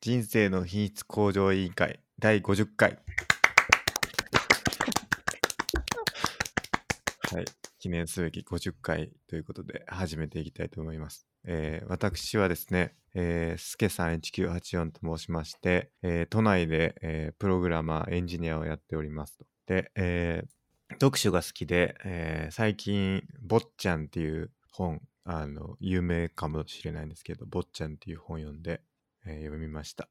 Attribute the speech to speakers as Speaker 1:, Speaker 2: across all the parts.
Speaker 1: 人生の品質向上委員会第50回。はい、記念すべき50回ということで始めていきたいと思います。えー私はですね、えー、すけさん1984と申しまして、えー都内で、えープログラマー、エンジニアをやっておりますと。で、えー読書が好きで、えー最近「坊っちゃん」っていう本あの有名かもしれないんですけど「坊っちゃん」っていう本読んで、えー読みました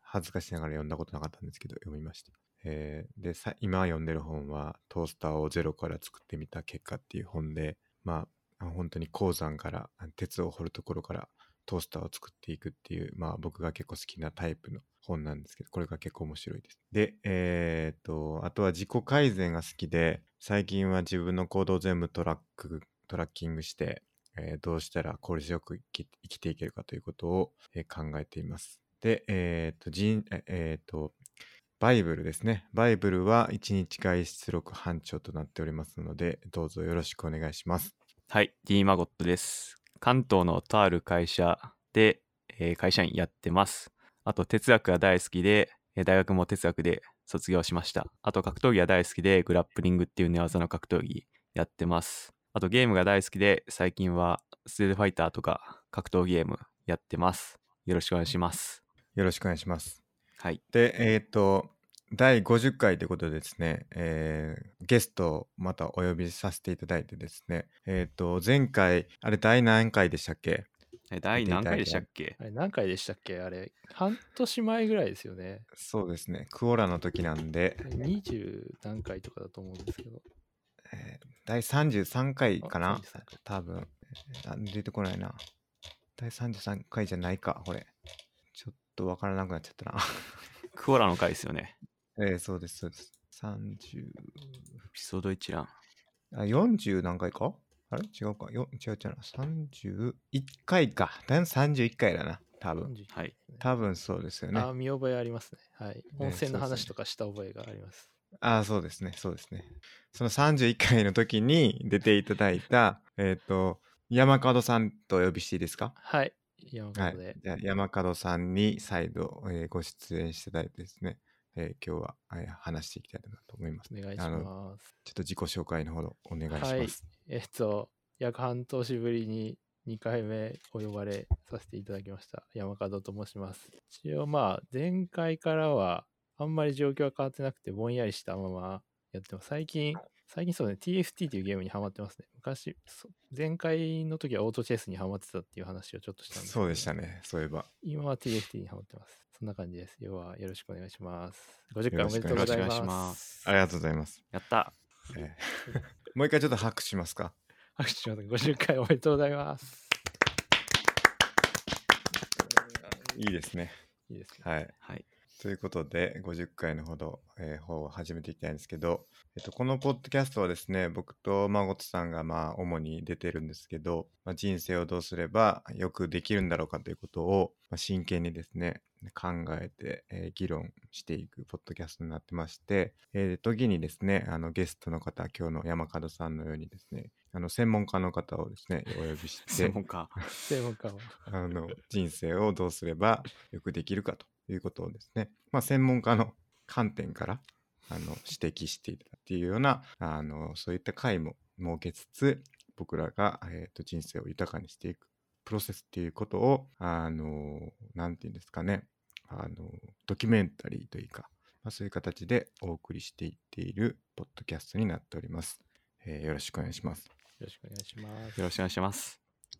Speaker 1: 恥ずかしながら読んだことなかったんですけど読みました、えーでさ今読んでる本は「トースターをゼロから作ってみた結果」っていう本でまあ本当に鉱山から鉄を掘るところからトースターを作っていくっていう、まあ、僕が結構好きなタイプの本なんですけど、これが結構面白いです。で、えーっと、あとは自己改善が好きで、最近は自分の行動を全部トラック、トラッキングして、えーどうしたら効率よく生き生きていけるかということを、えー考えています。で、えーっと、人ええーっと、バイブルですね。バイブルは1日外出力班長となっておりますので、どうぞよろしくお願いします。
Speaker 2: はい、D マゴットです。関東のとある会社で、えー会社員やってます。あと哲学が大好きで、えー大学も哲学で卒業しました。あと格闘技が大好きで、グラップリングっていう寝技の格闘技やってます。あとゲームが大好きで、最近はステートファイターとか格闘ゲームやってます。よろしくお願いします。
Speaker 1: よろしくお願いします。
Speaker 2: はい、
Speaker 1: で、えっ、と、第50回ということでですね、えーゲストをまたお呼びさせていただいてですね、えっ、と、前回、あれ、第何回でしたっけ
Speaker 2: えー第何回でしたっけ
Speaker 3: あれ何回でしたっけあれ半年前ぐらいですよ ね。
Speaker 1: そうですね、クオラの時なんで、
Speaker 3: 20何回とかだと思うんですけど。
Speaker 1: えー第33回か
Speaker 3: あ
Speaker 1: な
Speaker 3: 33回
Speaker 1: 多分、えーあ出てこないな。第33回じゃないか、これ。ちょっとわからなくなっちゃったな。
Speaker 2: クオラの回ですよね。
Speaker 1: えーそうです、そうです。30、
Speaker 2: エピソード一覧。
Speaker 1: あ、40何回かあれ違うか。よ違う違うな。31回か。だいぶ31回だな。多分。
Speaker 3: 40
Speaker 2: はい。
Speaker 1: 多分そうですよね。
Speaker 3: あー
Speaker 1: あ
Speaker 3: 見覚えありますね。はい。温泉の
Speaker 1: そうです
Speaker 3: 話
Speaker 1: ね
Speaker 3: とかした覚えがあります。
Speaker 1: あー、そうですね。そうですね。その31回の時に出ていただいた、えっと、山門さんとお呼びしていいですか
Speaker 3: はい。山
Speaker 1: は
Speaker 3: 本
Speaker 1: い
Speaker 3: で。。
Speaker 1: じゃあ山門さんに再度、えーご出演していただいてですね、えー今日は、えー話していきたいなと思います。
Speaker 3: お願いし
Speaker 1: あの
Speaker 3: ます。
Speaker 1: ちょっと自己紹介のほどお願いします。
Speaker 3: はいえっと、約半年ぶりに2回目お呼ばれさせていただきました。山門と申します。一応まあ、前回からはあんまり状況は変わってなくて、ぼんやりしたままやってます。最近、最近そうね、TFT というゲームにハマってますね。昔、そ前回の時はオートチェスにハマってたっていう話をちょっとしたんですけ
Speaker 1: そ
Speaker 3: ど
Speaker 1: うでしたね。そういえば。
Speaker 3: 今は TFT にハマってます。そんな感じです。要はよろしくお願いします。50
Speaker 1: よ
Speaker 3: 回
Speaker 1: ろ
Speaker 3: お
Speaker 1: し
Speaker 3: め
Speaker 1: く
Speaker 3: で
Speaker 1: お
Speaker 3: とう
Speaker 1: 願
Speaker 3: ご
Speaker 1: いします
Speaker 2: よろしくお願いし
Speaker 3: ざいま。
Speaker 2: ます
Speaker 1: ありがとうございます。
Speaker 2: やった。
Speaker 1: えーもう一回ちょっと拍手しますか。
Speaker 3: 拍手します。50回おめでとうございます。
Speaker 1: いいですね。
Speaker 3: いいですね。
Speaker 1: はい。
Speaker 2: はい。
Speaker 1: ということで、50回のほど、えー方を始めていきたいんですけど、えっと、このポッドキャストはですね、僕と孫とさんが、まあ、主に出てるんですけど、まあ、人生をどうすればよくできるんだろうかということを、まあ、真剣にですね、考えて、えー議論していくポッドキャストになってまして、えー時にですね、あの、ゲストの方、今日の山門さんのようにですね、あの、専門家の方をですね、お呼びして
Speaker 2: 専、門家。
Speaker 3: 専門家を。
Speaker 1: あの人生をどうすればよくできるかということをですね、まあ、専門家の観点からあの指摘していただくっていうようなあのそういった会も設けつつ僕らが、えー、と人生を豊かにしていくプロセスっていうことをあのなんていうんですかねあのドキュメンタリーというか、まあ、そういう形でお送りしていっているポッドキャストになっております。えーよろしくお願いします。
Speaker 3: よろしくお願いします。
Speaker 2: よろしくお願いします。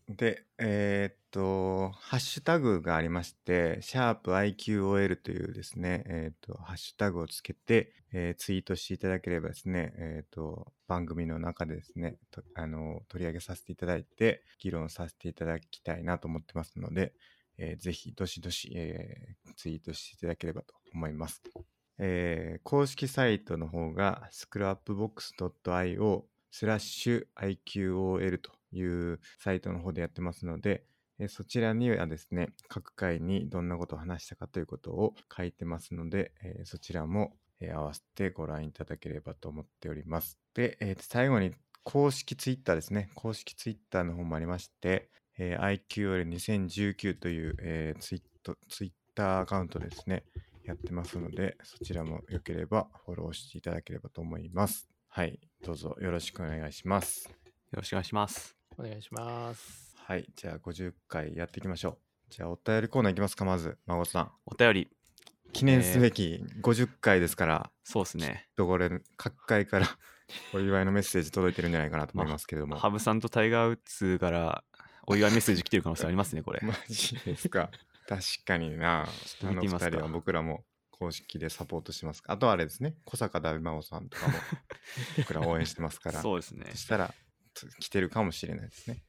Speaker 1: で、えーっと、ハッシュタグがありまして、シャープ i q o l というですね、えーっと、ハッシュタグをつけて、えーツイートしていただければですね、えーっと、番組の中でですね、とあの、取り上げさせていただいて、議論させていただきたいなと思ってますので、えーぜひ、どしどし、えーツイートしていただければと思います。えー公式サイトの方が scrapbox.io スラッシュ IQOL というサイトの方でやってますので、えーそちらにはですね、各回にどんなことを話したかということを書いてますので、えーそちらも、えー合わせてご覧いただければと思っております。で、えー最後に公式ツイッターですね。公式ツイッターの方もありまして、えー IQL2019 という、えーツイートツイッ Twitter アカウントですね、やってますので、そちらもよければフォローしていただければと思います。はい、どうぞよろしくお願いします。
Speaker 2: ろしくお願いします。
Speaker 3: お願いします。
Speaker 1: はい、じゃあ50回やっていきましょう。じゃあお便りコーナーいきますか、まず、孫さん。
Speaker 2: お便り、
Speaker 1: 記念すべき50回ですから、
Speaker 2: そうですね。
Speaker 1: とこれ、各界からお祝いのメッセージ届いてるんじゃないかなと思いますけれど も。
Speaker 2: ハブさんとタイガー・ウッズからお祝いメッセージ来てる可能性ありま すね、これ。
Speaker 1: マジですか。確かにな。
Speaker 2: ちょっ
Speaker 1: あ
Speaker 2: と見
Speaker 1: の二
Speaker 2: てみます
Speaker 1: 人
Speaker 2: か
Speaker 1: は。僕らも公式でサポートしてます。あとはあれですね、小坂大魔王さんとかも僕ら応援してますから、
Speaker 2: そうですね
Speaker 1: そ。したらつ来てるかもしれないですね。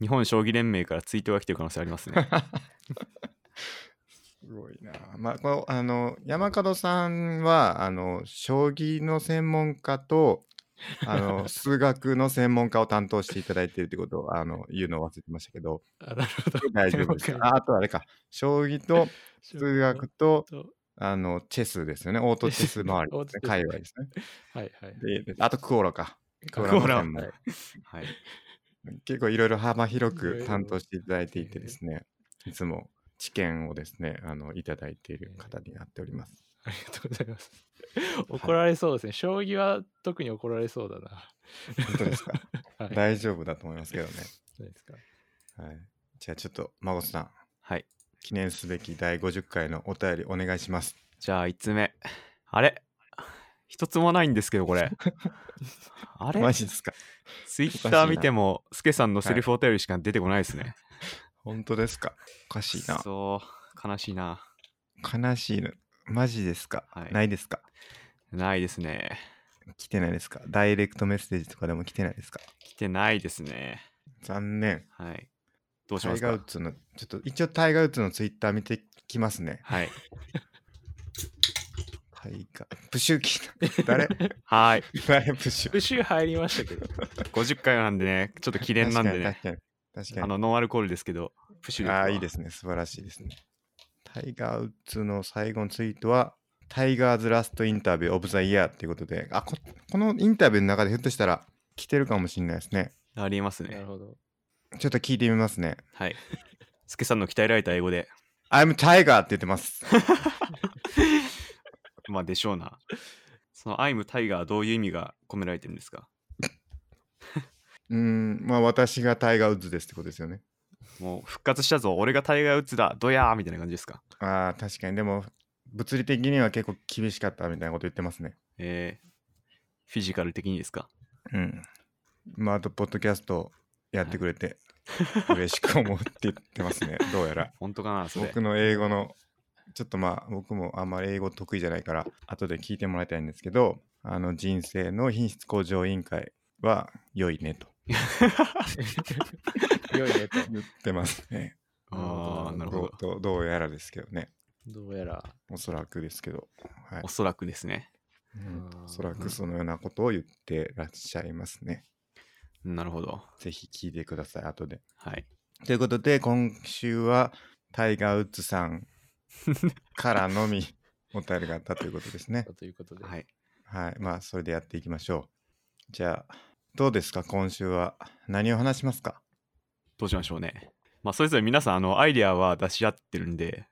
Speaker 2: 日本将棋連盟からツイートが来てる可能性ありますね。
Speaker 1: すごいな。まあ、このあの山門さんはあの将棋の専門家とあの数学の専門家を担当していただいているということをあの言うのを忘れてましたけど、
Speaker 3: あ、なるほど。
Speaker 1: 大丈夫です
Speaker 3: 了
Speaker 1: か。
Speaker 3: 解
Speaker 1: ああとあれか、将棋と数学と
Speaker 3: と。
Speaker 1: あの、チェスですよね。オートチェス周り
Speaker 3: オー
Speaker 1: ですね
Speaker 3: トチェ。ス
Speaker 1: 界隈ですね。
Speaker 3: はいはい。
Speaker 1: で、あとクオロか。クオ
Speaker 2: ロ
Speaker 1: ロの線も
Speaker 3: はい
Speaker 2: はい。
Speaker 1: 結構いろいろ幅広
Speaker 3: いろい
Speaker 1: く
Speaker 3: ろ
Speaker 1: 担当していただいていてですね、いつも知見をですね、あの、いただいている方になっております。
Speaker 3: ありがとうございます。 怒られそうですね。将棋は特に怒られそうだな。
Speaker 1: 本当です か
Speaker 3: はい。
Speaker 1: 大丈夫だと思いますけどね。
Speaker 3: そうですか。
Speaker 1: はい。じゃあちょっと、孫さん、
Speaker 2: はい。
Speaker 1: 記念すべき第50回のお便りお願いします。
Speaker 2: じゃあ、5つ目。あれ一つもないんですけど、こ れ。あれ
Speaker 1: マジですか
Speaker 2: ツイッ
Speaker 1: おか
Speaker 2: タ
Speaker 1: しい
Speaker 2: ー
Speaker 1: な
Speaker 2: 見ても、スケさんのセリフお便りしか出てこないですね。
Speaker 1: 本当ですかおかしいな。
Speaker 2: そう、悲しいな。
Speaker 1: 悲しいな。マジですか、
Speaker 2: はい
Speaker 1: ないですか
Speaker 2: ないですね。
Speaker 1: 来てないですかダイレクトメッセージとかでも来てないですか
Speaker 2: 来てないですね。
Speaker 1: 残念。
Speaker 2: はい。どうし
Speaker 1: タ
Speaker 2: ま
Speaker 1: イ
Speaker 2: す
Speaker 1: ガー・ウ
Speaker 2: か
Speaker 1: ッズの、ちょっと一応タイガー・ウッズのツイッター見てきますね。
Speaker 2: はい。
Speaker 1: タイガー、プシューキーだ。誰
Speaker 2: はい。
Speaker 1: 誰プシュー
Speaker 3: 復習入りましたけ ど。
Speaker 2: 50回なんでね、ちょっと記念なんでね。
Speaker 1: 確かに、確か
Speaker 2: あ
Speaker 1: に。
Speaker 2: の、ノンアルコールですけど、プッシュですわ
Speaker 1: ああー、いいですね。素晴らしいですね。タイガー・ウッズの最後のツイートは、タイガーズ・ラスト・インタビュー・オブ・ザ・イヤーっていうことで、あこ、このインタビューの中でひょっとしたら来てるかもしれないですね。
Speaker 2: ありえます
Speaker 3: な
Speaker 2: ね
Speaker 3: る。ほど。
Speaker 1: ちょっと聞いてみますね。
Speaker 2: はい。スケさんの鍛えられた英語で、
Speaker 1: I'm Tiger って言って ます。
Speaker 2: まあでしょうな。その I'm Tiger はどういう意味が込められてるんですか
Speaker 1: うーん、まあ私がタイガー・ウッズですってことですよね。
Speaker 2: もう復活したぞ、俺がタイガー・ウッズだ、ドヤーみたいな感じですか
Speaker 1: ああ、確かに。でも、物理的には結構厳しかったみたいなこと言ってますね。
Speaker 2: えー、フィジカル的にですか
Speaker 1: うん。まあ、あと、ポッドキャストやってくれて、嬉しく思うって言ってますね。どうやら。
Speaker 2: 本当かなそれ
Speaker 1: 僕。の英語の、ちょっとまあ、僕もあんまり英語得意じゃないから、後で聞いてもらいたいんですけど、あの、人生の品質向上委員会は良いねと
Speaker 3: 良いねと。
Speaker 1: 言ってますね。
Speaker 2: ああ、なるほど。
Speaker 1: どう。どうやらですけどね。
Speaker 3: どうやら。
Speaker 1: おそらくですけど。はい
Speaker 2: お。そらくですね。
Speaker 1: うん
Speaker 3: あー
Speaker 1: おそらくそのようなことを言ってらっしゃいますね。
Speaker 2: なるほど。
Speaker 1: ぜひ聞いてください、後で。
Speaker 2: はい。
Speaker 1: ということで、今週はタイガー・ウッズさ んからのみお便りがあったということですね。
Speaker 3: ということで。
Speaker 2: はい。
Speaker 1: はい。まあ、それでやっていきましょう。じゃあ、どうですか、今週は。何を話しますか
Speaker 2: どうしましょうね。まあ、それぞれ皆さん、あの、アイデアは出し合ってるんで、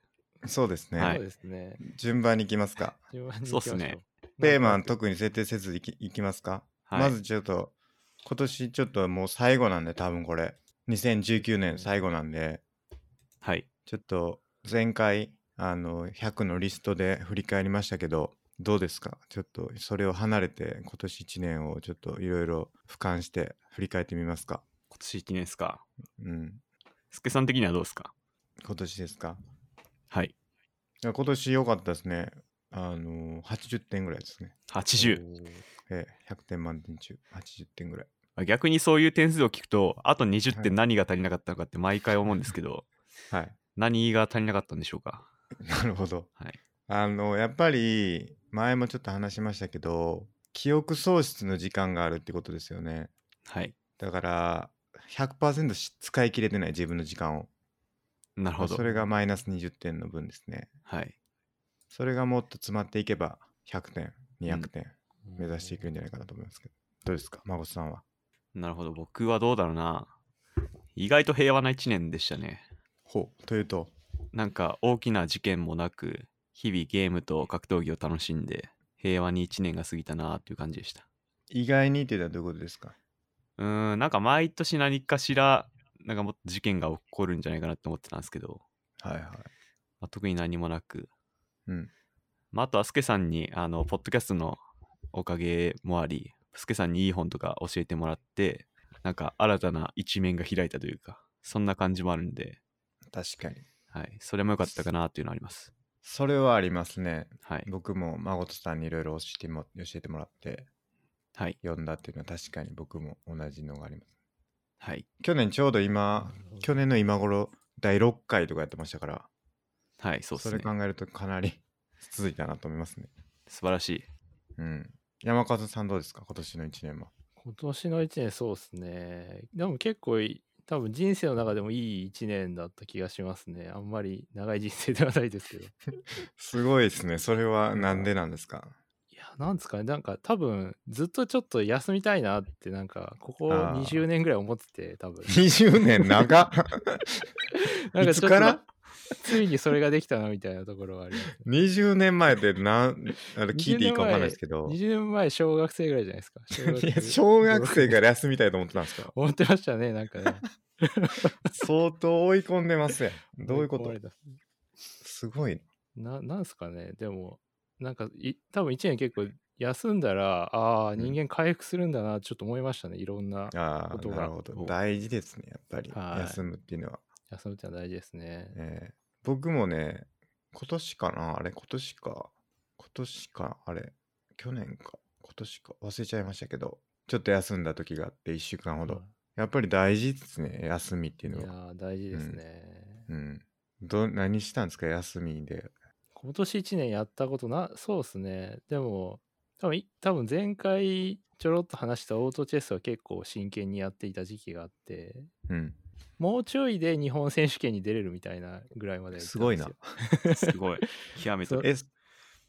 Speaker 1: そうですね。
Speaker 2: はい
Speaker 3: そうですね。
Speaker 1: 順番に行きますか。
Speaker 3: 順番に
Speaker 2: そうっすね
Speaker 1: テーマ
Speaker 3: の
Speaker 1: 特に設定せずいきいきますか、
Speaker 2: はい
Speaker 1: まずちょっと、今年ちょっともう最後なんで、多分これ。2019年最後なんで、
Speaker 2: はい。
Speaker 1: ちょっと前回あの100のリストで振り返りましたけどどうですかちょっとそれを離れて今年1年をちょっといろいろ俯瞰して振り返ってみますか
Speaker 2: 今年1年ですか。
Speaker 1: うん
Speaker 2: スケさん的にはどうですか
Speaker 1: 今年ですか
Speaker 2: はい。
Speaker 1: いや今年良かったですねあの80点ぐらいですね
Speaker 2: 80。
Speaker 1: ええ100点満点中80点ぐらい
Speaker 2: 逆にそういう点数を聞くと、あと20
Speaker 1: はい
Speaker 2: 点何が足りなかったのかって毎回思うんです けど、
Speaker 1: はい
Speaker 2: 何が足りなかったんでしょうか
Speaker 1: なるほど、
Speaker 2: はい
Speaker 1: あのやっぱり前もちょっと話しましたけど記憶喪失の時間があるってことですよね
Speaker 2: はい。
Speaker 1: だから100%し使い切れてない自分の時間を
Speaker 2: なるほど。
Speaker 1: それがマイナス20点の分ですね
Speaker 2: はい。
Speaker 1: それがもっと詰まっていけば100点
Speaker 2: うん
Speaker 1: 200点目指していけるんじゃないかなと思いますけど、どうですか孫さんは
Speaker 2: なるほど。僕はどうだろうな。意外と平和な1年でしたね。
Speaker 1: ほうというと
Speaker 2: なんか大きな事件もなく、日々ゲームと格闘技を楽しんで、平和に1年が過ぎたなっていう感じでした。
Speaker 1: 意外にっていうのはどういうことですか
Speaker 2: うーん、なんか毎年何かしら、なんかもっと事件が起こるんじゃないかなって思ってたんですけど、
Speaker 1: はいはい。
Speaker 2: まあ、特に何もなく、
Speaker 1: うん。
Speaker 2: まあ、あとはスケさんにあのポッドキャストのおかげもありスケさんにいい本とか教えてもらってなんか新たな一面が開いたというかそんな感じもあるんで、
Speaker 1: 確かに。
Speaker 2: はい、それも良かったかなというのはあります
Speaker 1: それはありますね。
Speaker 2: はい、
Speaker 1: 僕も誠さんにいろいろ教えても教えてもらって
Speaker 2: はい
Speaker 1: 読んだっていうのは確かに僕も同じのがあります。
Speaker 2: はい
Speaker 1: 去年ちょうど今、去年の今頃第6回とかやってましたから、
Speaker 2: はいそうです
Speaker 1: れ
Speaker 2: ね
Speaker 1: 考えるとかなり 続いたなと思いますね。
Speaker 2: 素晴らしい
Speaker 1: うん。山和さんどうですか今年の1年は。
Speaker 3: 今年の一年そうですね。でも結構い多分人生の中でもいい一年だった気がしますね。あんまり長い人生ではないですけど。
Speaker 1: すごいですね。それはなんでなんですか
Speaker 3: いや、なんですかね、なんか多分ずっとちょっと休みたいなって、なんかここ
Speaker 1: あー
Speaker 3: 20年ぐらい思ってて、多 分
Speaker 1: ?20 年長っ
Speaker 3: なん
Speaker 1: い
Speaker 3: か
Speaker 1: つ
Speaker 3: ちょっ
Speaker 1: か
Speaker 3: と
Speaker 1: ら
Speaker 3: ついにそれができたなみたいなところはあり ます、ね。
Speaker 1: 20年前ってなんあれ聞いていいかわかんないですけど
Speaker 3: 20年前、小学生ぐらいじゃないですか。小
Speaker 1: いや小学生
Speaker 3: らい。
Speaker 1: から休みたいと思ってたんですか
Speaker 3: 思ってましたね、なんかね。
Speaker 1: 相当追い込んでますやん どういうこ
Speaker 3: 思
Speaker 1: と
Speaker 3: い込まれた
Speaker 1: すごい
Speaker 3: な、なんすかね、でも、なんかい、多分1年結構休んだら、ああ、
Speaker 1: ん
Speaker 3: 人間回復するんだな、ちょっと思いましたね、いろんな。
Speaker 1: あ
Speaker 3: こ
Speaker 1: あ
Speaker 3: とが
Speaker 1: なるほど
Speaker 3: こう
Speaker 1: 大事ですねやっぱり
Speaker 3: はい
Speaker 1: 休むっていうのは、
Speaker 3: 休むってのは大事ですね。
Speaker 1: えー僕もね今年かなあれ今年か今年かあれ去年か今年か忘れちゃいましたけどちょっと休んだ時があって1週間ほど、
Speaker 3: うん
Speaker 1: やっぱり大事ですね休みっていう
Speaker 3: い
Speaker 1: の
Speaker 3: や
Speaker 1: は
Speaker 3: ー、大事です
Speaker 1: うん
Speaker 3: ね。
Speaker 1: うんど何したんですか休みで
Speaker 3: 今年1年やったことな、そうですね。でも、多分い多分前回ちょろっと話したオートチェスは結構真剣にやっていた時期があって、
Speaker 1: うん
Speaker 3: もうちょいで日本選手権に出れるみたいなぐらいまでやってた
Speaker 1: す
Speaker 3: ん
Speaker 1: ご
Speaker 3: で
Speaker 1: い
Speaker 3: よ
Speaker 1: な
Speaker 2: すごい極めて
Speaker 3: そう
Speaker 1: え、す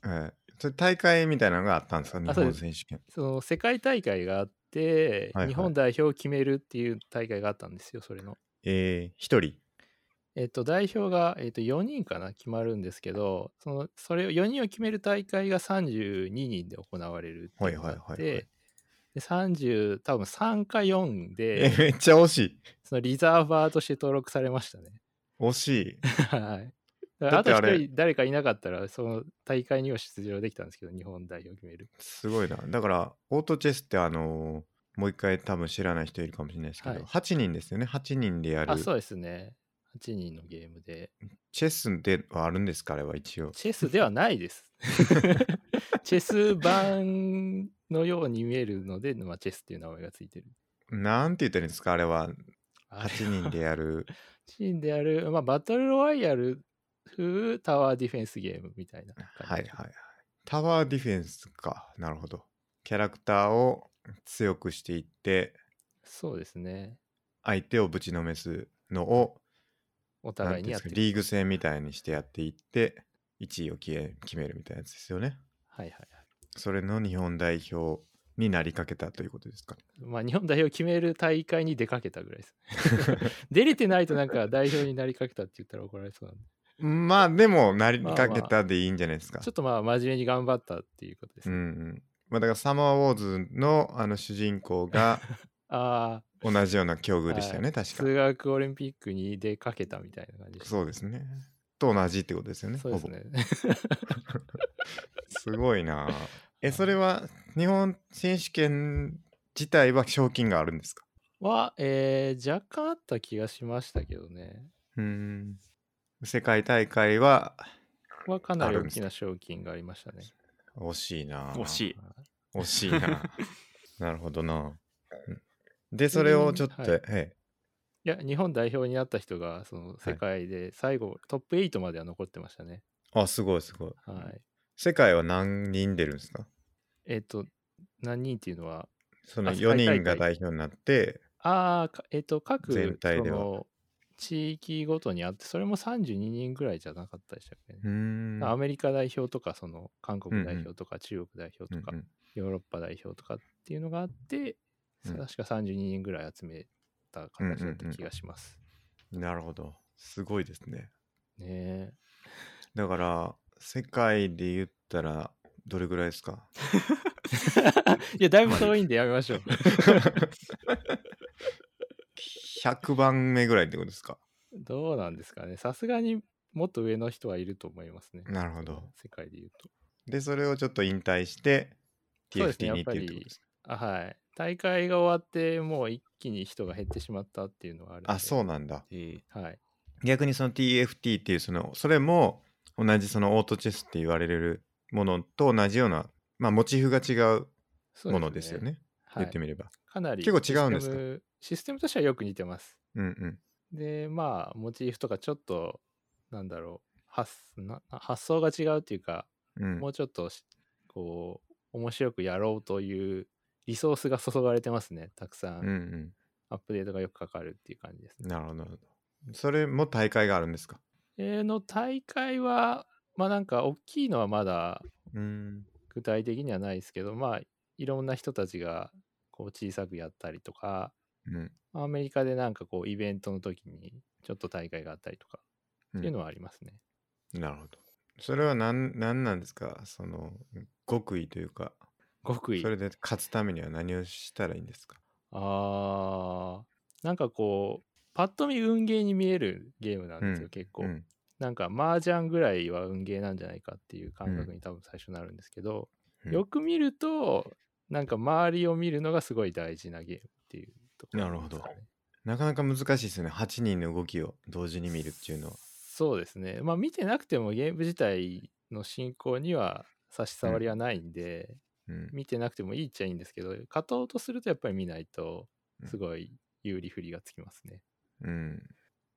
Speaker 1: えーそれ大会みたいなのがあったんですか、日
Speaker 3: そう
Speaker 1: 本
Speaker 3: です
Speaker 1: 選手権。
Speaker 3: その世界大会があって、
Speaker 1: はいはい
Speaker 3: 日本代表を決めるっていう大会があったんですよ、それの。
Speaker 1: えー、一人。
Speaker 3: えっと、代表が、えっと、4人かな、決まるんですけど、その、それを、4人を決める大会が32人で行われるっていうのが
Speaker 1: は
Speaker 3: あ
Speaker 1: いは
Speaker 3: っ
Speaker 1: いはいはい
Speaker 3: て、で30、多分3か4
Speaker 1: え
Speaker 3: で、
Speaker 1: めっちゃ惜しい。
Speaker 3: そのリザーバーとして登録されましたね。
Speaker 1: 惜しい。
Speaker 3: はい。だから
Speaker 1: だっ
Speaker 3: あ
Speaker 1: て
Speaker 3: と
Speaker 1: あれ
Speaker 3: 1人誰かいなかったら、その大会には出場できたんですけど、日本代表を決める。
Speaker 1: すごいな。だから、オートチェスって、あのーもう一回多分知らない人いるかもしれないですけど、
Speaker 3: はい
Speaker 1: 8人ですよね。8人でやる
Speaker 3: あ、。そうですね。8人のゲームで。
Speaker 1: チェスではあるんですか、あれは一応。
Speaker 3: チェスではな いです。チェス版のように見えるので、まあ、チェスっていう名前がついてる。
Speaker 1: なんて言ったらいいんですか、あれは。
Speaker 3: あれ
Speaker 1: 8人で やる。
Speaker 3: チームでやる、まあ、バトルロワイヤル風タワーディフェンスゲームみたいな感じ。
Speaker 1: はいはいはい。タワーディフェンスか。なるほど。キャラクターを強くしていって、
Speaker 3: そうですね。
Speaker 1: 相手をぶちのめすのを
Speaker 3: お
Speaker 1: なんて
Speaker 3: 互
Speaker 1: い
Speaker 3: い
Speaker 1: うん
Speaker 3: に
Speaker 1: で
Speaker 3: やっ
Speaker 1: す
Speaker 3: て
Speaker 1: か
Speaker 3: る。
Speaker 1: リーグ戦みたいにしてやっていって1位を決め決めるみたいなやつですよね
Speaker 3: はいはいはい。
Speaker 1: それの日本代表になりかけたということですかね
Speaker 3: まあ、日本代表を決める大会に出かけたぐらい です。出れてないとなんか代表になりかけたって言ったら怒られそ うなんで。
Speaker 1: まあでもなり
Speaker 3: まあ
Speaker 1: かけたでいいんじゃないですか、
Speaker 3: ちょっとまあ、真面目に頑張ったっていうことです
Speaker 1: う
Speaker 3: ね。
Speaker 1: んうんまあだからサマーウォーズのあの主人公が
Speaker 3: ああ、
Speaker 1: 同じような境遇でしたよね、
Speaker 3: は
Speaker 1: 確
Speaker 3: 数
Speaker 1: か
Speaker 3: 学オリンピックに出かけたみたいな感じでした
Speaker 1: そうですねと同じってことですよね
Speaker 3: そうですね。
Speaker 1: ほぼすごい なあえ
Speaker 3: い
Speaker 1: それは日本選手権自体は賞金があるんですか
Speaker 3: は、えー若干あった気がしましたけどね。
Speaker 1: うーん世界大会は
Speaker 3: はかなり
Speaker 1: あるん
Speaker 3: 大
Speaker 1: です
Speaker 3: き
Speaker 1: ね
Speaker 3: な賞金がありましたね。
Speaker 1: 惜しいなあ
Speaker 2: 惜しい
Speaker 1: 惜しい な。なるほどな。で、それをちょっと、
Speaker 3: はい
Speaker 1: え
Speaker 3: いや、日本代表になった人が、その世界で最後、トップ8までは残ってましたね。
Speaker 1: えあ、すごいすごい。
Speaker 3: はい。
Speaker 1: 世界は何人出るんですか
Speaker 3: えっ、と、何人っていうのは、
Speaker 1: その
Speaker 3: あ世
Speaker 1: 4
Speaker 3: 界大会
Speaker 1: 人が代表になって、
Speaker 3: ああ、かえっ、と、各
Speaker 1: 全体では
Speaker 3: その地域ごとにあって、それも32人ぐらいじゃなかったでしたっけね
Speaker 1: う。ーん。
Speaker 3: アメリカ代表とか、その韓
Speaker 1: うんう
Speaker 3: 国
Speaker 1: ん
Speaker 3: 代表とか、中国代表とか、
Speaker 1: うんうん
Speaker 3: ヨーロッパ代表とかっていうのがあって、
Speaker 1: うん
Speaker 3: 確か32人ぐらい集めた形だった気がします。
Speaker 1: なるほど。すごいですね。
Speaker 3: ねえ。
Speaker 1: だから世界で言ったらどれぐらいですか
Speaker 3: いや、だいぶ遠いんでやめましょう。
Speaker 1: 100番目ぐらいってことですか
Speaker 3: どうなんですかね。さすがにもっと上の人はいると思いますね。
Speaker 1: なるほど
Speaker 3: 世界で言うと。
Speaker 1: でそれをちょっと引退して
Speaker 3: そうですね
Speaker 1: TFT に
Speaker 3: やっ
Speaker 1: 行っ
Speaker 3: ぱ
Speaker 1: て
Speaker 3: り
Speaker 1: るってことですか
Speaker 3: あはい。大会が終わって、もう一気に人が減ってしまったっていうのはあるので。
Speaker 1: あそうなんだ
Speaker 2: え
Speaker 3: う。はい。
Speaker 1: 逆にその TFT っていうそのそれも同じそのオートチェスって言われるものと同じようなまあモチーフが違う
Speaker 3: そう
Speaker 1: ものですよね。
Speaker 3: は
Speaker 1: 言
Speaker 3: い、
Speaker 1: ってみれば、
Speaker 3: かなり
Speaker 1: 結構違うんですか
Speaker 3: システムシステムとしてはよく似てます。
Speaker 1: うんうん
Speaker 3: で、まあ、モチーフとかちょっと、なんだろう、発な発想が違うっていうか、
Speaker 1: うん
Speaker 3: もうちょっとし、こう、面白くやろうというリソースが注がれてますね。たくさ
Speaker 1: うんうんん
Speaker 3: アップデートがよくかかるっていう感じですね。
Speaker 1: なるほどなるほどそれも大会があるんですか
Speaker 3: えーの大会は、まあなんか大きいのはまだ
Speaker 1: うん
Speaker 3: 具体的にはないですけど、まあいろんな人たちがこう小さくやったりとか、
Speaker 1: うん
Speaker 3: アメリカでなんかこうイベントの時にちょっと大会があったりとか
Speaker 1: う
Speaker 3: っ
Speaker 1: ん
Speaker 3: ていうのはありますね。
Speaker 1: なるほどそれは何何なんですかその極意というか
Speaker 3: 極意
Speaker 1: そ。れで勝つためには何をしたらいいんですか
Speaker 3: あー、なんかこう、パッと見運ゲーに見えるゲームなんです
Speaker 1: う
Speaker 3: よ、
Speaker 1: ん
Speaker 3: 結構。
Speaker 1: うん
Speaker 3: なんか麻雀ぐらいは運ゲーなんじゃないかっていう感覚に多分最初なるんですけど、
Speaker 1: うん
Speaker 3: よく見るとなんか周りを見るのがすごい大事なゲームっていうところんですかね
Speaker 1: なるなかなか難しいですよね8人の動きを同時に見るっていうのは
Speaker 3: そうですねまあ見てなくてもゲーム自体の進行には差し障りはないんで、
Speaker 1: うん
Speaker 3: 見てなくてもいいっちゃいいんですけど勝とうとするとやっぱり見ないとすごい有利不利がつきますね、
Speaker 1: うん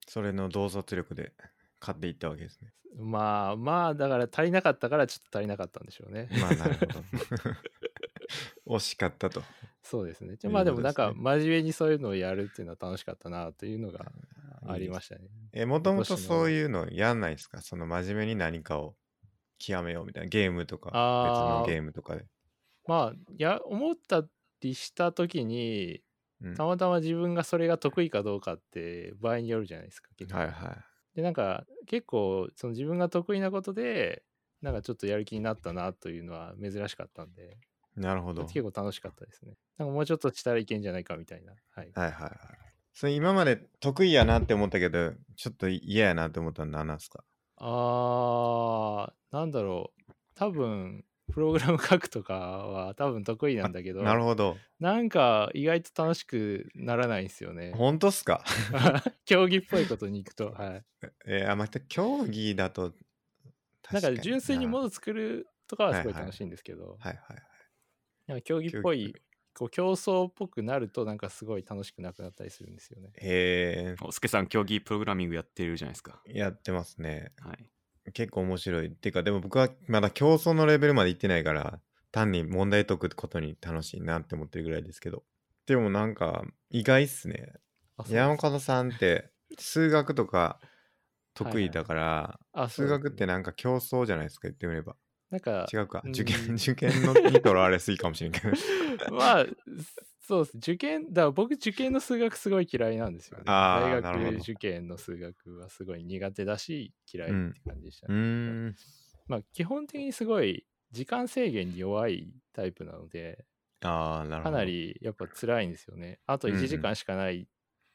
Speaker 1: それの洞察力で勝っていったわけですね
Speaker 3: まあまあだから足りなかったからちょっと足りなかったんでしょうね
Speaker 1: まあなるほ ど惜しかったと
Speaker 3: そうです ね。
Speaker 1: とい
Speaker 3: じゃ
Speaker 1: う
Speaker 3: まあで
Speaker 1: こ
Speaker 3: も
Speaker 1: とで
Speaker 3: な
Speaker 1: す
Speaker 3: ん
Speaker 1: ね
Speaker 3: か真面目にそういうのをやるっていうのは楽しかったなというのがありましたね。
Speaker 1: えもともとそういうのやんないですかその真面目に何かを極めようみたいなゲームとか別
Speaker 3: あー
Speaker 1: のゲームとかで、
Speaker 3: まあや思ったりした時に
Speaker 1: うん、
Speaker 3: たまたま自分がそれが得意かどうかって場合によるじゃないですか。結構
Speaker 1: はいは
Speaker 3: でなんか結構その自分が得意なことでなんかちょっとやる気になったなというのは珍しかったんで
Speaker 1: いなるほど
Speaker 3: 結構楽しかったですね。なんかもうちょっとしたらいけんじゃないかみたいな。はい、
Speaker 1: はいはいはい。それ今まで得意やなって思ったけど、ちょっと嫌やなって思ったのは何なんですか
Speaker 3: あーなんだろう多分プログラム書くとかは多分得意なんだけど
Speaker 1: なるほど。
Speaker 3: なんか意外と楽しくならないんですよね
Speaker 1: 本当っすか
Speaker 3: 競技っぽいことに行くとはい
Speaker 1: えー、あまた競技だと、
Speaker 3: な
Speaker 1: 確
Speaker 3: んか純粋にも
Speaker 1: 戻
Speaker 3: の作るとかはすご
Speaker 1: はい
Speaker 3: い
Speaker 1: はい
Speaker 3: 楽しいんですけど、
Speaker 1: はいはい。
Speaker 3: なんか競技っぽ
Speaker 1: 競技
Speaker 3: いこう競争っぽくなるとなんかすごい楽しくなくなったりするんですよね
Speaker 1: え
Speaker 2: おすけさん、競技プログラミングやってるじゃないですか。
Speaker 1: ー、やってますね。
Speaker 2: はい。
Speaker 1: 結構面白い。っていうか、でも僕はまだ競争のレベルまで行ってないから、単に問題解くことに楽しいなって思ってるぐらいですけど。でもなんか、意外っすね。
Speaker 3: あそう
Speaker 1: 山岡さんって、数学とか得意だから、
Speaker 3: あそ
Speaker 1: 数
Speaker 3: うです
Speaker 1: 学ってなんか競争じゃないですか、言ってみれば。
Speaker 3: なんか
Speaker 1: 違うか
Speaker 3: うん
Speaker 1: 受験 受験のにとらわれすぎかもしれんけど
Speaker 3: まあそうです受験だから僕受験の数学すごい嫌いなんですよね。
Speaker 1: あー
Speaker 3: 大
Speaker 1: なるほ
Speaker 3: 学
Speaker 1: ど
Speaker 3: 受験の数学はすごい苦手だし嫌いって感じでした
Speaker 1: う
Speaker 3: ね。
Speaker 1: ーん
Speaker 3: まあ基本的にすごい時間制限に弱いタイプなので
Speaker 1: ああなるほど
Speaker 3: かなりやっぱ辛いんですよね。あと
Speaker 1: うんうん
Speaker 3: 1時間しかないっ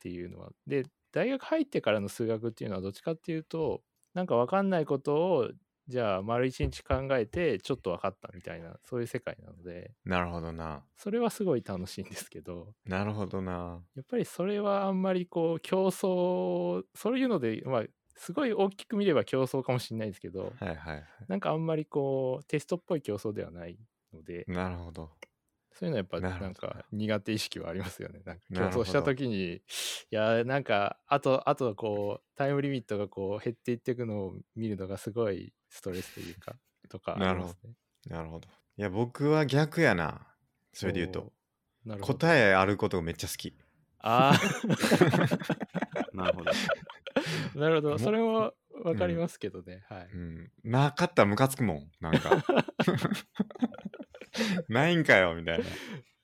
Speaker 3: ていうのは。で大学入ってからの数学っていうのはどっちかっていうとなんか分かんないことをじゃあ丸一日考えてちょっと分かったみたいなそういう世界なので
Speaker 1: なるほどな
Speaker 3: それはすごい楽しいんですけど。
Speaker 1: なるほどな
Speaker 3: やっぱりそれはあんまりこう競争そういうのでまあすごい大きく見れば競争かもしれないですけど
Speaker 1: はいはいはい
Speaker 3: なんかあんまりこうテストっぽい競争ではないので
Speaker 1: なるほど
Speaker 3: そういうのはやっぱ
Speaker 1: なるほど
Speaker 3: なんか苦手意識はありますよねなん
Speaker 1: なる
Speaker 3: か
Speaker 1: ほど
Speaker 3: 競争した時にいやなんかあとあとこうタイムリミットがこう減っていっていくのを見るのがすごいストレスというかとかあり
Speaker 1: なるほ
Speaker 3: ま
Speaker 1: ど
Speaker 3: すね。
Speaker 1: なるほどいや僕は逆やなそれで言うと
Speaker 3: おーなるほど
Speaker 1: 答えあることがめっちゃ好き
Speaker 3: あ
Speaker 2: なるほど。
Speaker 3: あなるほ
Speaker 1: も
Speaker 3: どそれもわかりますけどね、はい。
Speaker 1: うんなかったらムカつくもんなん か ないんかよみたいな
Speaker 3: えええ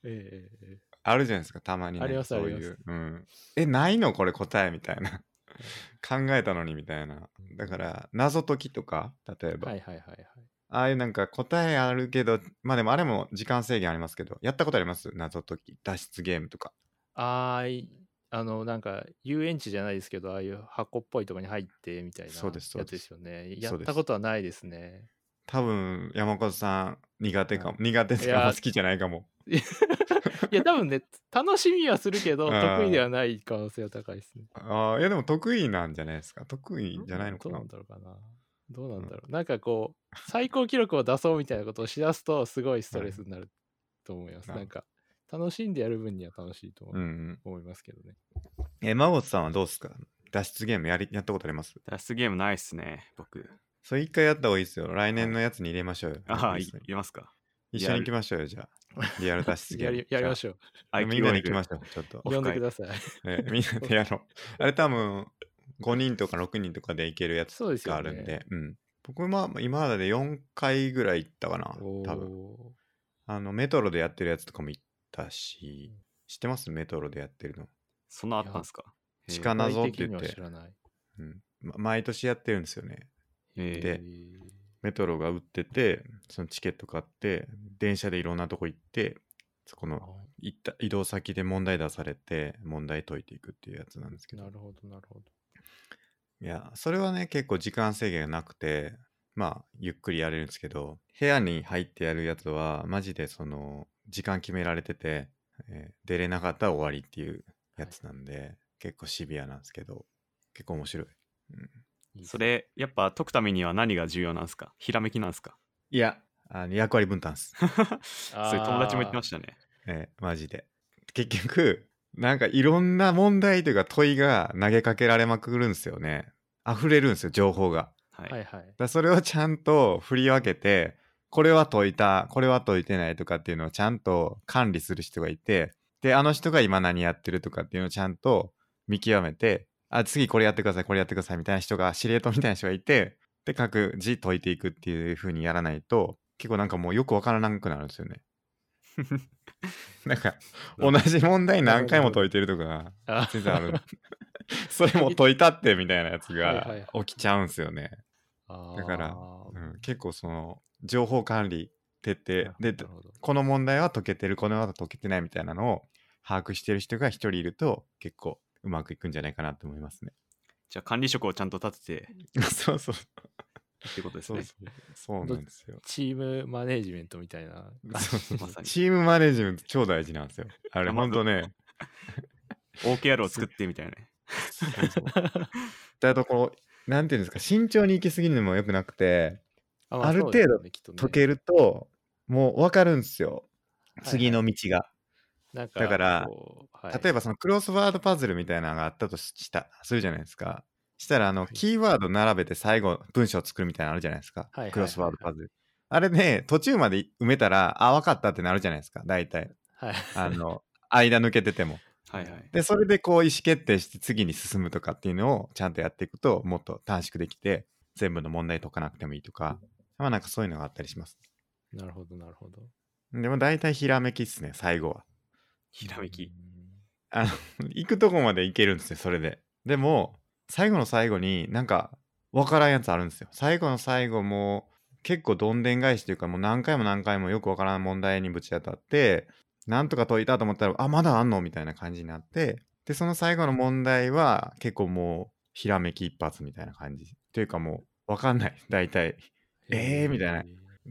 Speaker 3: えええ
Speaker 1: あるじゃないですかたまに、ね、
Speaker 3: あります
Speaker 1: そう
Speaker 3: あり
Speaker 1: い
Speaker 3: ま
Speaker 1: う、うん、えないのこれ答えみたいな 考えたのにみたいなだから謎解きとか例えば、
Speaker 3: はいはいはいはい。
Speaker 1: ああいうなんか答えあるけどまあでもあれも時間制限ありますけどやったことあります謎解き脱出ゲームとか
Speaker 3: あーい、あの、なんか、遊園地じゃないですけど、ああいう箱っぽいとこに入ってみたいな
Speaker 1: そうですそう
Speaker 3: やつ
Speaker 1: で
Speaker 3: ですすよね。
Speaker 1: す
Speaker 3: やったことはないですね。
Speaker 1: 多分山本さん苦手かも苦手と
Speaker 3: い
Speaker 1: か
Speaker 3: や
Speaker 1: まあ好きじゃないかも
Speaker 3: いや、多分ね、 楽しみはするけど、
Speaker 1: うん
Speaker 3: 得意ではない可能性は高いですね。
Speaker 1: ああいやでも得意なんじゃないですか得意じゃないのかな
Speaker 3: どうなんだろうかな。どうなんだろう。なんかこう、最高記録を出そうみたいなことをしだすと、すごいストレスになると思います。
Speaker 1: うん
Speaker 3: なんか、楽しんでやる分には楽しいと
Speaker 1: うんうん
Speaker 3: 思いますけどね。
Speaker 1: えー、真帆さんはどうですか脱出ゲームやりやったことあります
Speaker 2: 脱出ゲームないっすね、僕。
Speaker 1: それ一回やった方がいいですよ。来年のやつに入れましょうよ。
Speaker 2: ああ、
Speaker 1: リ
Speaker 2: い
Speaker 1: ストに
Speaker 2: いますか。
Speaker 1: 一緒に行きましょうよ、じゃ あ。リアル脱出ゲ
Speaker 3: や
Speaker 1: ーム。
Speaker 3: りやりまし
Speaker 1: ょ
Speaker 3: ょ
Speaker 1: うみんなで行きまし
Speaker 2: ょ
Speaker 1: ょう、ちょっと
Speaker 3: う。。
Speaker 2: オフ
Speaker 3: 呼んで
Speaker 2: 会
Speaker 3: ください。
Speaker 1: えみんなでや ろう。あれ多分、5人とか6人とかで行けるやつ
Speaker 3: そうですよ
Speaker 1: があ
Speaker 3: ね。
Speaker 1: るんで。うん。僕まあ今までで4回ぐらい行ったかな、
Speaker 3: お
Speaker 1: 多分。
Speaker 3: ー
Speaker 1: あの、メトロでやってるやつとかも行ったし、知ってますメトロでやってるの。
Speaker 2: そんなあったんですか。
Speaker 1: 地下謎って言っ
Speaker 3: 具体的には
Speaker 1: て
Speaker 3: 知、らない。
Speaker 1: うんま毎年やってるんですよね。
Speaker 2: え
Speaker 1: で
Speaker 2: え
Speaker 3: えー
Speaker 1: メトロが売ってて、そのチケット買って、電車でいろんなとこ行って、そこの
Speaker 3: あ
Speaker 1: 行った移動先で問題出されて問題解いていくっていうやつなんですけど
Speaker 3: なるほど、なるほど。
Speaker 1: いやそれはね結構時間制限がなくてまあゆっくりやれるんですけど部屋に入ってやるやつはマジでその時間決められてて、えー出れなかったら終わりっていうやつなんで、結構シビアなんですけど結構面白い、うん、
Speaker 3: いいです
Speaker 2: それ、やっぱ解くためには何が重要なんですかひらめきなんですか
Speaker 1: いやあの役割分担っす
Speaker 2: それ友達も言ってましたね。
Speaker 1: えーマジで。結局、なんかいろんな問題というか問いが投げかけられまくるんですよね。溢れるんですよ、情報が。
Speaker 2: はい。
Speaker 3: はいはい。
Speaker 1: だそれをちゃんと振り分けて、これは解いた、これは解いてないとかっていうのをちゃんと管理する人がいて、で、あの人が今何やってるとかっていうのをちゃんと見極めて、あ、次これやってください、これやってくださいみたいな人が、司令塔みたいな人がいて、で、各自解いていくっていう風にやらないと、結構なんかもうよくわからなくなるんですよね。 なんか、同じ問題何回も解いてるとか、
Speaker 3: あ
Speaker 1: 全 然ある。それも解いたってみたいなやつ
Speaker 3: はいは
Speaker 1: が
Speaker 3: い
Speaker 1: 起きちゃうんですよね。
Speaker 3: あー
Speaker 1: だからうん、結構その情報管理徹底
Speaker 3: なるほど
Speaker 1: で
Speaker 3: なるほど
Speaker 1: この問題は解けてるこの問題は解けてないみたいなのを把握してる人が一人いると結構うまくいくんじゃないかなと思いますね。
Speaker 2: じゃあ管理職をちゃんと立てて
Speaker 1: そうそう
Speaker 2: ってことです
Speaker 1: そう
Speaker 2: ね。
Speaker 1: そうそうなんですよ。
Speaker 3: チームマネージメントみたいな。
Speaker 1: そうそう
Speaker 2: ま さに
Speaker 1: チームマネジメント超大事なんですよ。あれ
Speaker 2: 山
Speaker 1: ほんとね。
Speaker 2: OKR を作ってみたいなね。
Speaker 1: そうそうだとこうなんていうんですか慎重に行き過ぎるのも良くなくて
Speaker 3: あ
Speaker 1: ある程度解け
Speaker 3: る。
Speaker 1: るともう分かるんですよ
Speaker 3: はいはい
Speaker 1: 次の道が。
Speaker 3: だ
Speaker 1: だから例え
Speaker 3: ば、
Speaker 1: ばそのクロスワードパズルみたいなのがあったとしたするじゃないですかしたらあの
Speaker 3: い
Speaker 1: キーワード並べて最後文章を作るみたいなのあるじゃないですか
Speaker 3: はいはいはいはい
Speaker 1: クロスワードパズルあれね途中まで埋めたらあ分かったってなるじゃないですか大体
Speaker 3: はい。
Speaker 1: あの間抜けてても
Speaker 2: はいはい。
Speaker 1: でそれでこう意思決定して次に進むとかっていうのをちゃんとやっていくともっと短縮できて全部の問題解かなくてもいいとかまあなんかそういうのがあったりします
Speaker 3: なるほど、なるほど。
Speaker 1: でも大体ひらめきっすね最後は
Speaker 2: ひらめき。
Speaker 1: あの行くとこまで行けるんですよそれででも最後の最後になんか分からんやつあるんですよ最後の最後もう結構どんでん返しというかもう何回も何回もよく分からん問題にぶち当たってなんとか解いたと思ったらあまだあんのみたいな感じになってでその最後の問題は結構もうひらめき一発みたいな感じというかもう分かんない 大体えーみたいな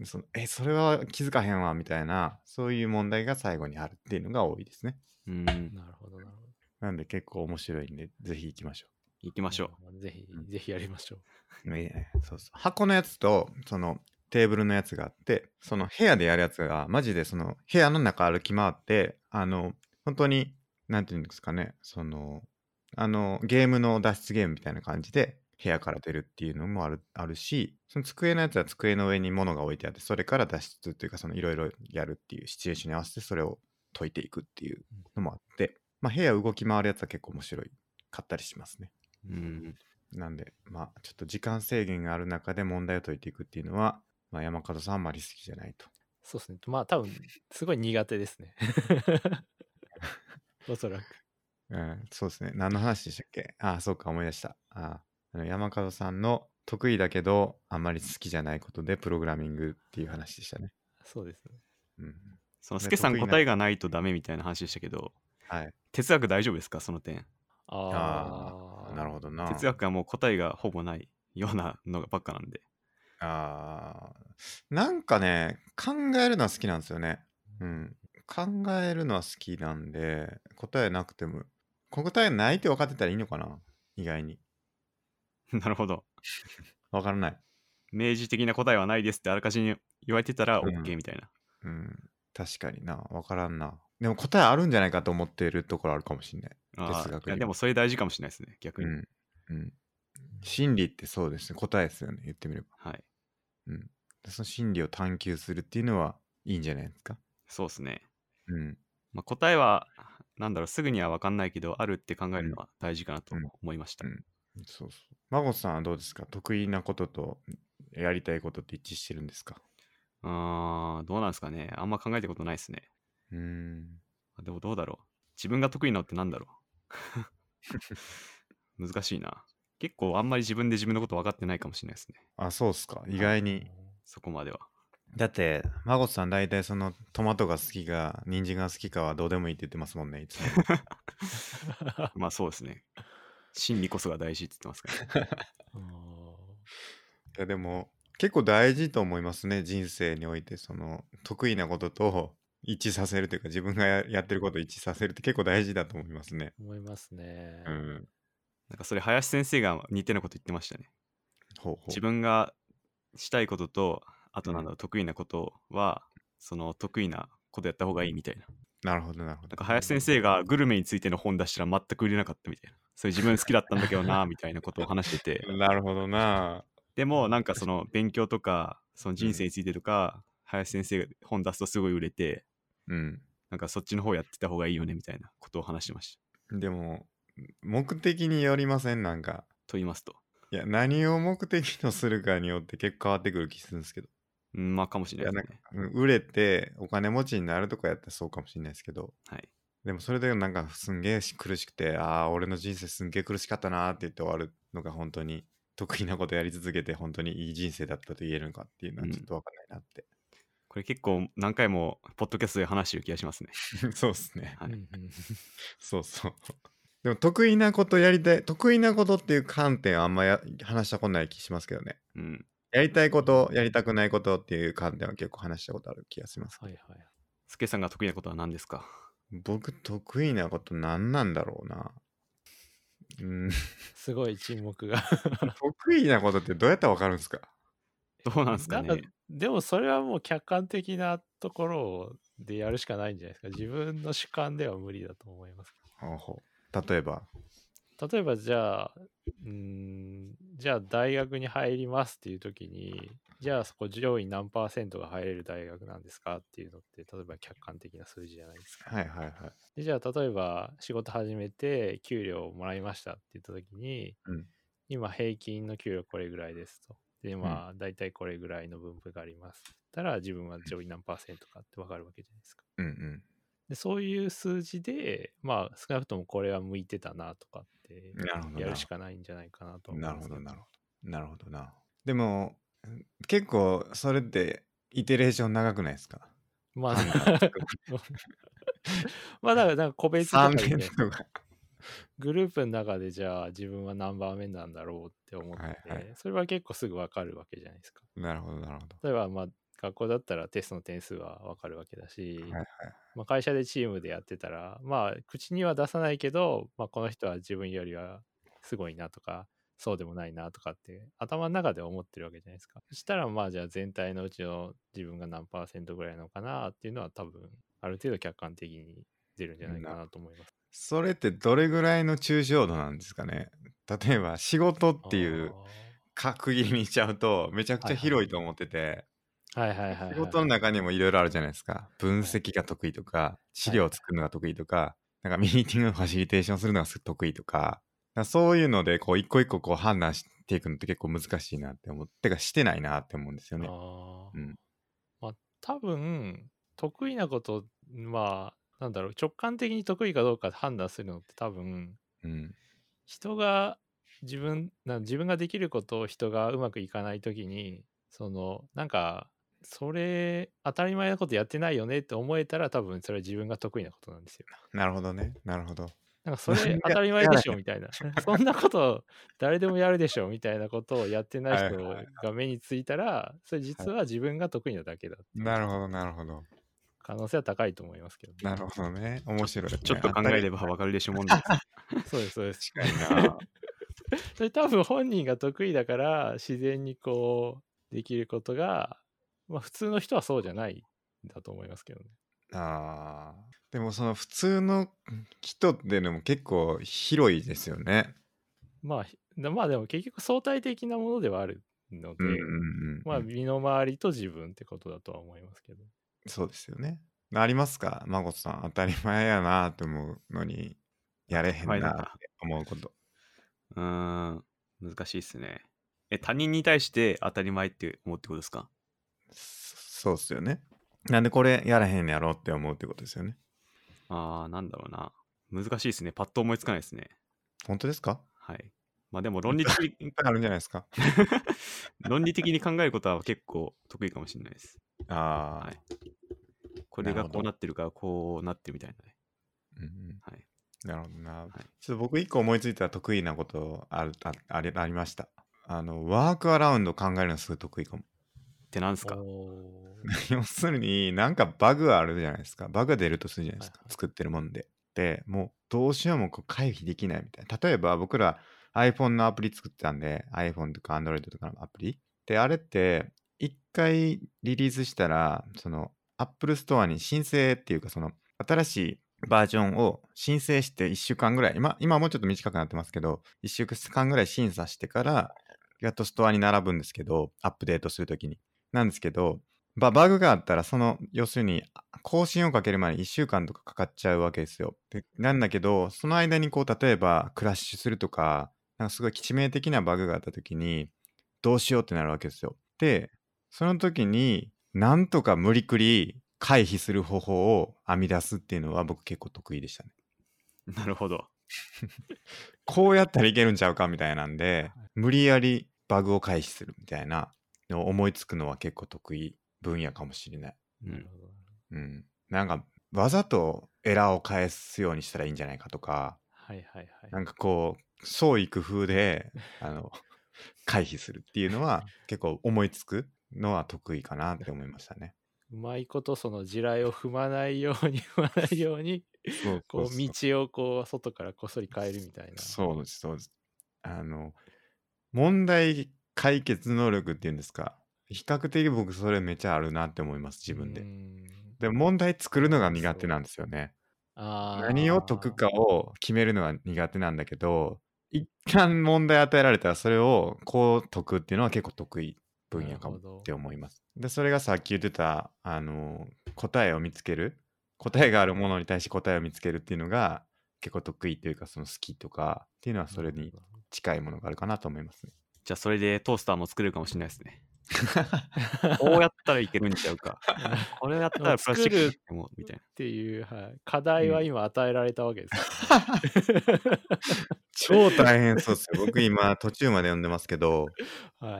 Speaker 1: そのえそれは気づかへんわみたいなそういう問題が最後にあるっていうのが多いですね
Speaker 2: うん。
Speaker 3: なるほど、なるほど。
Speaker 1: なんで結構面白いんでぜひ行きましょう
Speaker 2: 行きましょ
Speaker 3: う。ぜひ
Speaker 1: う、ん
Speaker 3: ぜひやりましょう。
Speaker 1: ねそうそう箱のやつとそのテーブルのやつがあってその部屋でやるやつがマジでその部屋の中歩き回ってあの本当になんていうんですかねそのあのゲームの脱出ゲームみたいな感じで部屋から出るっていうのもあるあるしその机のやつは机の上に物が置いてあってそれから脱出っていうかそのいろいろやるっていうシチュエーションに合わせてそれを解いていくっていうのもあって、まあ、部屋動き回るやつは結構面白いかったりしますね。
Speaker 2: う。うん。
Speaker 1: なんで、まあ、ちょっと時間制限がある中で問題を解いていくっていうのは、まあ、山門さんあんまり好きじゃないと。
Speaker 3: そうですね。 まあ、多分、すごい苦手ですね。おそらく。
Speaker 1: うん、そうですね。何の話でしたっけああ、そうか、思い出した。あーあの山門さんの得意だけど、あんまり好きじゃないことで、プログラミングっていう話でしたね。
Speaker 3: そうですね。
Speaker 1: うん。
Speaker 2: その、
Speaker 1: ね
Speaker 2: スケさん
Speaker 1: 得意な
Speaker 2: 答えがないとダメみたいな話でしたけど、
Speaker 1: はい。
Speaker 2: 哲学大丈夫ですかその点。
Speaker 1: あ
Speaker 3: ああ、
Speaker 1: なるほどな。
Speaker 2: 哲学はもう答えがほぼないようなのばっかなんで。
Speaker 1: あーなんかね、考えるのは好きなんですよね。うん。考えるのは好きなんで、答えなくても、この答えないって分かってたらいいのかな意外に。
Speaker 2: なるほど。
Speaker 1: 分からない。
Speaker 2: 明示的な答えはないですってあらかじめ言われてたら
Speaker 1: うん
Speaker 2: OK みたいな。
Speaker 1: うん。確かにな。分からんな。でも答えあるんじゃないかと思ってるところあるかもしんない。
Speaker 2: ああ
Speaker 1: 哲学
Speaker 2: いや
Speaker 1: に
Speaker 2: でもそれ大事かもしれないですね、逆
Speaker 1: う
Speaker 2: に。
Speaker 1: ん。うん。心理ってそうですね。答えですよね。言ってみれば。
Speaker 2: はい。
Speaker 1: うん。その心理を探求するっていうのはいいんじゃないですか。
Speaker 2: そうですね。
Speaker 1: うん。
Speaker 2: まあ、答えは、なんだろう、すぐには分かんないけど、あるって考えるのは大事かなと
Speaker 1: うん
Speaker 2: 思いました。
Speaker 1: うんそうそう。孫さんはどうですか得意なこととやりたいことって一致してるんですか
Speaker 2: あーどうなんですかね。あんま考えたことないですね。
Speaker 1: うーん。
Speaker 2: でもどうだろう。自分が得意なのってなんだろう。 難しいな。結構あんまり自分で自分のこと分かってないかもしれないですね。
Speaker 1: あ、そうっすか。意外に。
Speaker 2: そ こまでは。
Speaker 1: だって、孫さん大体そのトマトが好きか、人参が好きかはどうでもいいって言ってますもんね、いつも。
Speaker 2: まあそうですね。心理こそが大事って言ってますから、ね。
Speaker 3: あ
Speaker 1: いや、でも結構大事と思いますね、人生において。その得意なことと一致させるというか、自分がややってることを一致させるって結構大事だと思いますね。
Speaker 3: ー思いますね。
Speaker 1: うん。
Speaker 2: なんかそれ林先生が似てなこと言ってましたね。
Speaker 1: ほうほう。
Speaker 2: 自分がしたいことと、あとなんだろう、得意なことは、その得意なことやった方がいいみたいな。
Speaker 1: なるほど、なるほ
Speaker 2: なん
Speaker 1: ど。
Speaker 2: か林先生がグルメについての本出したら全く売れなかったみたいな。それ自分好きだったんだけどな、みたいなことを話してて。
Speaker 1: なるほどな。
Speaker 2: でもなんかその勉強とか、その人生についてとか、林先生が本出すとすごい売れて、
Speaker 1: うん。
Speaker 2: なんかそっちの方やってた方がいいよねみたいなことを話してました。
Speaker 1: でも、目的によりません、なんか。
Speaker 2: と言いますと。
Speaker 1: いや、何を目的とするかによって結構変わってくる気するんですけど。
Speaker 2: うん、まあかもしれないですね。
Speaker 1: うん売れてお金持ちになるとかやったらそうかもしれないですけど、
Speaker 2: はい。
Speaker 1: でもそれでなんかすんげえ苦しくて、ああ、俺の人生すんげえ苦しかったなーって言って終わるのが本当に得意なことやり続けて本当にいい人生だったと言えるのかっていうのは
Speaker 2: うん
Speaker 1: ちょっとわかんないなって。
Speaker 2: これ結構何回もポッドキャストで話してる気がしますね。
Speaker 1: そうっすね。
Speaker 2: はい
Speaker 3: うん うん
Speaker 1: そうそう。でも得意なことやりたい、得意なことっていう観点はあんまや話したことない気しますけどね。
Speaker 2: うん。
Speaker 1: やりたいこと、やりたくないことっていう観点は結構話したことある気がします。
Speaker 3: はいはい。
Speaker 2: スケさんが得意なことは何ですか
Speaker 1: 僕得意なこと何なんだろうな。うん、
Speaker 3: すごい沈黙が。
Speaker 1: 得意なことってどうやったらわかるんですか
Speaker 2: どうなんですかね
Speaker 3: なんかでもそれはもう客観的なところでやるしかないんじゃないですか。自分の主観では無理だと思います。
Speaker 1: ほうほう例えば。
Speaker 3: 例えばじゃあ、うーん、じゃあ大学に入りますっていう時に、じゃあそこ上位何パーセントが入れる大学なんですかっていうのって、例えば客観的な数字じゃないですか。
Speaker 1: はいはいはい。
Speaker 3: でじゃあ例えば仕事始めて給料をもらいましたって言った時に、
Speaker 1: うん
Speaker 3: 今平均の給料これぐらいですと。でまあ大体これぐらいの分布があります。たら自分は上位何パーセントかってわかるわけじゃないですか。
Speaker 1: うんうん。
Speaker 3: でそういう数字でまあ少なくともこれは向いてたなとかって
Speaker 1: なるほどな
Speaker 3: やるしかないんじゃないかなと思
Speaker 1: な
Speaker 3: う
Speaker 1: る
Speaker 3: ん
Speaker 1: ほ
Speaker 3: です
Speaker 1: ど
Speaker 3: け
Speaker 1: なるほど。なるほどな。でも、結構それってイテレーション長くないですか
Speaker 3: まあ まあだからなんか個別とか
Speaker 1: ?3
Speaker 3: で
Speaker 1: 件
Speaker 3: ね
Speaker 1: とか。
Speaker 3: グループの中でじゃあ自分は何番目なんだろうって思って、
Speaker 1: はいはい
Speaker 3: それは結構すぐわかるわけじゃないですか。
Speaker 1: なるほどなるほど。
Speaker 3: 例えば、まあ、学校だったらテストの点数はわかるわけだし、
Speaker 1: はいはい。
Speaker 3: まあ、会社でチームでやってたら、まあ、口には出さないけど、まあ、この人は自分よりはすごいなとか、そうでもないなとかって、頭の中で思ってるわけじゃないですか。そしたら、まあ、じゃあ全体のうちの自分が何パーセントぐらいなのかなっていうのは、多分、ある程度客観的に出るんじゃないかなと思います。
Speaker 1: それってどれぐらいの抽象度なんですかね例えば仕事っていう区切りにしちゃうとめちゃくちゃ広いと思ってて、
Speaker 3: あー。はいはいはいはい、はい。
Speaker 1: 仕事の中にもいろいろあるじゃないですか。分析が得意とか、資料を作るのが得意とか、なんかミーティングのファシリテーションするのが得意とか、なんかそういうので、こう、一個一個こう判断していくのって結構難しいなって思って、かしてないなって思うんですよね。
Speaker 3: ああ、
Speaker 1: うん
Speaker 3: まあ多分得意なことまあなんだろう、直感的に得意かどうか判断するのって多分、
Speaker 1: うん。
Speaker 3: 人が自分な自分ができることを人がうまくいかない時にそのなんかそれ当たり前のことやってないよねって思えたら多分それは自分が得意なことなんですよ。
Speaker 1: なるほどね。なるほど。
Speaker 3: なんかそれ当たり前でしょみたいな そんなこと誰でもやるでしょみたいなことをやってない人
Speaker 1: はいはいはい
Speaker 3: が目についたらそれ実は自分が得意なだけだっていう
Speaker 1: なるほど、なるほど。
Speaker 3: 可能性は高いと思いま すけどね、
Speaker 1: なるほどね。面白い、ね。
Speaker 2: ちょっと考えればわかるでしょ問題。
Speaker 3: そうですそうです。
Speaker 1: 当たり前だな。
Speaker 3: それ多分本人が得意だから自然にこうできることが、まあ、普通の人はそうじゃないんだと思いますけどね。
Speaker 1: あーでもその普通の人っていうのも結構広いですよね。
Speaker 3: まあひまあでも結局相対的なものではあるので、
Speaker 1: うんうんうん、
Speaker 3: まあ身の回りと自分ってことだとは思いますけど。
Speaker 1: そうですよね。ありますかまこさん当たり前やなと思うのにやれへん
Speaker 2: は
Speaker 1: ない
Speaker 2: なん
Speaker 1: って
Speaker 2: か
Speaker 1: 思うこと。
Speaker 2: うーん、難しいっすね。え、他人に対して当たり前って思うってことですか
Speaker 1: そそうっすよね。なんでこれやらへんやろって思うってことですよね。
Speaker 2: あー、なんだろうな。難しいっすね。パッと思いつかないですね。
Speaker 1: 本当ですか
Speaker 2: はい。まあでも論理的 に
Speaker 1: あるんじゃないですか
Speaker 2: 論理的に考えることは結構得意かもしれないです。
Speaker 1: ああ、
Speaker 2: はい。これ
Speaker 1: な
Speaker 2: が
Speaker 1: るほど
Speaker 2: こうなってるからこうなってるみたいなね。
Speaker 1: うんうん
Speaker 2: はい。
Speaker 1: なるほどな。
Speaker 2: い
Speaker 1: ちょっと僕一個思いついた得意なことあるああれありました。あの、ワークアラウンド考えるのすごい得意かも。
Speaker 2: ってなんすか
Speaker 3: お ー
Speaker 1: 要するになんかバグあるじゃないですかバグが出るとするじゃないですか、
Speaker 3: はいはい
Speaker 1: 作ってるもんででもうどうしようもこう回避できないみたいな例えば僕ら iPhone のアプリ作ってたんで iPhone とか Android とかのアプリであれって一回リリースしたらその Apple Store に申請っていうかその新しいバージョンを申請して1週間ぐらい今今はもうちょっと短くなってますけど1週間ぐらい審査してからやっとストアに並ぶんですけどアップデートするときになんですけどババグがあったら、その、要するに、更新をかける前に1週間とかかかっちゃうわけですよ。でなんだけど、その間にこう、例えばクラッシュするとか、なんかすごい致命的なバグがあった時に、どうしようってなるわけですよ。で、その時に、なんとか無理くり回避する方法を編み出すっていうのは僕結構得意でしたね。
Speaker 2: なるほど。
Speaker 1: こうやったらいけるんちゃうかみたいなんで、無理やりバグを回避するみたいなのを思いつくのは結構得意分野かもしれない。
Speaker 2: う
Speaker 3: なる
Speaker 2: ん。
Speaker 3: ほどな
Speaker 1: うん、なんかわざとエラーを返すようにしたらいいんじゃないかとか
Speaker 3: はいはいは。
Speaker 1: ないんかこう創意工夫 であの回避するっていうのは結構思いつくのは得意かなって思いましたね。
Speaker 3: うまいことその地雷を踏まないように踏まないようにこう道をこう外からこっそり変えるみたいな。
Speaker 1: そうですそうです。あの問題解決能力っていうんですか比較的僕それめちゃあるなって思います自分で
Speaker 3: う。ん
Speaker 1: でも問題作るのが苦手なんですよね。
Speaker 3: あー
Speaker 1: 何を解くかを決めるのは苦手なんだけど一旦問題与えられたらそれをこう解くっていうのは結構得意分野かも
Speaker 3: なるほど
Speaker 1: って思います。でそれがさっき言ってたあの答えを見つける答えがあるものに対して答えを見つけるっていうのが結構得意というかその好きとかっていうのはそれ
Speaker 3: なる
Speaker 1: に
Speaker 3: ほど
Speaker 1: 近いものがあるかなと思い ますね。
Speaker 2: じゃあそれでトースターも作れるかもしれないで すね。こうやったらいけるんちゃうか。これやったらプラスチックにしてもみたいな。
Speaker 3: っていう、はい、課題は今与えられ たわけです
Speaker 1: 超大変そうですよ。僕今途中まで読んでますけど
Speaker 3: よ、は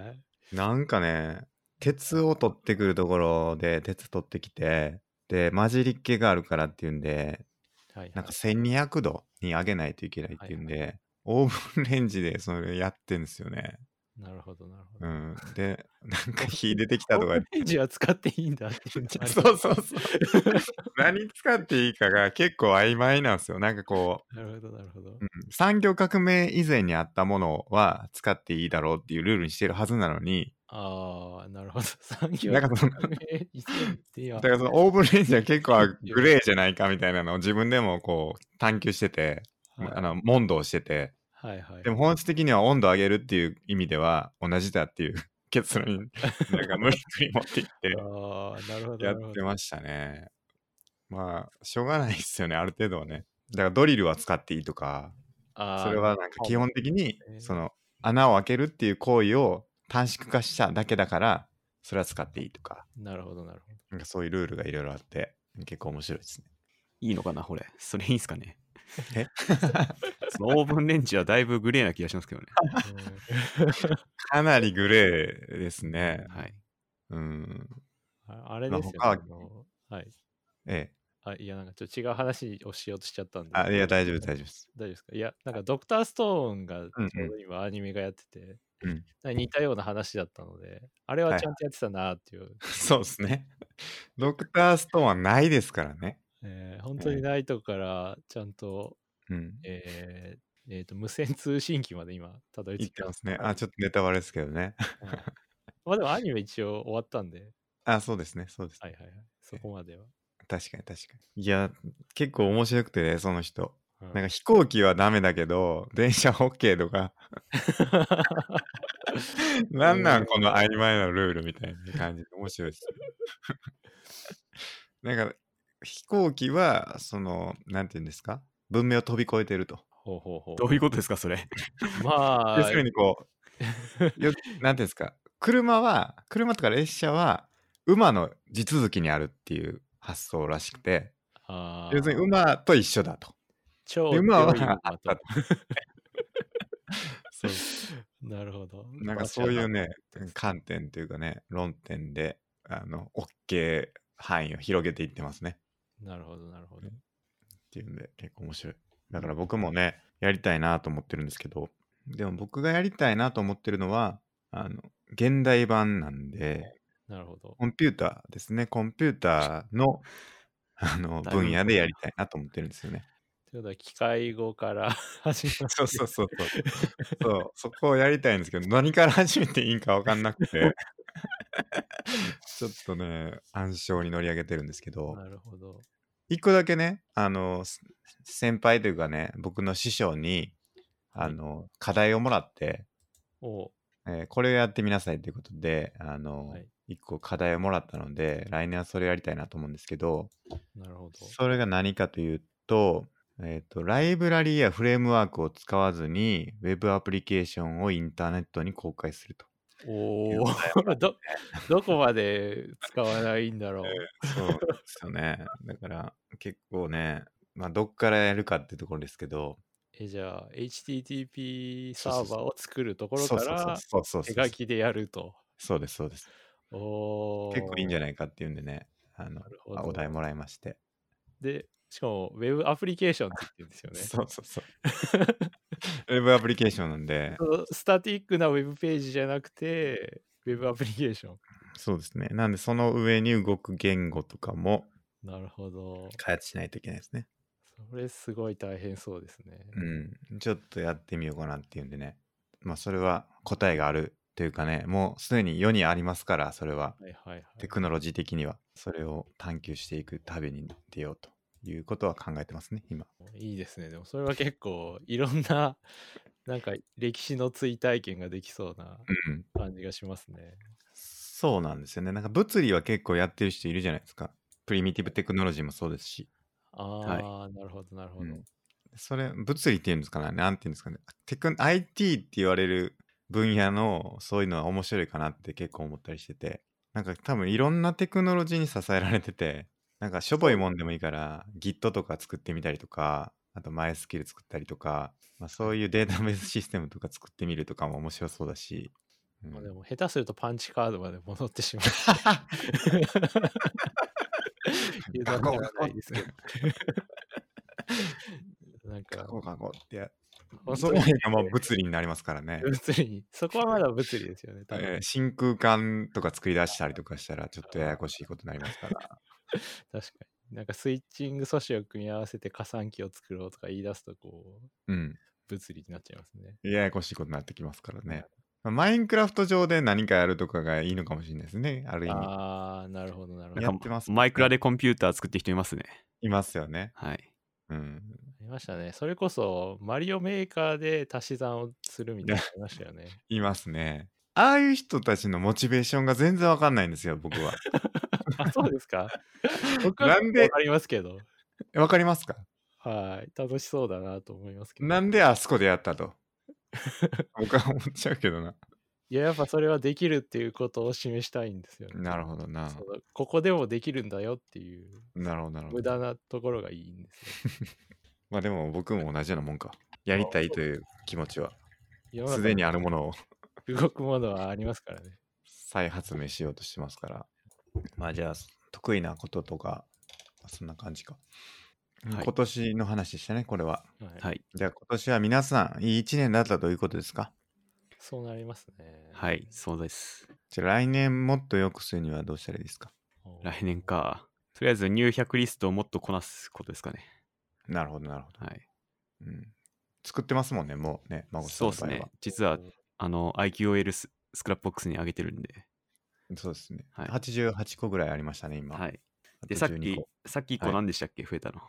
Speaker 3: い。
Speaker 1: なんかね、鉄を取ってくるところで、鉄取ってきて、で、混じりっ気があるからっていうんで、
Speaker 3: はい。
Speaker 1: なんか1200度に上げないといけないっていうんで、オーブンレンジでそれやってんですよね。
Speaker 3: なるほど、なるほ
Speaker 1: う
Speaker 3: ど。
Speaker 1: ん。で、なんか火出てきたと
Speaker 3: オ
Speaker 1: か
Speaker 3: ーブンレンジは使っていいんだっていうのがあ り
Speaker 1: そうそうそう。何使っていいかが結構曖昧なんですよ。なんかこう、
Speaker 3: なるほど、なるほど。
Speaker 1: うん産業革命以前にあったものは使っていいだろうっていうルールにしてるはずなのに、
Speaker 3: ああ、なるほど。 産 業
Speaker 1: なんかその
Speaker 3: 革命以前っていうの
Speaker 1: だ
Speaker 3: は
Speaker 1: からそのオーブンレンジは結 構グレーじゃないかみたいなのを自分でもこう探求してて、
Speaker 3: はい
Speaker 1: あの問答してて
Speaker 3: はいはい。
Speaker 1: でも本質的には温度を上げるっていう意味では同じだっていう 結 論になんか無理くり持ってきて
Speaker 3: ああ、なるほど。
Speaker 1: や
Speaker 3: な
Speaker 1: っ
Speaker 3: るほ
Speaker 1: て
Speaker 3: ど
Speaker 1: ましたねまあしょうがないですよねある程度はねだからドリルは使っていいとか
Speaker 3: あー
Speaker 1: それはなんか基本的に
Speaker 3: そうです
Speaker 1: そ
Speaker 3: ね
Speaker 1: の穴を開けるっていう行為を短縮化しただけだからそれは使っていいとか
Speaker 3: なるほど、なるほど。
Speaker 1: なんかそういうルールがいろいろあって結構面白いですね
Speaker 2: いいのかなこれ。それいいんすかね
Speaker 1: え
Speaker 2: そのオーブンレンジはだいぶグレーな気がしますけどね。
Speaker 1: かなりグレーですね。
Speaker 2: はい。
Speaker 1: うん。
Speaker 3: ああれですよね。
Speaker 1: まあ
Speaker 3: あ
Speaker 1: 他は
Speaker 3: のはい。
Speaker 1: ええ。
Speaker 3: あ、いや、なんかちょっと違う話をしようとしちゃったんで。
Speaker 1: あ、いや、大丈夫、大丈夫です。
Speaker 3: 大丈夫ですかいや、なんかドクターストーンがち
Speaker 1: う
Speaker 3: ょ
Speaker 1: ん
Speaker 3: うど今アニメがやってて、
Speaker 1: うん
Speaker 3: なんか似たような話だったので、あれはちゃんとやってたなっていう、
Speaker 1: そうですね。 ドクターストーンはないですからね。
Speaker 3: えー本当にないとこからちゃんと、
Speaker 1: うん。
Speaker 3: えーえーと無線通信機まで今たどり着
Speaker 1: 言っ
Speaker 3: い
Speaker 1: てますね。あ、ちょっとネタバレですけどね。
Speaker 3: まあでもアニメ一応終わったんで、
Speaker 1: あ、そうですね。そうです。
Speaker 3: はいはいはい、そこまでは。
Speaker 1: 確かに確かに。いや、結構面白くてね、その人。
Speaker 3: う
Speaker 1: なんか飛行機はダメだけど、電車 OK と か、なんなんこの曖昧なルールみたいな感じで面白いです。なんか飛行機は、その、なんていうんですか文明を飛び越えてると。
Speaker 3: ほうほうほ
Speaker 2: どういうことですかそれ。
Speaker 3: う。まあ、
Speaker 1: 要するにこ う、よなんていうんですか車は、車とか列車は、馬の地続きにあるっていう発想らしくて、
Speaker 3: あー
Speaker 1: 要するに馬と一緒だと。
Speaker 3: 超
Speaker 1: で馬は
Speaker 3: 強い馬
Speaker 1: あった
Speaker 3: と
Speaker 1: とそう
Speaker 3: なるほど。
Speaker 1: なんかそういう
Speaker 3: ね。
Speaker 1: ね、観点というかね、論点で、あの、OK 範囲を広げていってますね。
Speaker 3: なるほど、なるほど。
Speaker 1: っていうんで、結構面白い。だから僕もね、やりたいなと思ってるんですけど、でも僕がやりたいなと思ってるのは、あの、現代版なんで、
Speaker 3: なるほど。
Speaker 1: コンピューターですね、コンピューターの、あの、
Speaker 2: だいぶ
Speaker 1: 分野でやりたいなと思ってるんですよね。
Speaker 3: ということは、機械語から始ま
Speaker 1: そうそうそうそう。そう、そこをやりたいんですけど、何から始めていいんか分かんなく て、ちょっとね、暗礁に乗り上げてるんですけど
Speaker 3: る。、 なるほど。
Speaker 1: 一個だけね、あの、す先輩というかね、僕の師匠に、あの、課題をもらって、
Speaker 3: おう
Speaker 1: えーこれをやってみなさいということで、あの、
Speaker 3: はい
Speaker 1: 一個課題をもらったので、来年はそれやりたいなと思うんですけど、
Speaker 3: なるほど。
Speaker 1: それが何かというと、えっ、と、ライブラリやフレームワークを使わずに、ウェブアプリケーションをインターネットに公開すると。
Speaker 3: おおど、どこまで使わないんだろう。
Speaker 1: そうですよね。だから、結構ね、まあ、どっからやるかってところですけど、
Speaker 3: え、じゃあ、HTTP サ
Speaker 1: そうそうそう
Speaker 3: ーバーを作るところから、
Speaker 1: そうそうそうそうそう
Speaker 3: 手
Speaker 1: そう
Speaker 3: 書きでやると。
Speaker 1: そうです、そうです。
Speaker 3: お
Speaker 1: 結構いいんじゃ
Speaker 3: ない
Speaker 1: ないかっていうんでね、あの
Speaker 3: な、るほ
Speaker 1: あ
Speaker 3: ど。
Speaker 1: お題もらいまして。
Speaker 3: で、しかも、ウェブアプリケーションって言ってるんです
Speaker 1: そ
Speaker 3: よ
Speaker 1: うそうそう。ウェブアプリケーションなんで
Speaker 3: ね、その。スタティックなウェブページじゃなくて、ウェブアプリケーション。
Speaker 1: そうですね。なんで、その上に動く言語とかも
Speaker 3: なるほど。
Speaker 1: 開発しないといけないですね。
Speaker 3: それすごい大変そうですね。
Speaker 1: うん、ちょっとやってみようかなっていうんでね。まあ、それは答えがあるというかね、もうすでに世にありますから、それは。
Speaker 3: はいはいはい。
Speaker 1: テクノロジー的には、それを探求していく旅に出ようということは考えてますね、今。
Speaker 3: いいですね。でもそれは結構いろんな、 なんか歴史の追体験ができそうな
Speaker 1: うん。
Speaker 3: 感じがしますね。
Speaker 1: そうなんですよね。なんか物理は結構やってる人いるじゃないですか。プリミティブテクノロジーもそうですし。
Speaker 3: ああ、なるほどなるほど。
Speaker 1: うんそれ、物理っていうんですかね。なんていうんですかね。テク IT って言われる分野のそういうのは面白いかなって結構思ったりしてて。なんか多分いろんなテクノロジーに支えられてて、なんかしょぼいもんでもいいから、Git とか作ってみたりとか、あと MySQL 作ったりとか、まあ、そういうデータベースシステムとか作ってみるとかも面白そうだし。うん
Speaker 3: まあでも下手するとパンチカードまで戻っ てしまう。油断ならないですけ ど。なん
Speaker 1: 書
Speaker 3: か
Speaker 1: こう書こうってや。
Speaker 3: 本
Speaker 1: そ
Speaker 3: 当
Speaker 1: こ
Speaker 3: に
Speaker 1: までがもう物理になりますから ね。
Speaker 3: 物理に、そこはまだ物理ですよね。多分
Speaker 1: えー真空管とか作り出したりとかしたらちょっとややこしいことになりますから。
Speaker 3: 確かに。なんかスイッチング素子を組み合わせて加算機を作ろうとか言い出すとこう
Speaker 1: うん。
Speaker 3: 物理になっちゃいますね。
Speaker 1: ややこしいことになってきますからね。まあマインクラフト上で何かやるとかがいいのかもしれないですね。ある意味。
Speaker 3: ああ、なるほどなるほ
Speaker 1: や
Speaker 3: ど。あ
Speaker 1: ってます
Speaker 2: マイクラでコンピューター作ってる人いますね。
Speaker 1: いますよね。
Speaker 2: はい。
Speaker 1: うん。
Speaker 3: りましたね。それこそマリオメーカーで足し算をするみたいなのありました よね。
Speaker 1: いますね。ああいう人たちのモチベーションが全然わかんないんですよ、僕は。
Speaker 3: あ、そうで すか。 僕は
Speaker 1: なんで
Speaker 3: ありますけど。
Speaker 1: わかりますか
Speaker 3: はい。楽しそうだなと思いますけど。
Speaker 1: なんであそこでやったと。僕は思っちゃうけどな。
Speaker 3: いや、やっぱそれはできるっていうことを示したいんですよね。
Speaker 1: なるほどな
Speaker 3: そ。のここでもできるんだよっていう
Speaker 1: なるほど、なるほ
Speaker 3: 無
Speaker 1: ど。
Speaker 3: 駄なところがいいんですよ。
Speaker 1: まあでも僕も同じようなもんか。やりたいという気持ちは、
Speaker 3: 世の中
Speaker 1: すでにあるものを
Speaker 3: 動くものはありますからね。
Speaker 1: 再発明しようとしてますから。まあじゃあ、得意なこととか、そんな感じか。
Speaker 2: はい
Speaker 1: 今年の話でしたね、これは。
Speaker 3: はい
Speaker 2: はい。
Speaker 1: じゃあ今年は皆さん、いい1年だったということですか
Speaker 3: そうなりますね。
Speaker 2: はい、そうです。
Speaker 1: じゃあ来年もっと良くするにはどうしたらいいですか
Speaker 3: おー
Speaker 2: 来年。か。とりあえず、ニュー100リストをもっとこなすことですかね。
Speaker 1: なるほど、なるほ
Speaker 2: はい。
Speaker 1: ど。うん。作ってますもんね、もうね、孫さ
Speaker 2: そ
Speaker 1: ん
Speaker 2: う
Speaker 1: の
Speaker 2: で
Speaker 1: 場
Speaker 2: す
Speaker 1: 合は。
Speaker 2: ね。実は
Speaker 3: お、ー
Speaker 2: あの、IQOL ススクラップボックスに上げてるんで。
Speaker 1: そうですね。
Speaker 2: はい
Speaker 1: 88個ぐらいありましたね、今。
Speaker 2: はい。
Speaker 1: あと
Speaker 2: で、さっ
Speaker 1: 12
Speaker 2: き
Speaker 1: 個、
Speaker 2: さっき1
Speaker 1: は
Speaker 2: 個
Speaker 1: い
Speaker 2: 何でしたっけ、増えたの。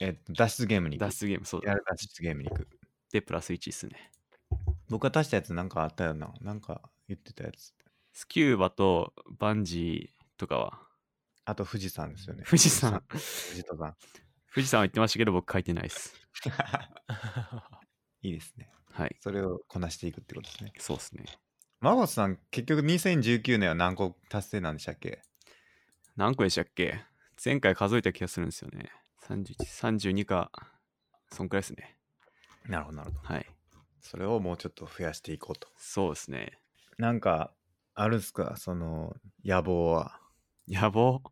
Speaker 1: えっと、脱出ゲームに行
Speaker 2: 脱
Speaker 1: く。
Speaker 2: 出ゲーム、そう
Speaker 1: や
Speaker 2: だ
Speaker 1: る。脱出ゲームに行く。
Speaker 2: で、プラス1ですね。
Speaker 1: 僕が足したやつなんかあったよな。なんか言ってたやつ。
Speaker 2: スキューバとバンジーとかは、
Speaker 1: あと富士山ですよね。
Speaker 2: 富士山、
Speaker 1: 富士登山。
Speaker 2: 富士山は言ってましたけど、僕書いてないです。
Speaker 1: いいですね。
Speaker 2: はい。
Speaker 1: それをこなしていくってことですね。
Speaker 2: そうですね。
Speaker 1: 孫さん、結局2019年は何個達成なんでしたっけ
Speaker 2: 何個でしたっけ前回数えた気がするんですよね。31、32か、そんくらいですね。
Speaker 1: なるほど、なるほど。
Speaker 2: はい。
Speaker 1: それをもうちょっと増やしていこうと。
Speaker 2: そうですね。
Speaker 1: なんか、あるんすかその、野望は、
Speaker 2: 野望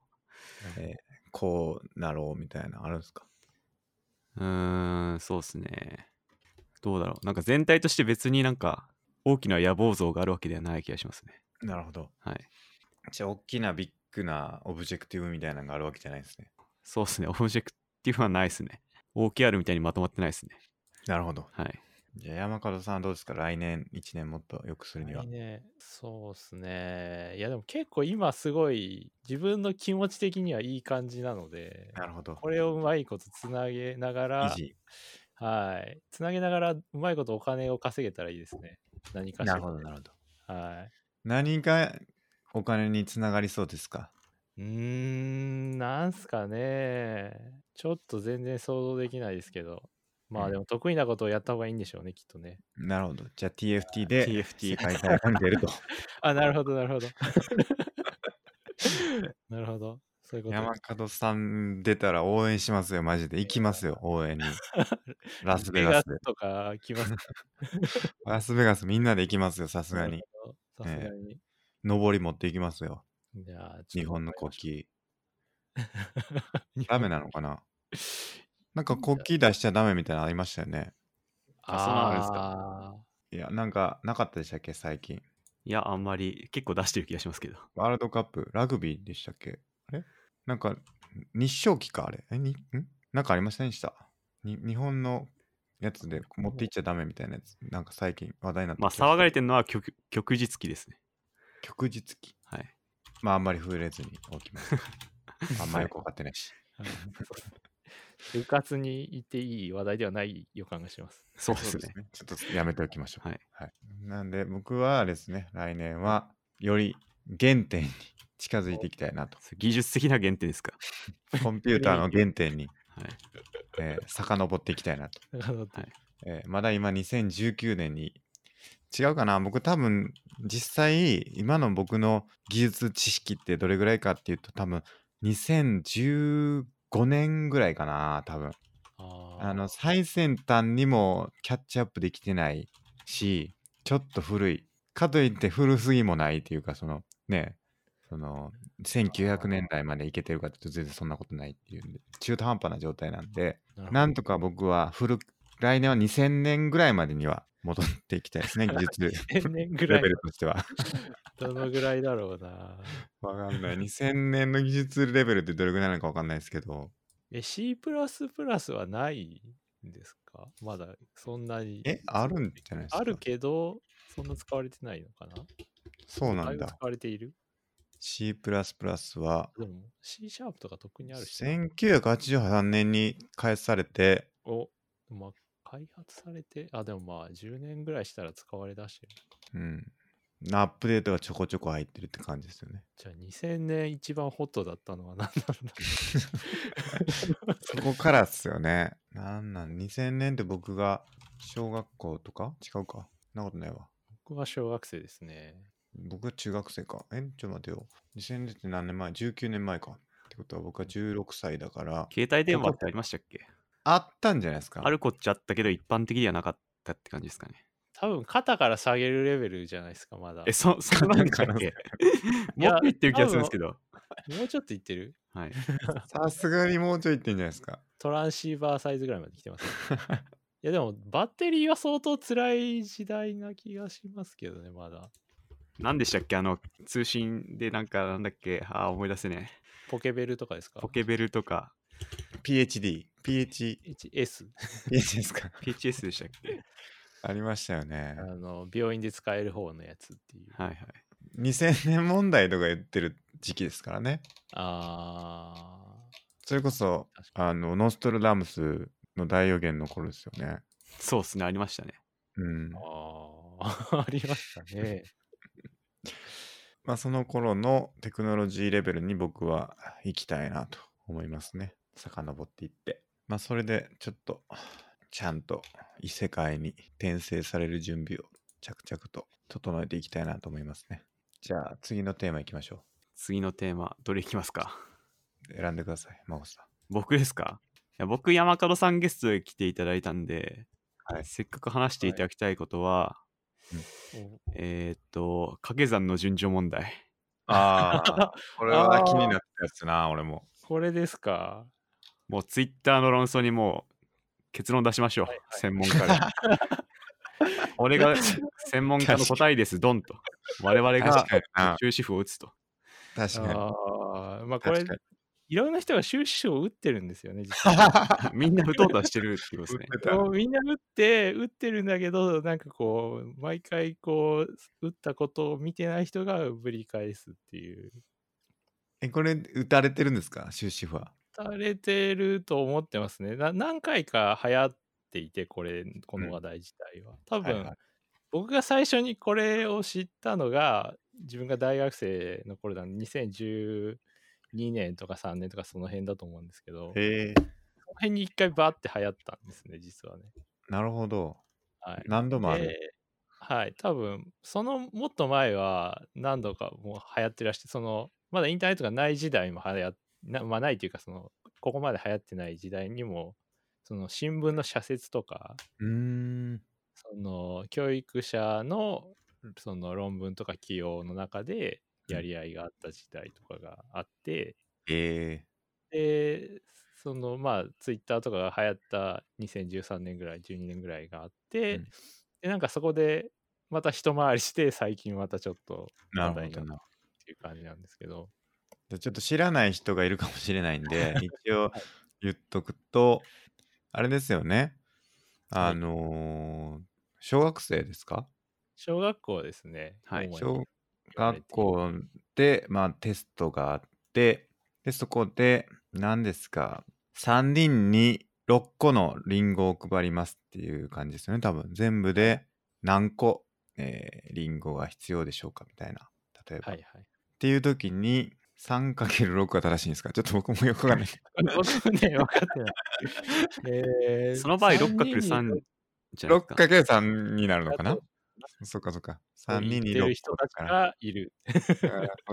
Speaker 1: えーこうなろうみたいな、あるんすか
Speaker 2: うーん、そうですね。どうだろう。なんか全体として別になんか大きな野望像があるわけではない気がしますね。
Speaker 1: なるほど。
Speaker 2: はい。
Speaker 1: じゃあ、大きなビッグなオブジェクティブみたいなのがあるわけじゃないんですね。
Speaker 2: そうですね。オブジェクティブはないですね。OKR みたいにまとまってないですね。
Speaker 1: なるほど。
Speaker 2: はい。
Speaker 1: じゃあ、山門さんはどうですか来年1年もっと良くするには
Speaker 3: 来。年そうですね。いやでも結構今すごい自分の気持ち的にはいい感じなので、
Speaker 1: なるほど。
Speaker 3: これをうまいことつなげなが
Speaker 1: 維
Speaker 3: ら、
Speaker 1: 持。
Speaker 3: はい。つなげながらうまいことお金を稼げたらいいですね。何かし
Speaker 1: な
Speaker 3: ら。
Speaker 1: るほど、なるほど。
Speaker 3: はい。
Speaker 1: 何かお金につながりそうですか
Speaker 3: うーん、なんすかね。ちょっと全然想像できないですけど。ま
Speaker 1: う
Speaker 3: あ
Speaker 1: ん
Speaker 3: でも得意なことをやった方がいいんでしょうね、きっとね。
Speaker 1: なるほど。じゃあ TFT で
Speaker 2: TFT
Speaker 1: 世界大会に出ると。
Speaker 3: あ、なるほど、なる ほど。なるほど。そういうこと。
Speaker 1: 山門さん出たら応援しますよ、マジで。行きますよ、応 援に。ラスベガスで。
Speaker 3: とか来ますか
Speaker 1: ラスベガスみんなで行きますよ、さすがに。。
Speaker 3: なるほどさすがに。
Speaker 1: 上り持って行きますよ、
Speaker 3: じゃあ、ちょっ
Speaker 1: 日
Speaker 3: と
Speaker 1: 本の
Speaker 3: 頑
Speaker 1: 国
Speaker 3: 張り
Speaker 1: 旗。
Speaker 3: ましょう
Speaker 1: ダメなのかななんか国旗出しちゃダメみたいなのありましたよね。
Speaker 2: あそうなんですか
Speaker 3: あ
Speaker 1: いや、なんかなかったでしたっけ、最近。
Speaker 2: いや、あんまり結構出してる気がしますけど。
Speaker 1: ワールドカップ、ラグビーでしたっけあれなんか、日照旗か、あれ。え、に、んなんかありませんでしたに日本のやつで持っていっちゃダメみたいなやつ、なんか最近話題になって
Speaker 2: まあ、騒がれてるのは曲曲日記ですね。
Speaker 1: 旭日旗。
Speaker 2: はい。
Speaker 1: まあ、あんまり触れずに置き ます。あんまりよくわかってないし。
Speaker 3: ー。部活に行っていい話題ではない予感がします。
Speaker 2: そうですね。
Speaker 1: ね。ちょっとやめておきましょう。
Speaker 2: はい。
Speaker 1: なんで、僕はですね、来年は、より原点に近づいていきたい なと。
Speaker 2: そう技術的な原点ですか。
Speaker 1: コンピューターの原点に、
Speaker 2: はい。
Speaker 1: えー遡っていきたいなと。
Speaker 3: なるほど
Speaker 1: えーまだ今2019年に違うかな僕多分実際今の僕の技術知識ってどれぐらいかっていうと多分2015年ぐらいかな多分あ
Speaker 3: あ
Speaker 1: の最先端にもキャッチアップできてないしちょっと古いかといって古すぎもないっていうかそのねその1900年代までいけてるかっていうと全然そんなことないっていうんで中途半端な状態なんで
Speaker 3: ー
Speaker 1: なんとか僕は古く来年は2000年ぐらいまでには戻っていきたいです ね、技術
Speaker 3: 1000年
Speaker 1: レ
Speaker 3: ぐらい
Speaker 1: ベルとしては。
Speaker 3: どのぐらいだろうな。
Speaker 1: わかんない。2000年の技術レベルってどれぐらいなのかわかんないですけど、
Speaker 3: え、C++ はないんですかまだそんなに。
Speaker 1: え、あるんじゃないですか
Speaker 3: あるけど、そんな使われてないのかな
Speaker 1: そうな
Speaker 3: だい
Speaker 1: ん
Speaker 3: ぶ
Speaker 1: だ
Speaker 3: 使。われている
Speaker 1: C++ は
Speaker 3: でも C シャープとか特にあるしな。
Speaker 1: 1983年に開発されて、
Speaker 3: お、まあ、開発されて、あ、でもまあ、10年ぐらいしたら使われだしてる。
Speaker 1: うん。アップデートがちょこちょこ入ってるって感じですよね。
Speaker 3: じゃあ、2000年一番ホットだったのは何 なんだ
Speaker 1: そこからっすよね。なんなん、2000年って僕が小学校とか違うか。そんなことないわ。
Speaker 3: 僕は小学生ですね。
Speaker 1: 僕は中学生か。え、ちょっと待てよ。2000年って何年前 ?19 年前か。ってことは僕は16歳だから、
Speaker 2: 携帯電話ってありましたっけ
Speaker 1: あったんじゃないですか。
Speaker 2: あるこっちゃあったけど、一般的ではなかったって感じですかね。
Speaker 3: 多分肩から下げるレベルじゃないですか、まだ。
Speaker 2: え、そ、 そんなんでしたっけ
Speaker 3: い
Speaker 2: も
Speaker 3: や
Speaker 2: っと言ってる気がするんですけど。
Speaker 3: もうちょっといってる
Speaker 2: はい。
Speaker 1: さすがにもうちょい行ってんじゃないですか。
Speaker 3: トランシーバーサイズぐらいまで来 てます。いやでもバッテリーは相当辛い時代な気がしますけどね、まだ。
Speaker 2: 何でしたっけあの、通信でなんか、なんだっけあー、思い出せねえ。
Speaker 3: ポケベルとかですか
Speaker 2: ポケベルとか、
Speaker 1: PhD。PH、
Speaker 3: ?1S。
Speaker 1: PH ですか。
Speaker 2: PHS でしたっけ
Speaker 1: ありましたよね
Speaker 3: あ。の、病院で使える方のやつっていう。
Speaker 2: はいはい。
Speaker 1: 2000年問題とか言ってる時期ですからね。
Speaker 3: あ
Speaker 1: それこそ、
Speaker 3: ー、確か
Speaker 1: あの、ノストルダムスの大予言の頃ですよね。
Speaker 2: そうっすね、ありましたね。
Speaker 1: うん
Speaker 3: に。。あー ありましたね。
Speaker 1: まあ、その頃のテクノロジーレベルに僕は行きたいなと思いますね。遡っていって。まあ、それでちょっと、ちゃんと異世界に転生される準備を着々と整えていきたいなと思いますね。じゃあ、次のテーマいきましょ
Speaker 2: 次のテーマ、どれいきますか
Speaker 1: う。選んでください、真帆さん。
Speaker 2: 僕ですかいや僕、山門さんゲストで来ていただいたんで、
Speaker 1: はい
Speaker 2: せっかく話していただきたいことは、えーっと、掛け算の順序問題。
Speaker 1: ああ、これは気になったやつな、俺 も。
Speaker 3: これですか
Speaker 2: もうツイッターの論争にもう結論出しましょう、
Speaker 3: はいはい
Speaker 2: 専門家 が。俺が専門家の答えです、ドンと。我々が
Speaker 1: 確かにな。
Speaker 2: 終止符を打つと。
Speaker 1: 確かに。
Speaker 3: あーまあこれ
Speaker 1: 確かに。
Speaker 3: いろんな人が終止符を打ってるんですよね、実際
Speaker 2: みんな打とうとはしてるってことですね。
Speaker 3: もうみんな打って、打ってるんだけど、なんかこう、毎回こう、打ったことを見てない人がぶり返すっていう。
Speaker 1: え、これ、打たれてるんですか終止符は。
Speaker 3: 打たれてると思ってますね。な何回か流行っていて、これ、こ
Speaker 1: うん
Speaker 3: の話題自体は。多
Speaker 1: はい
Speaker 3: 分、
Speaker 1: はい
Speaker 3: 僕が最初にこれを知ったのが、自分が大学生の頃だ、2012年とか3年とかその辺だと思うんですけど、そ
Speaker 1: へえ。
Speaker 3: の辺に一回バーって流行ったんですね、実はね。
Speaker 1: なるほど。
Speaker 3: はい。
Speaker 1: 何度もある。
Speaker 3: ではい、多分そのもっと前は何度かもう流行ってらしてそのまだインターネットがない時代も流行っな,、まあ、ないというかそのここまで流行ってない時代にもその新聞の社説とか
Speaker 1: うーん。
Speaker 3: その教育者のその論文とか起用の中でやり合いがあった時代とかがあって、
Speaker 1: ええ。
Speaker 3: でそのまあツイッターとかが流行った2013年ぐらい12年ぐらいがあって、
Speaker 1: うん
Speaker 3: でなんかそこでまた一回りして最近またちょっと
Speaker 1: なる
Speaker 3: 話題
Speaker 1: ほ
Speaker 3: に
Speaker 1: ど
Speaker 3: なっ
Speaker 1: な。
Speaker 3: ていう感じなんですけど
Speaker 1: じゃあちょっと知らない人がいるかもしれないんで、一応言っとくと、あれですよね。あのー小学生ですか
Speaker 3: 小学校ですね、
Speaker 2: はい
Speaker 3: 主に
Speaker 1: 小
Speaker 3: 言わ
Speaker 1: 学
Speaker 3: れている
Speaker 1: 校で、まあ、テストがあって、で、そこで、何ですか、3人に6個のリンゴを配りますっていう感じですよね、多分。全部で何個、えーリンゴが必要でしょうかみたいな。例えば。
Speaker 3: はい
Speaker 1: っ
Speaker 3: はい
Speaker 1: ていう時に、3×6 が正しいんですかちょっと僕もよくわかんない。
Speaker 3: 僕ね分かって ない、えー
Speaker 2: その場合
Speaker 3: 三人に
Speaker 2: 6×3 じゃないですか。
Speaker 1: 6×3 になるのか
Speaker 3: だ
Speaker 1: な
Speaker 3: と
Speaker 1: そっかそっか。
Speaker 3: そう
Speaker 1: 3
Speaker 3: 言
Speaker 1: 人
Speaker 3: っ
Speaker 1: に
Speaker 3: て
Speaker 1: 6
Speaker 3: る人
Speaker 1: 個
Speaker 3: た
Speaker 1: だ
Speaker 3: ち
Speaker 1: から。
Speaker 3: がいる
Speaker 1: そ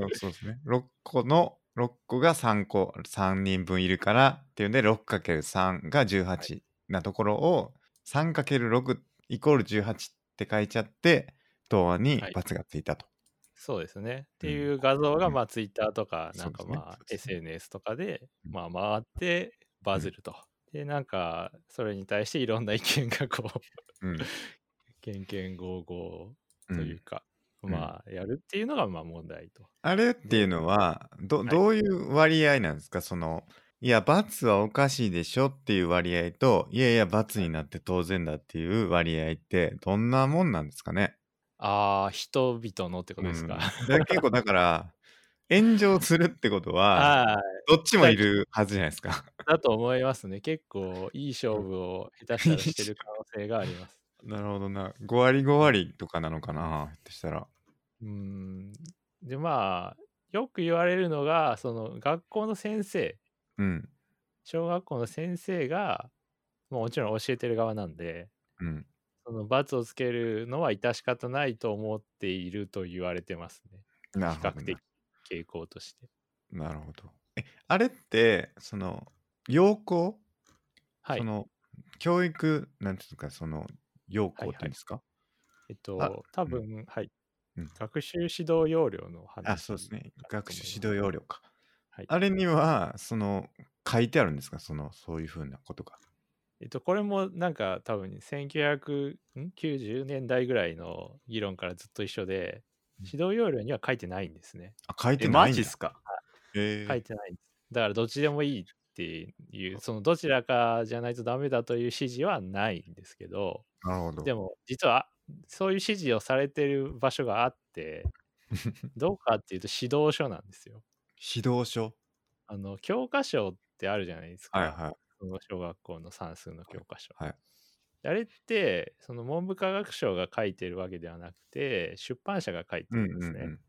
Speaker 1: うそうですね。6個の、6個が3個、3人分いるからっていうんで、6×3 が18なところを、3×6 イコール18って書いちゃって、答案に
Speaker 3: はい
Speaker 1: ×がついたと。
Speaker 3: そうですね。って
Speaker 1: うん
Speaker 3: いう画像が、
Speaker 1: うん
Speaker 3: まあ、ツイッターとか、
Speaker 1: そ
Speaker 3: な
Speaker 1: うんで
Speaker 3: か
Speaker 1: すね
Speaker 3: ま
Speaker 1: そ
Speaker 3: あ
Speaker 1: う、ですね
Speaker 3: SNS とかで、
Speaker 1: うん
Speaker 3: まあ、回ってバズると。で、なんか、それに対していろんな意見がこう、
Speaker 1: う ん。
Speaker 3: けんけんごうごう
Speaker 1: う、
Speaker 3: というんか、
Speaker 1: うん
Speaker 3: まあ、やるっていうのが、まあ、問題と。
Speaker 1: あれっていうのはど、
Speaker 3: い
Speaker 1: どういう割合なんですかその、いや、×はおかしいでしょっていう割合と、いやいや、×になって当然だっていう割合って、どんなもんなんですかね
Speaker 3: ああ、人々のってことですか。
Speaker 1: うん だから結構だから、炎上するってことは、
Speaker 3: は
Speaker 1: どっちもいるはずじゃないですか。
Speaker 3: い。だと思いますね。結構、いい勝負を下手したらしてる可能性があります。
Speaker 1: なるほどな。5割5割とかなのかな、ひょっとしたら。
Speaker 3: うーん。で、まあ、よく言われるのが、その、学校の先生。
Speaker 1: うん。
Speaker 3: 小学校の先生が、まあ、もちろん教えてる側なんで
Speaker 1: うん。
Speaker 3: その罰をつけるのは致し方ないと思っていると言われてますね。
Speaker 1: な
Speaker 3: 比
Speaker 1: るほど
Speaker 3: 較
Speaker 1: ね
Speaker 3: 的傾向として。
Speaker 1: なるほど。え、あれって、その、要項、
Speaker 3: はい
Speaker 1: そ。の、教育、なんていうんですか、その、要項
Speaker 3: はい
Speaker 1: っ
Speaker 3: はい
Speaker 1: ていうんですか、
Speaker 3: えっ
Speaker 1: あ
Speaker 3: と、多分、はい、
Speaker 1: うん
Speaker 3: 学習指導要領の話。
Speaker 1: あ、そうですね。学習指導
Speaker 3: 領。
Speaker 1: 要領か。
Speaker 3: はい
Speaker 1: あれには、その、書いてあるんですかその、そういうふうなことが。
Speaker 3: えっと、これもなんか多分1990年代ぐらいの議論からずっと一緒で、指導要領には書いてないんですね。
Speaker 1: あ、書いて
Speaker 2: え、
Speaker 1: ない
Speaker 2: マ
Speaker 1: んだ。
Speaker 2: ジっすか
Speaker 1: えー
Speaker 3: 書いてないんです。だからどっちでもいいっていう、そのどちらかじゃないとダメだという指示はないんですけど、
Speaker 1: なるほど。
Speaker 3: でも実はそういう指示をされてる場所があ って、どうかっていうと指導書なんですよ。
Speaker 1: 指導書。
Speaker 3: あの、教科書ってあるじゃないですか。
Speaker 1: はいはい。
Speaker 3: その小学校の算数の教科書。
Speaker 1: はい
Speaker 3: あれって、その文部科学省が書いてるわけではなくて、出版社が書いて
Speaker 1: うん
Speaker 3: る
Speaker 1: うんん
Speaker 3: で
Speaker 1: う
Speaker 3: すね。
Speaker 1: ん。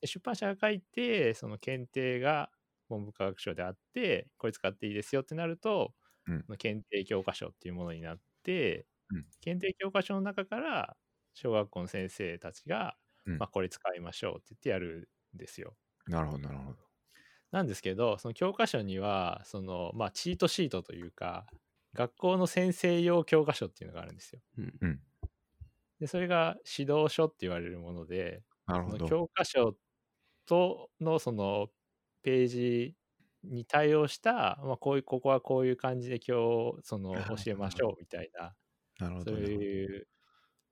Speaker 3: で出版社が書いて、その検定が文部科学省であって、これ使っていいですよってなると、
Speaker 1: うん
Speaker 3: その検定教科書っていうものになって、
Speaker 1: うん
Speaker 3: 検定教科書の中から小学校の先生たちが、
Speaker 1: うん
Speaker 3: まあ、これ使いましょうって言ってやるんですよ。
Speaker 1: なるほど、なるほど。
Speaker 3: なんですけど、その教科書には、その、まあ、チートシートというか、学校の先生用教科書っていうのがあるんですよ。
Speaker 2: うん
Speaker 1: うん。
Speaker 3: で、それが指導書って言われるもので、
Speaker 1: なる
Speaker 3: そ
Speaker 1: ほ
Speaker 3: の
Speaker 1: ど。
Speaker 3: 教科書とのそのページに対応した、まあ、こういう、ここはこういう感じで今日、その、
Speaker 1: なる
Speaker 3: 教
Speaker 1: ほど
Speaker 3: えましょうみたいな、
Speaker 1: なるほど。
Speaker 3: そう
Speaker 1: なるほど
Speaker 3: いう、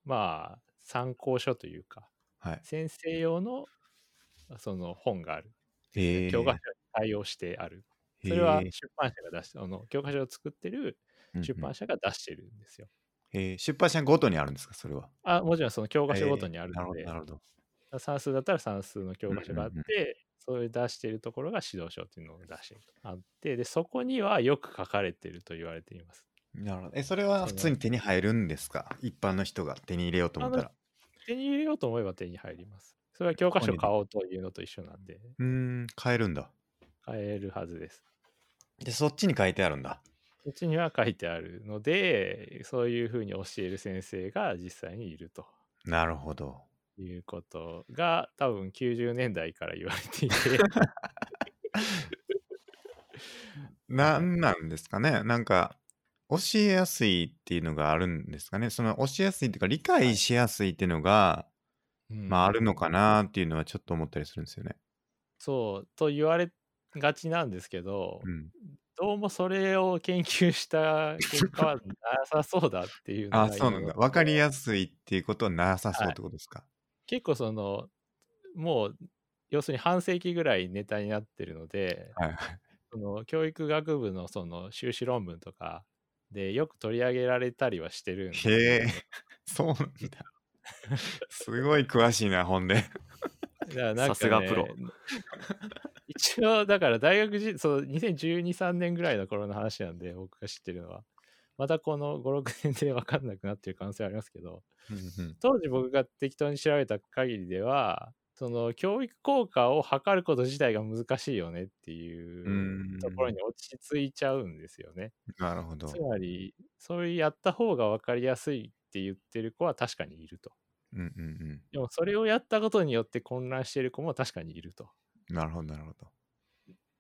Speaker 3: まあ、参考書というか、
Speaker 1: はい。
Speaker 3: 先生用の、その本がある。
Speaker 1: え
Speaker 3: 教科書に対応してある。それは出版社が出して、あの教科書を作ってる出版
Speaker 1: 社。
Speaker 3: 社が出してるんですよ。
Speaker 1: えー出版社ごとにあるんですかそれは。
Speaker 3: あもちろんその教科書ごとにある
Speaker 1: えーなる
Speaker 3: の
Speaker 1: ほど、
Speaker 3: で、
Speaker 1: なるほど。
Speaker 3: 算数だったら算数の教科書があっ
Speaker 1: うんうん
Speaker 3: て、それ出してるところが指導書っていうのを出してるとあって、で、そこにはよく書かれてると言われています。
Speaker 1: なるほど。え、それは普通に手に入るんですか一般の人が手に入れようと思ったら。
Speaker 3: 手に入れようと思えば手に入ります。それは教科書買おうというのと一緒なんで、
Speaker 1: うーん、買えるんだ。
Speaker 3: 買えるはずです。
Speaker 1: で、そっちに書いてあるんだ。
Speaker 3: うちには書いてあるので、そういうふうに教える先生が実際にいると。
Speaker 1: なるほど。
Speaker 3: いうことが多分90年代から言われ ていて
Speaker 1: なんなんですかねなんか、教えやすいっていうのがあるんですかねその教えやすいっていうか、理解しやすいっていうのが、まああるのかなっていうのはちょっと思ったりするんですよね。
Speaker 3: そうと言われがちなんですけど、
Speaker 1: うん。
Speaker 3: どうもそれを研究した結 果はなさそうだっていうのが
Speaker 1: あ、そうなん
Speaker 3: 今
Speaker 1: だ。
Speaker 3: の
Speaker 1: わかりやすいっていうことはなさそうってことですか、
Speaker 3: 結構そのもう要するに半世紀ぐらいネタになってるので
Speaker 1: はい、 はい。
Speaker 3: その教育学部のその修士論文とかでよく取り上げられたりはしてるんですけど
Speaker 1: へえ、 そうなんだ。すごい詳しいな、ほんで。
Speaker 3: だからなん
Speaker 2: さ
Speaker 3: か
Speaker 2: すがプロ
Speaker 3: ね。 一応、だから大学時、そう、2012、3年ぐらいの頃の話なんで、僕が知ってるのは。またこの5、6年で分かんなくなってる可能性はありますけど、当時僕が適当に調べた限りでは、その教育効果を測ること自体が難しいよねっ ていう
Speaker 1: ーん
Speaker 3: ところに落ち着いちゃうんですよね。
Speaker 1: なるほど
Speaker 3: つ。まり、そういうやった方が分かりやすいって言ってる子は確かにいると。
Speaker 1: うんうんう
Speaker 3: でもそれをやったことによって混乱してる子も確かにいると。
Speaker 1: ん。なるほど、なるほど。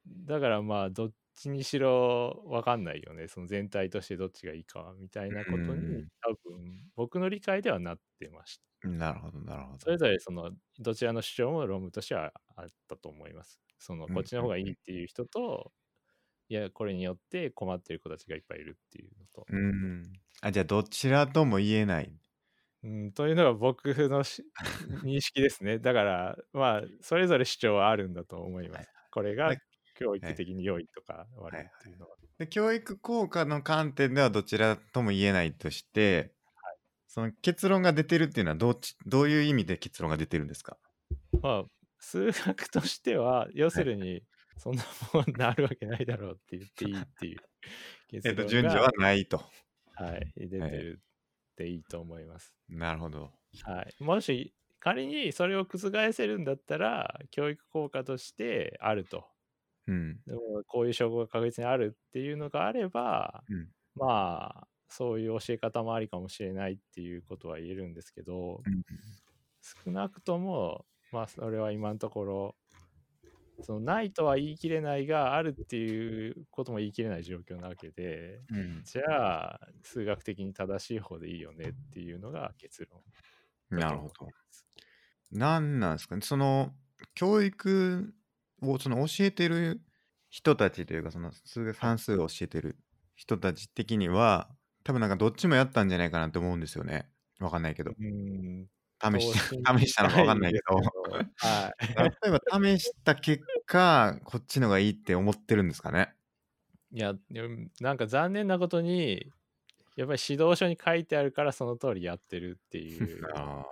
Speaker 3: だからまあどっちにしろ分かんないよねその全体としてどっちがいいかみたいなことに
Speaker 1: う
Speaker 3: 多
Speaker 1: ん
Speaker 3: 分僕の理解ではなってました
Speaker 1: なるほど、なるほ
Speaker 3: それ
Speaker 1: ど。
Speaker 3: ぞれそのどちらの主張も論文としてはあったと思いますその
Speaker 1: うん
Speaker 3: こっちの方がいいっていう人といやこれによって困ってる子たちがいっぱいいるっていうのと
Speaker 1: うん。あ、じゃあ、どちらとも言えない。
Speaker 3: うんというのが僕 のし認識ですねだからまあそれぞれ主張はあるんだと思いますこれ
Speaker 1: は
Speaker 3: が
Speaker 1: い
Speaker 3: 教育的に良いとか悪いっていうのは
Speaker 1: で、教育効果の観点ではどちらとも言えないとして、その結論が出てるっていうのはどっち、どういう意味で結論が出てるんですか
Speaker 3: まあ、数学としては、要するに、そんなもんなるわけないだろうって言っていいっていう
Speaker 1: え
Speaker 3: 結
Speaker 1: っと、
Speaker 3: 論
Speaker 1: 順序
Speaker 3: が
Speaker 1: は、ないと。
Speaker 3: はい、出てるっていいと思います。
Speaker 1: なるほど。
Speaker 3: はい、もし、仮にそれを覆せるんだったら、教育効果としてあると。
Speaker 1: うん。
Speaker 3: でもこういう証拠が確実にあるっていうのがあれば、
Speaker 1: うん
Speaker 3: まあ、そういう教え方もありかもしれないっていうことは言えるんですけど、少なくとも、まあ、それは今のところ、そのないとは言い切れないが、あるっていうことも言い切れない状況なわけで、
Speaker 1: うん
Speaker 3: じゃあ、数学的に正しい方でいいよねっていうのが結論。
Speaker 1: なるほど。なんなんですかね、その教育をその教えてる人たちというか、その数学算数を教えてる人たち的には、多分なんかどっちもやったんじゃないかなと思うんですよね。わかんないけど。
Speaker 3: うん。
Speaker 1: 試し
Speaker 3: そう
Speaker 1: た、試したのかわかんないけど。
Speaker 3: はい。
Speaker 1: 例えば試した結果、こっちのがいいって思ってるんですかね。
Speaker 3: いや、でもなんか残念なことに、やっぱり指導書に書いてあるからその通りやってるっていう
Speaker 1: あ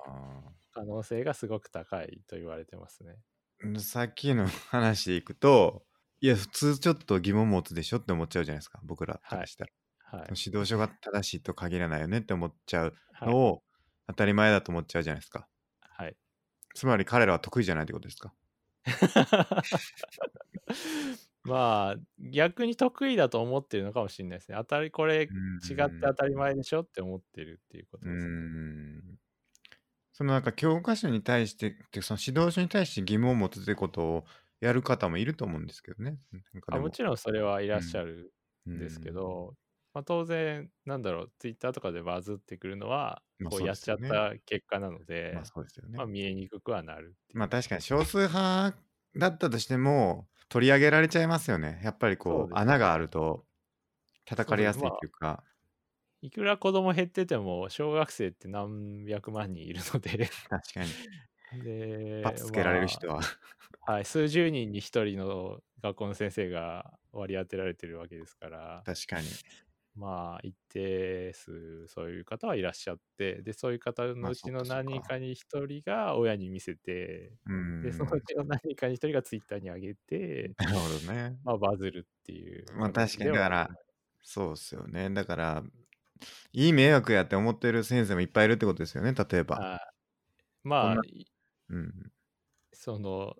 Speaker 3: 可能性がすごく高いと言われてますね。
Speaker 1: ーさっきの話でいくと、いや、普通ちょっと疑問持つでしょって思っちゃうじゃないですか、僕らからしたら。
Speaker 3: はい。
Speaker 1: 指導書が正しいと限らないよねって思っちゃう
Speaker 3: はい
Speaker 1: の。を当たり前だと思っちゃうじゃないですか。
Speaker 3: はい、
Speaker 1: つまり彼らは得意じゃないってことですか。
Speaker 3: まあ、逆に得意だと思ってるのかもしれないですね。当たり、これ違って当たり前でしょって思ってるっていうこと
Speaker 1: う
Speaker 3: ですね。
Speaker 1: ん。そのなんか教科書に対してってその指導書に対して疑問を持つってことをやる方もいると思うんですけどね。なんか
Speaker 3: あ
Speaker 1: で
Speaker 3: もちろんそれはいらっしゃる
Speaker 1: ろ
Speaker 3: んですけど、まあ、当然なんだろうツイッターとかでバズってくるのは
Speaker 1: まあ
Speaker 3: こ
Speaker 1: そうう
Speaker 3: や
Speaker 1: で
Speaker 3: っ
Speaker 1: す
Speaker 3: ちゃ
Speaker 1: よ
Speaker 3: っ
Speaker 1: ね
Speaker 3: た結果なので、ま
Speaker 1: まあ
Speaker 3: あ
Speaker 1: そうですよね。
Speaker 3: 見えにくくはなるっていう
Speaker 1: まあ確かに少数派だったとしても取り上げられちゃいますよね。やっぱり
Speaker 3: そう
Speaker 1: こ
Speaker 3: です
Speaker 1: う
Speaker 3: ね
Speaker 1: 穴があると叩かれやすいというか。
Speaker 3: いくら子供減ってても小学生って何百万人いるので
Speaker 1: 確かに。
Speaker 3: で
Speaker 1: パッつけられる
Speaker 3: ま
Speaker 1: 人は。
Speaker 3: あはい、数十人に一人の学校の先生が割り当てられてるわけですから
Speaker 1: 確かに。
Speaker 3: まあ一定数そういう方はいらっしゃってでそういう方
Speaker 1: ま
Speaker 3: の
Speaker 1: あ
Speaker 3: うちの
Speaker 1: そっかそっ
Speaker 3: 何
Speaker 1: か
Speaker 3: 人かに一人が親に見せて
Speaker 1: うん。
Speaker 3: で、そのうちの何かに一人がツイッターに上げて、
Speaker 1: なるほどね。
Speaker 3: まあ、バズるっていう。
Speaker 1: まあ確かに、
Speaker 3: で
Speaker 1: だか
Speaker 3: は
Speaker 1: ら、 そうっすよね。だから、いい迷惑やって思ってる先生もいっぱいいるってことですよね、例えば。
Speaker 3: はいま
Speaker 1: こん
Speaker 3: あ
Speaker 1: な、うん。
Speaker 3: その、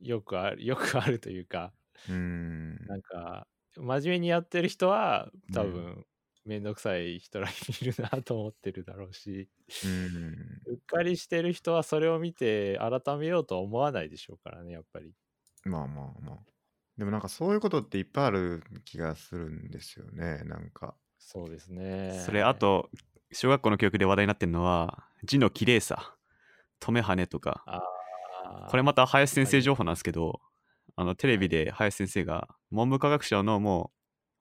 Speaker 3: よくある、よくあるというか、
Speaker 1: うん。
Speaker 3: なんか、真面目にやってる人は、多
Speaker 1: うん
Speaker 3: 分、めんどくさい人らいるなと思ってるだろうし、
Speaker 1: うん
Speaker 3: うっかりしてる人はそれを見て改めようとは思わないでしょうからね、やっぱり。
Speaker 1: まあまあまあ。でもなんかそういうことっていっぱいある気がするんですよね、なんか。
Speaker 3: そうですね。
Speaker 2: それあ、と小学校の教育で話題になってるのは字の綺麗さ止めはねとかこれまた林先生情報なんですけど、あのテレビで林先生が文部科学省のも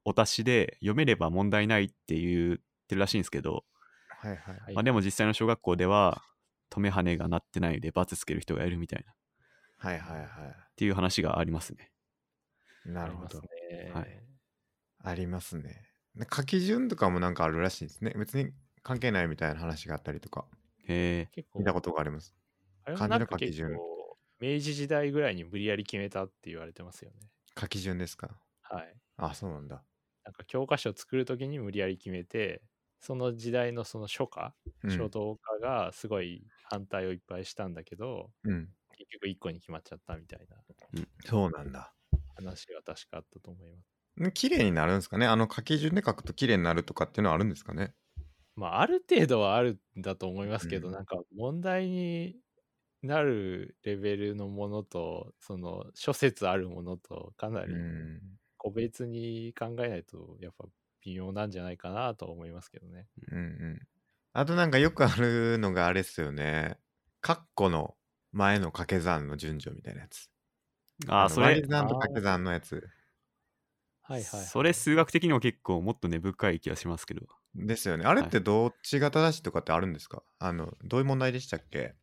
Speaker 2: うお達しで読めれば問題ないって言ってるらしいんですけど、
Speaker 1: はいはい。
Speaker 3: はい
Speaker 2: まあ、でも実際の小学校では止めはねがなってないで罰つける人がいるみたいなっ
Speaker 1: はいはいは
Speaker 2: ていう話がありますね。
Speaker 1: い。なるほど。
Speaker 3: ありますね
Speaker 2: はい
Speaker 1: ありますね。で書き順とかもなんかあるらしいですね。別に関係ないみたいな話があったりとか、
Speaker 2: へ
Speaker 3: 結構
Speaker 1: 見たことがあります。
Speaker 3: あれは
Speaker 1: 漢字
Speaker 3: なん
Speaker 1: の
Speaker 3: か
Speaker 1: 書き
Speaker 3: 結
Speaker 1: 順
Speaker 3: 構明治時代ぐらいに無理やり決めたって言われてますよね。
Speaker 1: 書き順ですか
Speaker 3: はい。
Speaker 1: あ、そうなんだ。
Speaker 3: なんか教科書を作るときに無理やり決めて、その時代のその書家、
Speaker 1: うん
Speaker 3: 書道家がすごい反対をいっぱいしたんだけど、
Speaker 1: うん。
Speaker 3: 結局一個に決まっちゃったみたいな
Speaker 1: そうなんだ。
Speaker 3: 話が確かあったと思います。
Speaker 1: ん綺麗になるんですかねあの書き順で書くと綺麗になるとかっていうのはあるんですかね
Speaker 3: まあ、ある程度はあるんだと思いますけど、
Speaker 1: うん
Speaker 3: なんか問題になるレベルのものと、その諸説あるものと、かな
Speaker 1: う
Speaker 3: り
Speaker 1: ん
Speaker 3: 個別に考えないとやっぱ微妙なんじゃないかなと思いますけどね。
Speaker 1: うんうんあとなんかよくあるのがあれっすよねカッコの前の掛け算の順序みたいなやつ
Speaker 2: ーあ
Speaker 1: の
Speaker 2: あ、それ
Speaker 1: 割り、算と掛け算のやつ
Speaker 3: はいはい、はい。
Speaker 2: それ数学的にも結構もっと根深い気がしますけど、
Speaker 1: ですよねあれってどっちが正しいとかってあるんですか、あのどういう問題でしたっけ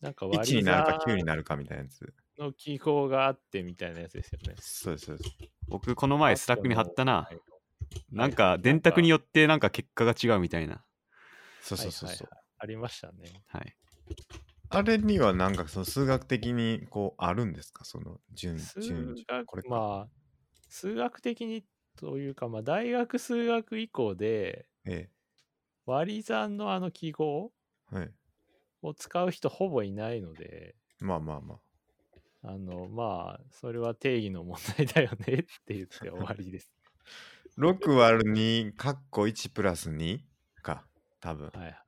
Speaker 3: なんか
Speaker 1: ?1
Speaker 3: 割
Speaker 1: に
Speaker 3: り
Speaker 1: なる
Speaker 3: 算
Speaker 1: か9になるかみたいなやつ
Speaker 3: の記号があってみたいなやつですよね。
Speaker 1: そうですそうです
Speaker 2: 僕この前スラックに貼ったな
Speaker 3: はい。、
Speaker 2: なんか電卓によってなんか結果が違うみたいな。
Speaker 1: そうそうそうそう、
Speaker 3: はいはいはいありましたね。
Speaker 2: はい。
Speaker 1: あれにはなんかその数学的にこうあるんですかその順
Speaker 3: 数
Speaker 1: 順序これ
Speaker 3: 学、
Speaker 1: か
Speaker 3: まあ、数学的にというか、まあ、大学数学以降で
Speaker 1: え
Speaker 3: 割り算のあの記号
Speaker 1: えはい
Speaker 3: を使う人ほぼいないので、
Speaker 1: まあまあまあ
Speaker 3: あの、まあ、それは定義の問題だよねって言って終わりです。
Speaker 1: 6割る2、カッコ1プラス2か、多分。
Speaker 3: はい。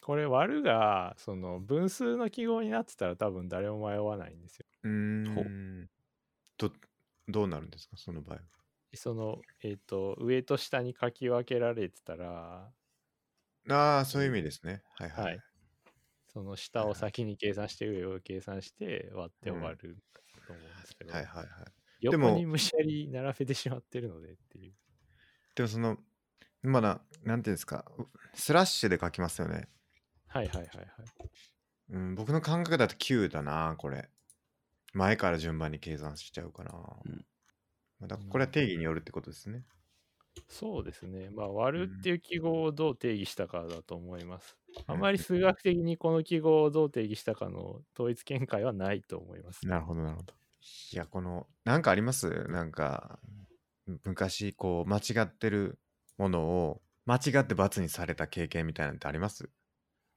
Speaker 3: これ割るが、その分数の記号になってたら多分誰も迷わないんですよ。
Speaker 1: うーん。と、どうなるんですか、その場合は。
Speaker 3: その、えっ、と、上と下に書き分けられてたら、
Speaker 1: ああ、そういう意味ですね。はいはい。
Speaker 3: はいその下を先に計算して、上を計算して、割って終わると思うんですけど、
Speaker 1: はいはいはい。でも
Speaker 3: 横に無理やり並べてしまってるのでっていう。
Speaker 1: でもその、まだ、なんていうんですか、スラッシュで書きますよね。
Speaker 3: はいはいはいはい。
Speaker 1: うん、僕の感覚だと9だな、これ。前から順番に計算しちゃうかな。
Speaker 2: うん
Speaker 1: まあだからこれは定義によるってことですね。
Speaker 3: そうですね。まあ、割るっていう記号をどう定義したかだと思います。
Speaker 1: うん
Speaker 3: あまり数学的にこの記号をどう定義したかの統一見解はないと思います。
Speaker 1: なるほど、なるほど。いや、この、なんかありますなんか、昔、こう、間違ってるものを、間違って罰にされた経験みたいなのってあります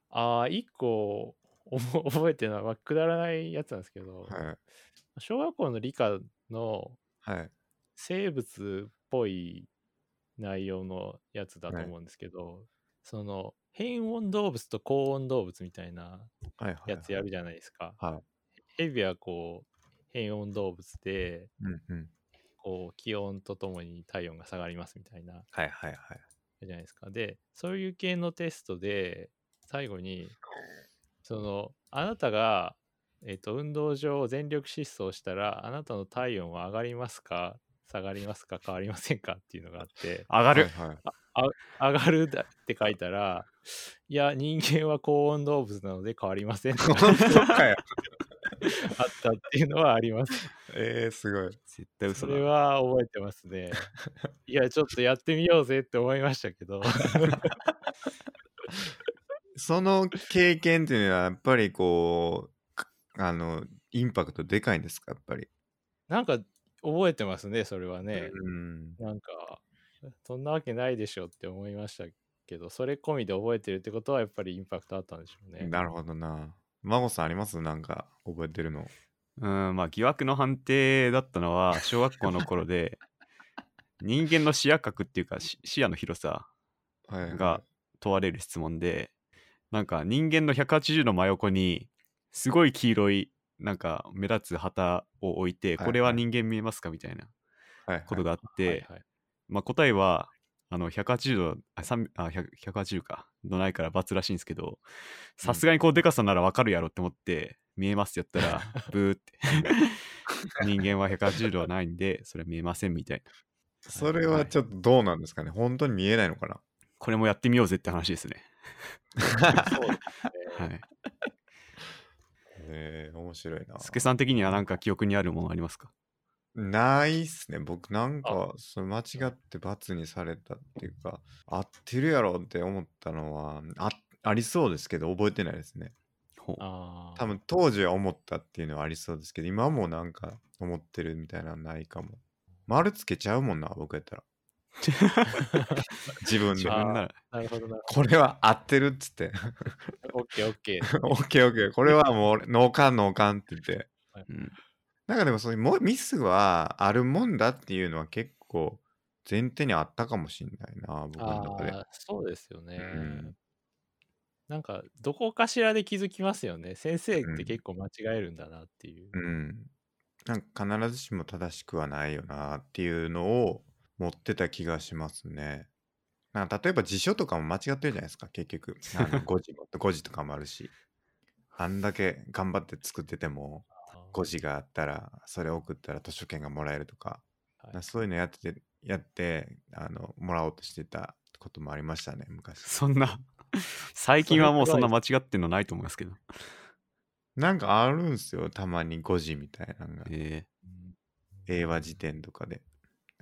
Speaker 3: ああ、一個おぼ覚えてるのは、まあ、くだらないやつなんですけど、
Speaker 1: はい。
Speaker 3: 小学校の理科の
Speaker 1: はい。
Speaker 3: 生物っぽい内容のやつだと思うんですけど、その変温動物と高温動物みたいな
Speaker 1: はい。
Speaker 3: やつやるじゃないですか。ヘビはこう変温動物で
Speaker 1: うんうん。
Speaker 3: こう気温とともに体温が下がりますみたいな
Speaker 1: はいはいはい。
Speaker 3: じゃないですか。でそういう系のテストで最後にそのあなたが、えっと運動場を全力疾走したらあなたの体温は上がりますか下がりますか変わりませんかっていうのがあって
Speaker 2: 上がる、
Speaker 1: はいはい
Speaker 3: 上がるだって書いたらいや人間は高温動物なので変わりませんって書いて
Speaker 1: 本当かよ。
Speaker 3: あったっていうのはあります。
Speaker 1: えー、すごい。
Speaker 2: 絶対嘘
Speaker 3: そ
Speaker 2: だ
Speaker 3: れは覚えてま すね。いやちょっとやってみようぜって思いました けど。
Speaker 1: その経験っていうのは、やっぱりこうか、あの、インパクトでかいんですか、やっぱり。
Speaker 3: なんか覚えてますね、それはね。
Speaker 1: うん。
Speaker 3: なんか、そんなわけないでしょって思いましたけど、それ込みで覚えてるってことはやっぱりインパクトあったんでしょうね。
Speaker 1: なるほどな。孫さんありますなんか覚えてるの。
Speaker 2: うんまあ疑惑の判定だったの は小学校の頃で人間の視野角っていうかし視野の広さ
Speaker 1: はい
Speaker 2: が問われる質問でなんか人間の180の真横にすごい黄色いなんか目立つ旗を置いて
Speaker 1: はい
Speaker 2: これは人間見えますかみたいな
Speaker 1: はい
Speaker 2: ことがあっ
Speaker 3: はい
Speaker 2: て
Speaker 3: はい
Speaker 2: まあ答えはあの180度あ3あ100 180かのないから×らしいんですけどさすがにこうでかさならわかるやろって思って見えますやった らブーって人間は180度はないんでそれは見えませんみたいな
Speaker 1: それはちょっとどうなんですかね本当に見えないのかな
Speaker 2: これもやってみようぜって話ですね
Speaker 3: そうですね
Speaker 2: はい
Speaker 1: えー、面白いな。
Speaker 2: スケさん的にはなんか記憶にあるものあります か
Speaker 1: ないっすね。僕なんか、それ間違って罰にされたっていうか、合ってるやろって思ったのは、あありそうですけど、覚えてないですね。
Speaker 2: ほう
Speaker 3: あ
Speaker 1: 多
Speaker 3: あ、
Speaker 1: 分当時は思ったっていうのはありそうですけど、今はもうなんか思ってるみたいなのないかも。丸つけちゃうもんな、僕やったら。自分
Speaker 2: 自
Speaker 1: で。
Speaker 2: 分なら
Speaker 3: なるほどなる
Speaker 1: これは合ってるっつって。
Speaker 3: ほど。オッケーオッケー。
Speaker 1: オッケーオッケー。これはもう、脳幹脳幹って言って。
Speaker 2: うん
Speaker 1: なんかでもそういうもミスはあるもんだっていうのは結構前提にあったかもしんないな、僕の
Speaker 3: あ
Speaker 1: 中で。
Speaker 3: あ、そうですよね。
Speaker 1: うん
Speaker 3: なんか、どこかしらで気づきますよね。先生っ
Speaker 1: うん
Speaker 3: て結構間違えるんだなっていう。
Speaker 1: うん。なんか必ずしも正しくはないよなっていうのを持ってた気がしますね。なんか例えば辞書とかも間違ってるじゃないですか、結局。あの5時も5時とかもあるし。あんだけ頑張って作ってても5時があったらそれ送ったら図書券がもらえるとか、
Speaker 3: はい
Speaker 1: なそういうのやっててやってあのもらおうとしてたこともありましたね昔
Speaker 2: そんな最近はもうそんな間違ってんのないと思いますけど
Speaker 1: なんかあるんすよたまに5時みたいなのが
Speaker 2: え
Speaker 1: 英和辞典とかで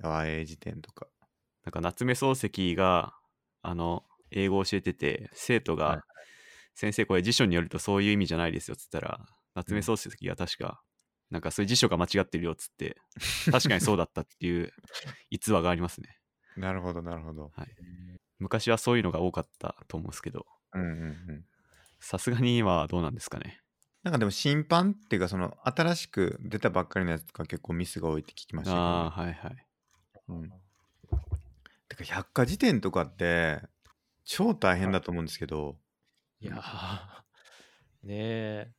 Speaker 1: 和英辞典とか
Speaker 2: ー、なんか夏目漱石があの英語を教えてて生徒
Speaker 1: はい
Speaker 2: が「先生これ辞書によるとそういう意味じゃないですよ」っつったら夏目
Speaker 1: うん
Speaker 2: 漱石が確か、なんかそういう辞書が間違ってるよっつって確かにそうだったっていう逸話がありますね
Speaker 1: なるほどなるほど
Speaker 2: 昔はそういうのが多かったと思うんですけど
Speaker 1: うんうんうん
Speaker 2: さすがに今はどうなんですかね
Speaker 1: なんかでも審判っていうかその新しく出たばっかりのやつとか結構ミスが多いって聞きましたけどね、
Speaker 2: ああーはいはい
Speaker 1: うんか百科事典とかって超大変だと思うんですけど、
Speaker 3: いやー、 ねえ。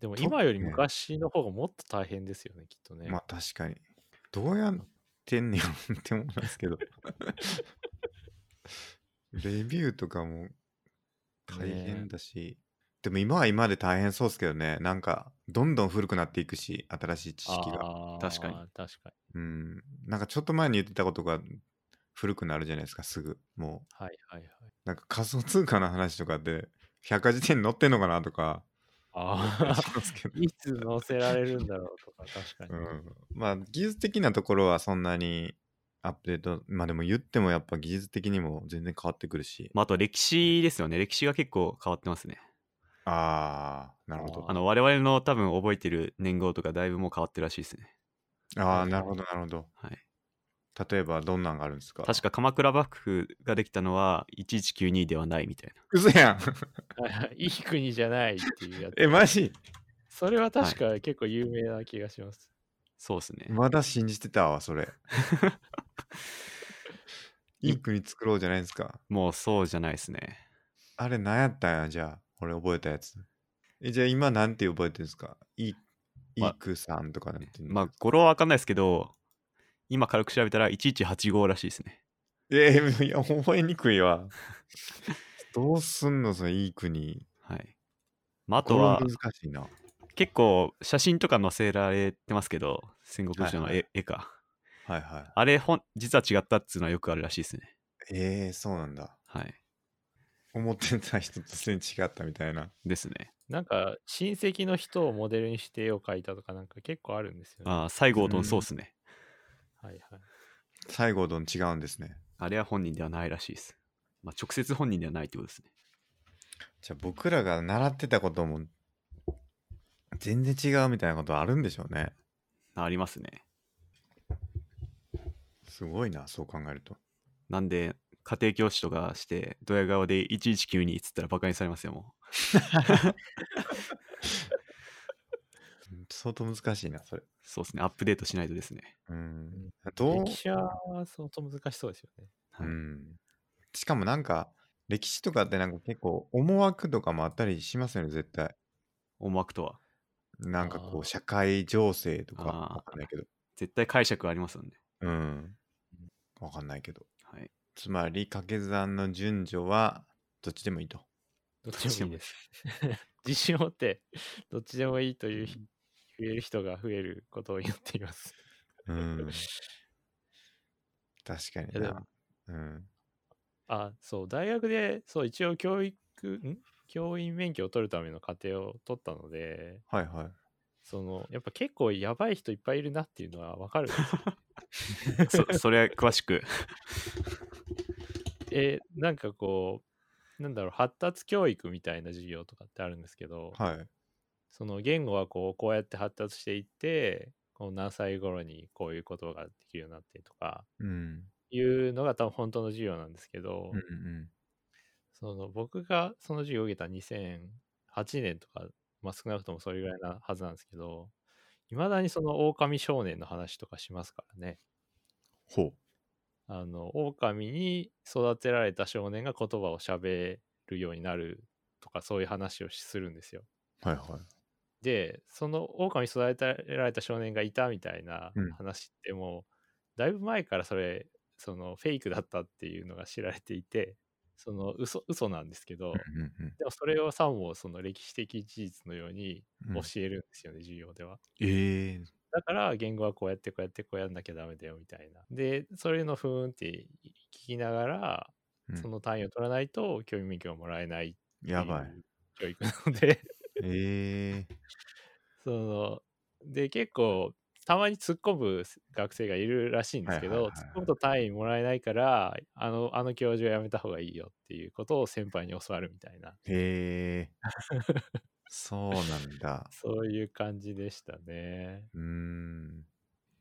Speaker 3: でも今より昔の方がもっと大変ですよね、きっとね。
Speaker 1: まあ確かにどうやってんねんって思うんです けどレビューとかも大変だし、でも今は今で大変そうですけどねなんかどんどん古くなっていくし新しい知識が
Speaker 3: あー
Speaker 2: 確かに。
Speaker 3: 確か
Speaker 1: う
Speaker 3: に。
Speaker 1: んなんかちょっと前に言ってたことが古くなるじゃないですかすぐもう
Speaker 3: はいはいはい。
Speaker 1: なんか仮想通貨の話とかって百科事典に載ってんのかなと か
Speaker 3: あ
Speaker 1: しますけど
Speaker 3: あ、いつ載せられるんだろうとか、確か
Speaker 1: う
Speaker 3: に。
Speaker 1: んまあ技術的なところはそんなにアップデートまあでも言ってもやっぱ技術的にも全然変わってくるし
Speaker 2: まあ、あと歴史ですよね。歴史が結構変わってますね。
Speaker 1: ああなるほ
Speaker 3: あ
Speaker 1: ど
Speaker 2: あの、我々の多分覚えてる年号とかだいぶもう変わってるらしいですね。
Speaker 1: ああなるほどなるほど
Speaker 2: はい。
Speaker 1: 例えばどんなんがあるんですか
Speaker 2: 確か鎌倉幕府ができたのは1192ではないみたいな。
Speaker 1: 嘘やん
Speaker 3: いい国じゃないっていうやつ。
Speaker 1: えマジ
Speaker 3: それは確か結構有名な気がします。
Speaker 2: そうですね。
Speaker 1: まだ信じてたわそれいい国作ろうじゃないですか
Speaker 2: もうそうじゃないですね。
Speaker 1: あれ何やったんやじゃあ俺覚えたやつえじゃあ今なんて覚えてるんですかいいい
Speaker 2: まあ
Speaker 1: いくさんとかなんて言うんですか
Speaker 2: まあ、語呂はわかんないですけど、今軽く調べたら1185らしいですね。
Speaker 1: えー、いや、覚えにくい わ。どうすんの、そのいい国。
Speaker 2: はい。まあ、あ
Speaker 1: あと
Speaker 2: とは
Speaker 1: 難、しいな。
Speaker 2: 結構写真とか載せられてますけど、戦国武将の絵,、
Speaker 1: はいは
Speaker 2: 絵か。
Speaker 1: はいは
Speaker 2: あれ本、実は違ったっつうのはよくあるらしいですね。
Speaker 1: い。えー、そうなんだ。
Speaker 2: はい。
Speaker 1: 思ってた人と全然違ったみたいな。
Speaker 2: ですね。
Speaker 3: なんか、親戚の人をモデルにして絵を描いたとか、なんか結構あるんですよね。
Speaker 2: ああ、西郷どんそうっすね。
Speaker 3: はいはい。
Speaker 1: 西郷どん違うんですね。
Speaker 2: あれは本人ではないらしいです。まあ、直接本人ではないってことですね。
Speaker 1: じゃあ僕らが習ってたことも全然違うみたいなことあるんでしょうね。
Speaker 2: ありますね。
Speaker 1: すごいな、そう考えると。
Speaker 2: なんで、家庭教師とかして、ドヤ顔で1192っつったらバカにされますよ、もう。
Speaker 1: 相当難しいな、それ。
Speaker 2: そうですね。アップデートしないとですね。
Speaker 1: うん。どう
Speaker 3: 歴史は相当難しそうですよね。
Speaker 2: はい
Speaker 1: うん。しかもなんか、歴史とかってなんか結構思惑とかもあったりしますよね、絶対。
Speaker 2: 思惑とは。
Speaker 1: なんかこ
Speaker 3: あー
Speaker 1: う、社会情勢とか、
Speaker 2: あー
Speaker 1: わかんないけど。
Speaker 2: 絶対解釈ありますよね。
Speaker 1: うん。わかんないけど。
Speaker 2: はい。
Speaker 1: つまり、掛け算の順序は、どっちでもいい と。
Speaker 3: どっちでもいいです。 自信を持って、どっちでもいいというひ、増える人が増えることを言っています。
Speaker 1: うん。確かに
Speaker 3: いやで
Speaker 1: な
Speaker 3: も。
Speaker 1: うん。
Speaker 3: あ、そう、大学で、そう、一応教育、ん教員免許を取るための課程を取ったので、
Speaker 1: はいはい。
Speaker 3: その、やっぱ結構やばい人いっぱいいるなっていうのはわかるんです よ。
Speaker 2: そ それは詳しく。
Speaker 3: えーなんかこう、なんだろう、発達教育みたいな授業とかってあるんですけど、
Speaker 1: はい。
Speaker 3: その言語はこう、こうやって発達していって、こう何歳頃にこういうことができるようになってとか、
Speaker 1: うん。
Speaker 3: いうのが多分本当の授業なんですけど、
Speaker 1: うんうん
Speaker 3: その僕がその授業を受けた2008年とか、まあ、少なくともそれぐらいなはずなんですけど、いまだにその狼少年の話とかしますからね。
Speaker 1: ほ
Speaker 3: あの、狼に育てられた少年が言葉を喋るようになるとか、そういう話をするんですよ。
Speaker 1: う。はい はい。
Speaker 3: で、その狼に育てられた少年がいたみたいな
Speaker 1: うん
Speaker 3: 話ってもう、だいぶ前からそれ、そのフェイクだったっていうのが知られていて、その嘘、嘘なんですけど、
Speaker 1: うんうん
Speaker 3: でもそれをさもその歴史的事実のように
Speaker 1: うんうん
Speaker 3: 教えるんですよね、授業では。
Speaker 1: ええ。
Speaker 3: だから言語はこうやってこうやってこうやんなきゃダメだよみたいな。で、それのふーんって聞きながら、
Speaker 1: うん
Speaker 3: その単位を取らないと教員免許がもらえないっていう
Speaker 1: やばい。
Speaker 3: 教育なので、
Speaker 1: ええ。
Speaker 3: その、で、結構、たまに突っ込む学生がいるらしいんですけ
Speaker 1: はい
Speaker 3: ど、
Speaker 1: は
Speaker 3: 突
Speaker 1: い
Speaker 3: っ
Speaker 1: はいはい
Speaker 3: 込むと単位もらえないから、あの、あの教授はやめた方がいいよっていうことを先輩に教わるみたいな、
Speaker 1: へ え。そうなんだ。
Speaker 3: そういう感じでしたね。
Speaker 1: うーん。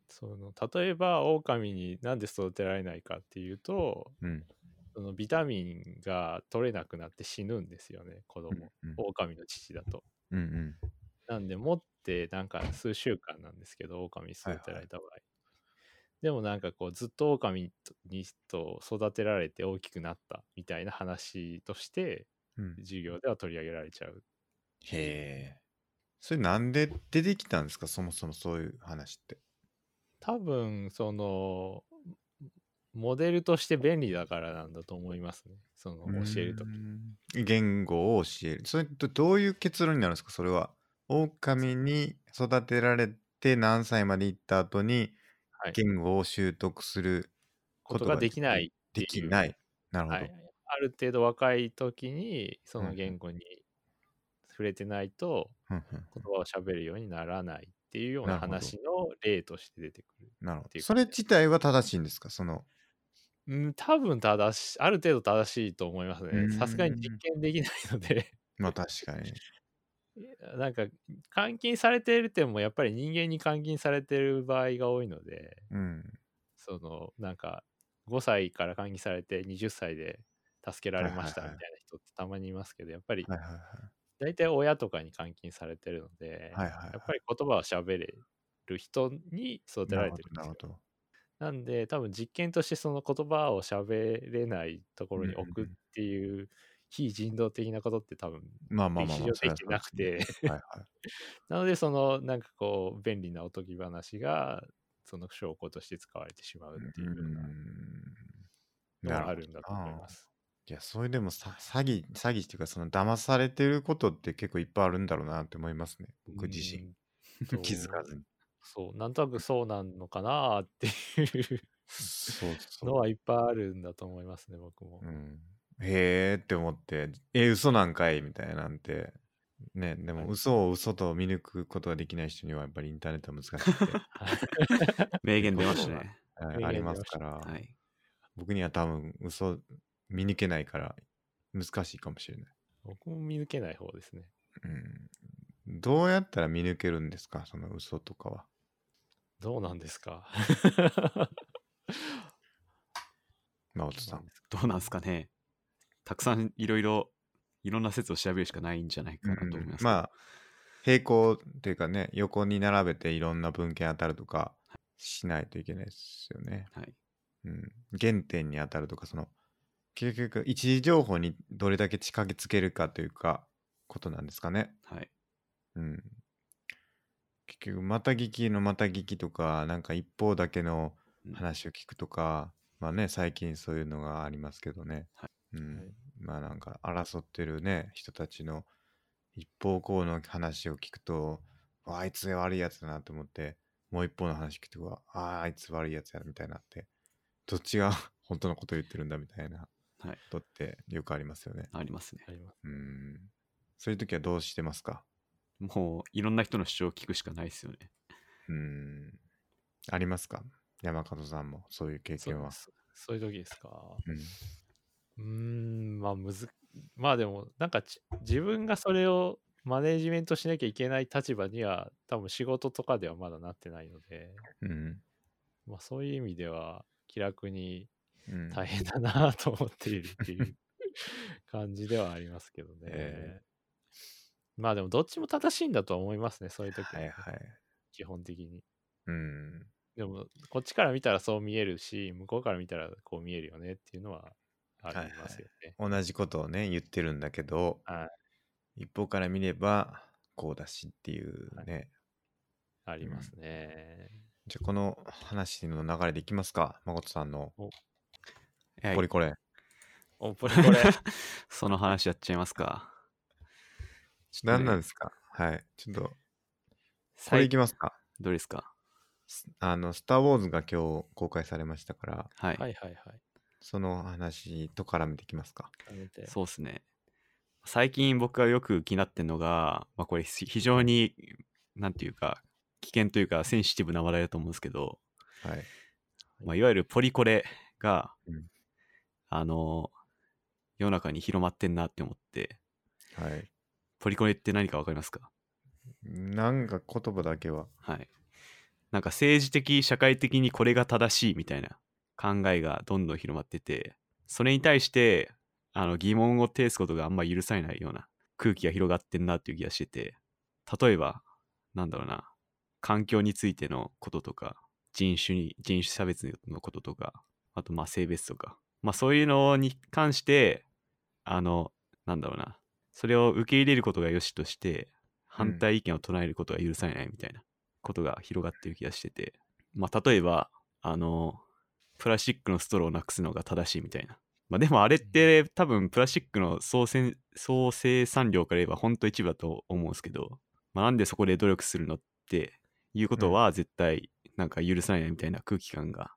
Speaker 3: その例えば狼になんで育てられないかっていうと
Speaker 1: うん。
Speaker 3: そのビタミンが取れなくなって死ぬんですよね子供、
Speaker 1: うん
Speaker 3: 狼の父だと。
Speaker 1: うんうん。
Speaker 3: なんで持ってなんか数週間なんですけど狼に育てられた場合、でもなんかこうずっと狼にと育てられて大きくなったみたいな話として
Speaker 1: うん
Speaker 3: 授業では取り上げられちゃう。
Speaker 1: へえ。それなんで出てきたんですかそもそもそういう話って。
Speaker 3: 多分そのモデルとして便利だからなんだと思いますね。その教えるとき。
Speaker 1: き。言語を教える。それとどういう結論になるんですかそれは。狼に育てられて何歳まで行った後に
Speaker 3: はい
Speaker 1: 言語を習得する
Speaker 3: ことができない。
Speaker 1: できない。なるほど。
Speaker 3: はい、ある程度若い時にそ
Speaker 1: うんう
Speaker 3: の
Speaker 1: ん
Speaker 3: 言語に触れてないと
Speaker 1: うんうん
Speaker 3: 言葉を喋るようにならないっていうよう
Speaker 1: な
Speaker 3: な
Speaker 1: るほど
Speaker 3: 話の例として出てくる。
Speaker 1: なるほ
Speaker 3: てい
Speaker 1: ど。
Speaker 3: う
Speaker 1: それ自体は正しいんですかその。
Speaker 3: うん、多分正しい、ある程度正しいと思います
Speaker 1: う
Speaker 3: ね
Speaker 1: ん。
Speaker 3: さすがに実験できないので、
Speaker 1: まあ確かに。
Speaker 3: なんか監禁されてる点もやっぱり人間に監禁されてる場合が多いので、
Speaker 1: うん。
Speaker 3: そのなんか5歳から監禁されて20歳で助けられましたみ
Speaker 1: はい
Speaker 3: た
Speaker 1: はいは
Speaker 3: い
Speaker 1: い
Speaker 3: な人ってたまにいますけど、やっぱり
Speaker 1: はいはい
Speaker 3: 大体親とかに監禁されてるので、
Speaker 1: はい。はいはいはい、
Speaker 3: やっぱり言葉を喋れる人に育てられてるんで
Speaker 1: なる
Speaker 3: すよ
Speaker 1: ほ。ど。
Speaker 3: なんで多分実験としてその言葉を喋れないところに置
Speaker 1: うんうんう
Speaker 3: くっ
Speaker 1: ん
Speaker 3: ていう非人道的なことって多分
Speaker 1: まあまあまあ
Speaker 3: 歴史
Speaker 1: まあ
Speaker 3: 上
Speaker 1: それ
Speaker 3: で
Speaker 1: は
Speaker 3: きて
Speaker 1: そうですね
Speaker 3: なくて、
Speaker 1: はいはい。
Speaker 3: なのでそのなんかこう便利なおとぎ話がその証拠として使われてしまうっていうようなの
Speaker 1: な
Speaker 3: があ
Speaker 1: る
Speaker 3: るんだと思います。
Speaker 1: いやそれでもさ詐欺詐欺っていうかその騙されてることって結構いっぱいあるんだろうなって思いますね僕自身
Speaker 3: 身
Speaker 1: 気づかずに
Speaker 3: そう、なんとなくそうなのかなっていう
Speaker 1: そう
Speaker 3: の
Speaker 1: そう、
Speaker 3: はいっぱいあるんだと思いますね、僕も
Speaker 1: う。ん、へーって思ってえ嘘なんかいみたいなんてねでも嘘を嘘と見抜くことができない人にはやっぱりインターネットは難しく て、
Speaker 2: 名言出ましたね。
Speaker 1: はい
Speaker 3: 名言
Speaker 1: ありますから、
Speaker 2: はい。
Speaker 1: 僕には多分嘘見抜けないから難しいかもしれない、
Speaker 3: 僕も見抜けない方ですね。
Speaker 1: うん、どうやったら見抜けるんですかその嘘とかは
Speaker 3: どうなんですか
Speaker 1: 直人さん
Speaker 2: どうなんですかね。たくさんいろいろ、いろんな説を調べるしかないんじゃないかなと思います。
Speaker 1: うんまあ平行というかね横に並べていろんな文献当たるとかしないといけないですよね、
Speaker 2: はい。
Speaker 1: うん、原点に当たるとかその結局一時情報にどれだけ近づけるかというかことなんですかね、
Speaker 2: はい。
Speaker 1: うん、結局また聞きのまた聞きとかなんか一方だけの
Speaker 2: うん
Speaker 1: 話を聞くとか、まあね最近そういうのがありますけどね、
Speaker 2: は
Speaker 1: うん
Speaker 3: はい
Speaker 1: まあなんか争ってるね人たちの一方こうの話を聞くとわああいつ悪いやつだなと思ってもう一方の話聞くとわあああいつ悪いやつやみたいになってどっちが 本当のこと言ってるんだみたいな
Speaker 2: はい
Speaker 1: ことってよくありますよね。
Speaker 2: ありますね
Speaker 3: あ。ります
Speaker 1: うんそういう時はどうしてますか
Speaker 2: もう、いろんな人の主張を聞くしかないですよね。
Speaker 1: うんありますか山門さんもそういう経
Speaker 3: そ
Speaker 1: 験は。
Speaker 3: そそういう時ですか。
Speaker 1: うん
Speaker 3: うーん、まあ、むず、まあでも、なんかち自分がそれをマネジメントしなきゃいけない立場には、多分仕事とかではまだなってないので、
Speaker 1: うん
Speaker 3: まあそういう意味では、気楽に
Speaker 1: うん
Speaker 3: 大変だなと思っているっていう感じではありますけどね。
Speaker 1: え
Speaker 3: まあでも、どっちも正しいんだとは思いますね、そういう時は
Speaker 1: は
Speaker 3: ね、
Speaker 1: いはい。
Speaker 3: 基本的に。
Speaker 1: うん
Speaker 3: でも、こっちから見たらそう見えるし、向こうから見たらこう見えるよねっていうのはありますよね。
Speaker 1: 同じことをね言ってるんだけど、
Speaker 3: は
Speaker 1: 一方から見ればこうだしっていうね、
Speaker 3: ありますね。
Speaker 1: じゃあこの話の流れでいきますか誠さんの
Speaker 2: はい
Speaker 1: これこれ、
Speaker 3: おこれこれ。
Speaker 2: その話やっちゃいますか。
Speaker 1: 何なん
Speaker 2: で
Speaker 1: ですかはいちょっと
Speaker 2: す
Speaker 1: これいきますか、
Speaker 2: どうですか
Speaker 1: すあの「スター・ウォーズ」が今日公開されましたから
Speaker 2: はい。
Speaker 3: はいはいはい。
Speaker 1: その話と絡めていきますか
Speaker 3: やめて
Speaker 2: そうですね。最近僕がよく気になってるのが、まあ、これ非非常に、なんていうか、危険というかセンシティブな話題だと思うんですけど、
Speaker 1: はい
Speaker 2: まあ、いわゆるポリコレが、
Speaker 1: うん
Speaker 2: あの、世の中に広まってんなって思って、
Speaker 1: はい
Speaker 2: ポリコレって何かわかりますか
Speaker 1: なんか言葉だけは
Speaker 2: はい。なんか政治的、社会的にこれが正しいみたいな考えがどんどん広まってて、それに対してあの疑問を呈すことがあんま許されないような空気が広がってんなっていう気がしてて、例えば、なんだろうな、環境についてのこととか、人種に、人種差別のこととか、あとまあ性別とか、まあそういうのに関して、あの、なんだろうな、それを受け入れることが良しとして、反対意見を唱えることが許されないみたいなことが広がってる気がしてて、まあ例えば、あの、プラスチックのストローをなくすのが正しいみたいな。まあでもあれって多分プラスチックの総せん総生産量から言えばほんと一部だと思うんですけど、まあ、なんでそこで努力するのっていうことは絶対なんか許されないみたいな空気感が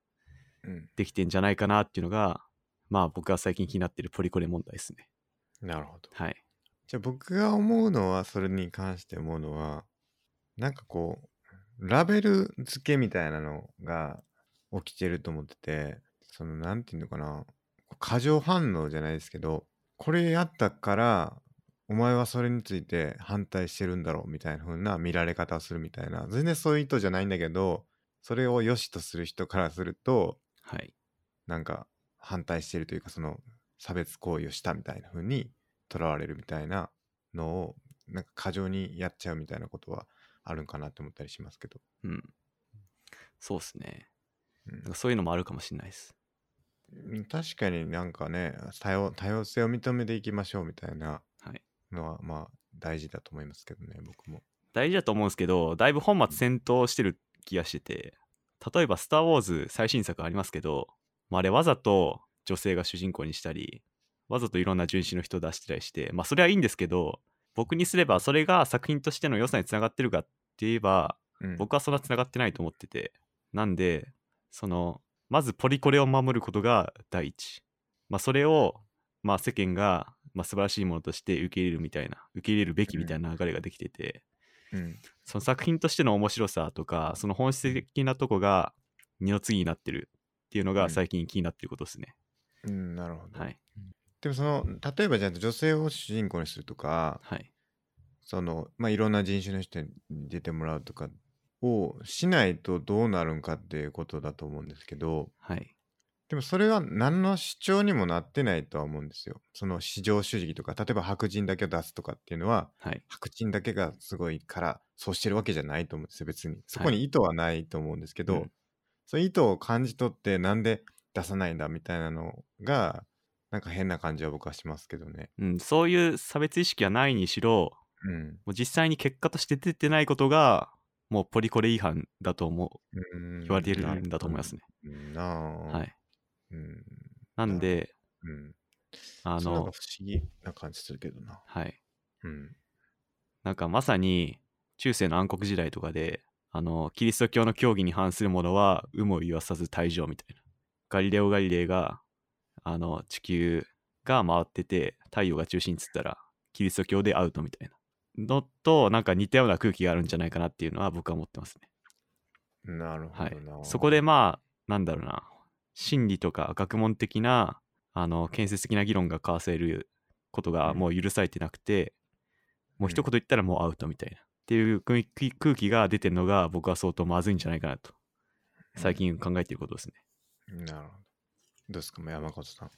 Speaker 1: うん、
Speaker 2: できてんじゃないかなっていうのが、まあ僕が最近気になってるポリコレ問題ですね。
Speaker 1: なるほど。
Speaker 2: はい。
Speaker 1: じゃあ僕が思うのは、それに関して思うのは、なんかこう、ラベル付けみたいなのが起きてると思ってて、その、なんていうのかな、過剰反応じゃないですけど、これやったから、お前はそれについて反対してるんだろうみたいな風な見られ方をするみたいな、全然そういう意図じゃないんだけど、それを良しとする人からすると、
Speaker 2: はい。
Speaker 1: なんか反対してるというかその差別行為をしたみたいな風にとらわれるみたいなのをなんか過剰にやっちゃうみたいなことはあるんかなって思ったりしますけど、
Speaker 2: うん。そうっすね。
Speaker 1: うん
Speaker 2: なんかそういうのもあるかもしれないです。
Speaker 1: うん確かになんかね多様多様性を認めていきましょうみたいな
Speaker 2: はい。
Speaker 1: のはまあ大事だと思いますけどね僕も。
Speaker 2: 大事だと思うんですけど、だいぶ本末転倒してる気がしてて、例えばスター・ウォーズ最新作ありますけど、まあ、あれわざと女性が主人公にしたり、わざといろんな純子の人を出してたりして、まあそれはいいんですけど、僕にすればそれが作品としての良さにつながってるかって言えば、
Speaker 1: うん
Speaker 2: 僕はそんなつながってないと思っててなんでそのまずポリコレを守ることが第一、まあ、それを、まあ、世間が、まあ、素晴らしいものとして受け入れるみたいな受け入れるべきみたいな流れができてて、
Speaker 1: うん
Speaker 2: その作品としての面白さとかその本質的なとこが二の次になってるっていうの
Speaker 1: う
Speaker 2: が
Speaker 1: ん
Speaker 2: 最近気になってることですね、
Speaker 1: うん、なるほど、
Speaker 2: はい
Speaker 1: でもその例えばじゃあ女性を主人公にするとか
Speaker 2: はい
Speaker 1: そのまあいろんな人種の人に出てもらうとかをしないとどうなるんかっていうことだと思うんですけど
Speaker 2: はい
Speaker 1: でもそれは何の主張にもなってないとは思うんですよ。その市場主義とか例えば白人だけを出すとかっていうのは
Speaker 2: はい
Speaker 1: 白人だけがすごいからそうしてるわけじゃないと思うんですよ別に。そこに意図はないと思うんですけど、
Speaker 2: うん
Speaker 1: その意図を感じ取ってなんで出さないんだみたいなのがなんか変な感じは僕はしますけどね。
Speaker 2: うん、そういう差別意識はないにしろ
Speaker 1: うん。
Speaker 2: もう実際に結果として出てないことがもうポリコレ違反だと思
Speaker 1: う
Speaker 2: う
Speaker 1: ん
Speaker 2: 言われるんだと思いますね。
Speaker 1: うんなあ。
Speaker 2: は。い。
Speaker 1: うん。
Speaker 2: なんで、
Speaker 1: うん。
Speaker 2: あ
Speaker 1: そうなん
Speaker 2: の
Speaker 1: か、不思議な感じするけどな。
Speaker 2: はい。
Speaker 1: うん。
Speaker 2: なんかまさに、中世の暗黒時代とかで、あの、キリスト教の教義に反するものは、有無を言わさず退場みたいな。ガリレオ・ガリレイが、あの、地球が回ってて、太陽が中心っつったら、キリスト教でアウトみたいな。のと、なんか似たような空気があるんじゃないかなっていうのは僕は思ってますね。
Speaker 1: なるほ
Speaker 2: は
Speaker 1: ど
Speaker 2: い
Speaker 1: な。。
Speaker 2: そこでまあ、なんだろうな、心理とか学問的な、あの、建設的な議論が交わせることが
Speaker 1: うん
Speaker 2: もう許されてなくて、もう一
Speaker 1: う
Speaker 2: 言言ったらもうアウトみたいな、っていう空気空気が出てるのが僕は相当まずいんじゃないかなと、最近考えていることですね。
Speaker 1: なるほど。どうですか、山本さん。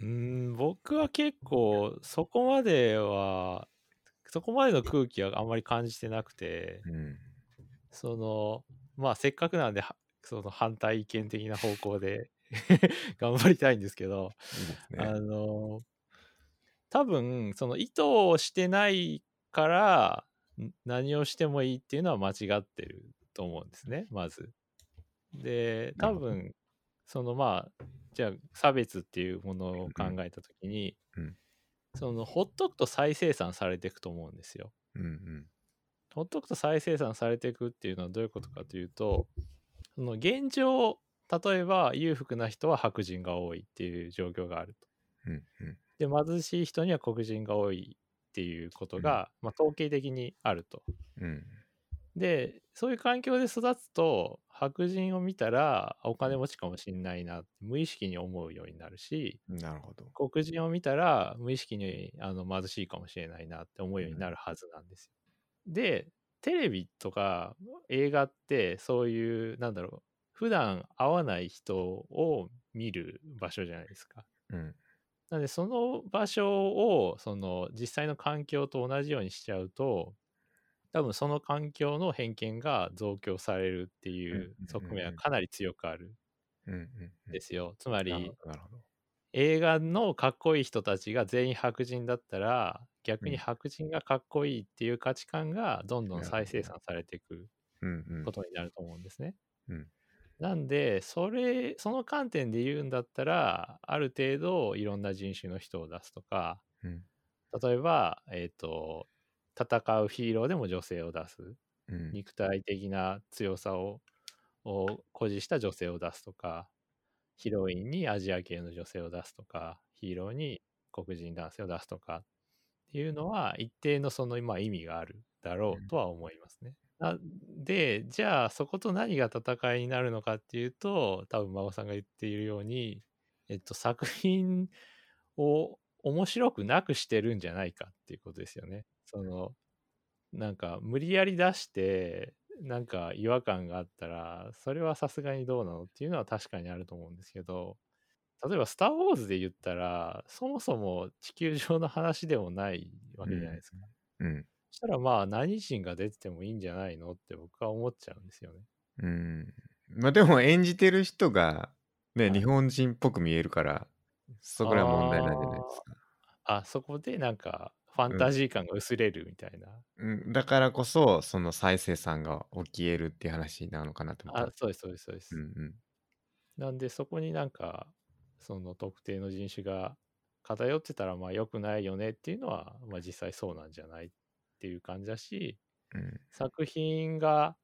Speaker 3: うーん、僕は結構そこまでは、そこまでの空気はあんまり感じてなくて、
Speaker 1: うん。
Speaker 3: その、まあせっかくなんで、はその反対意見的な方向で 頑張りたいんですけど、
Speaker 1: いいです
Speaker 3: あ
Speaker 1: ね。
Speaker 3: の多分その意図をしてないからん何をしてもいいっていうのは間違ってると思うんですねまず。で
Speaker 1: な
Speaker 3: 多
Speaker 1: るほど
Speaker 3: 分そのまあじゃあ差別っていうものを考えた時に、
Speaker 1: うん
Speaker 3: そのほっとくと再生産されていくと思うんですよ。
Speaker 1: うんうん。
Speaker 3: ほっとくと再生産されていくっていうのはどういうことかというとその現状例えば裕福な人は白人が多いっていう状況があると。
Speaker 1: うん
Speaker 3: で貧しい人には黒人が多いっていうことが、まあ、統計的にあると。
Speaker 1: うん。うん。
Speaker 3: でそういう環境で育つと白人を見たらあお金持ちかもしんないなって無意識に思うようになるし
Speaker 1: なるほど。
Speaker 3: 黒人を見たら無意識にあの貧しいかもしれないなって思うようになるはずなんですよ。でテレビとか映画ってそういうなんだろう普段会わない人を見る場所じゃないですか。
Speaker 1: うん。
Speaker 3: なんでその場所をその実際の環境と同じようにしちゃうと多分その環境の偏見が増強されるってい
Speaker 1: うんうん
Speaker 3: う
Speaker 1: うん
Speaker 3: 側面はかなり強くある
Speaker 1: うんうんうんん
Speaker 3: ですよ。つま
Speaker 1: なる
Speaker 3: り
Speaker 1: ほどなるほど
Speaker 3: 映画のかっこいい人たちが全員白人だったら逆
Speaker 1: う
Speaker 3: に
Speaker 1: ん
Speaker 3: 白人がかっこいいっていう価値観がどんどん再生産されていく
Speaker 1: うんうん
Speaker 3: ことになると思うんですね。
Speaker 1: うん
Speaker 3: なんでそれその観点で言うんだったらある程度いろんな人種の人を出すとか
Speaker 1: うん
Speaker 3: 例えば、えー、と戦うヒーローでも女性を出す
Speaker 1: うん
Speaker 3: 肉体的な強さをを誇示した女性を出すとかヒロインにアジア系の女性を出すとかヒーローに黒人男性を出すとかっていうのは一定のその今意味があるだろうとは思いますね。なでじゃあそこと何が戦いになるのかっていうと多分馬場さんが言っているように、えっと、作品を面白くなくしてるんじゃないかっていうことですよね。そのなんか無理やり出してなんか違和感があったらそれはさすがにどうなのっていうのは確かにあると思うんですけど例えば「スター・ウォーズ」で言ったらそもそも地球上の話でもないわけじゃないですか。
Speaker 1: うん
Speaker 3: そしたらまあ何人が出ててもいいんじゃないのって僕は思っちゃうんですよね。
Speaker 1: うんまあでも演じてる人がね
Speaker 3: はい
Speaker 1: 日本人っぽく見えるからそこらは問題ないじゃないですか
Speaker 3: あそこでなんかファンタジー感が薄れるみたいな。
Speaker 1: うん、だからこそその再生産が起きえるっていう話なのかなと思った
Speaker 3: あそうですそうですそうです。
Speaker 1: うんうん
Speaker 3: なんでそこになんかその特定の人種が偏ってたらまあ良くないよねっていうのは、まあ、実際そうなんじゃないっていう感じだし
Speaker 1: うん
Speaker 3: 作品が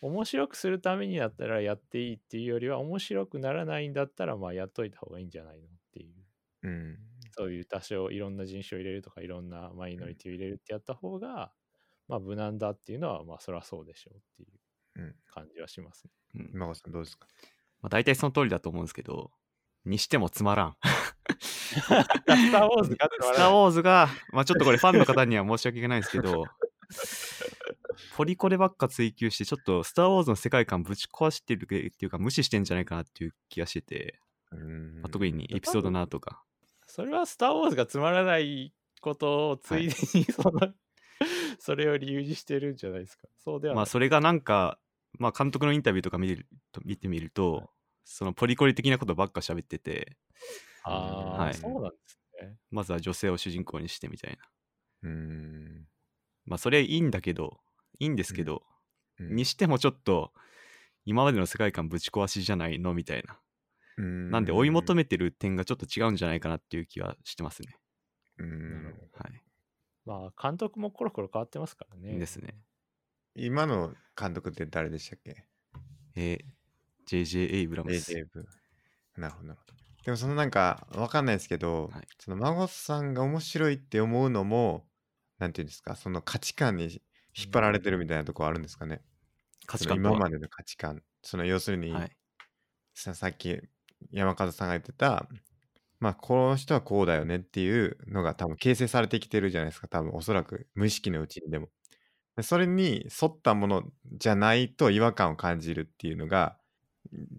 Speaker 3: 面白くするためにだったらやっていいっていうよりは面白くならないんだったらまあやっといた方がいいんじゃないのっていう
Speaker 1: うん
Speaker 3: そういう多少いろんな人種を入れるとかいろんなマイノリティを入れるってやった方がまあ無難だっていうのはまあそりゃそうでしょうっていう
Speaker 1: うん
Speaker 3: 感じはします ね。
Speaker 2: うんま
Speaker 1: 今子さんどうですか
Speaker 2: あ、大体その通りだと思うんですけど、にしてもつまらん。
Speaker 3: スター・ウォーズがって
Speaker 2: スター・ウォーズが、まあ、ちょっとこれファンの方には申し訳ないんですけ ど、ポリコレばっか追求して、ちょっとスター・ウォーズの世界観ぶち壊してるっていうか、無視してんじゃないかなっていう気がしてて、
Speaker 1: うん
Speaker 2: まあ特にエピソードなとか。
Speaker 3: それは「スター・ウォーズ」がつまらないことをついでに その、それを理由にしてるんじゃないですか。そうではな
Speaker 2: ま
Speaker 3: い。
Speaker 2: あそれがなんか、まあ監督のインタビューとか見ると見てみると、そのポリコレ的なことばっか喋ってて、
Speaker 3: あー
Speaker 2: はい
Speaker 3: そうなんですね。
Speaker 2: まずは女性を主人公にしてみたいな。
Speaker 1: うん
Speaker 2: まあそれいいんだけど、いいんですけど、
Speaker 1: うん
Speaker 2: にしてもちょっと、今までの世界観ぶち壊しじゃないのみたいな。
Speaker 1: うん
Speaker 2: なんで追い求めてる点がちょっと違うんじゃないかなっていう気はしてますね。
Speaker 1: うん
Speaker 3: なるほ
Speaker 2: はい。
Speaker 3: まあ監督もコロコロ変わってますからね。
Speaker 2: ですね。
Speaker 1: 今の監督って誰でしたっけ
Speaker 2: えー、JJ エイブラムス。
Speaker 1: AJ 部なるほどなるほどでもそのなんかわかんないですけど、
Speaker 2: はい
Speaker 1: その孫さんが面白いって思うのもなんていうんですかその価値観に引っ張られてるみたいなとこあるんですかね、
Speaker 2: 価値
Speaker 1: その
Speaker 2: 観とは
Speaker 1: 今までの価値観その要するに、
Speaker 2: はい。
Speaker 1: ささっき山和さんが言ってたまあこの人はこうだよねっていうのが多分形成されてきてるじゃないですか多分おそらく無意識のうちにでもでそれに沿ったものじゃないと違和感を感じるっていうのが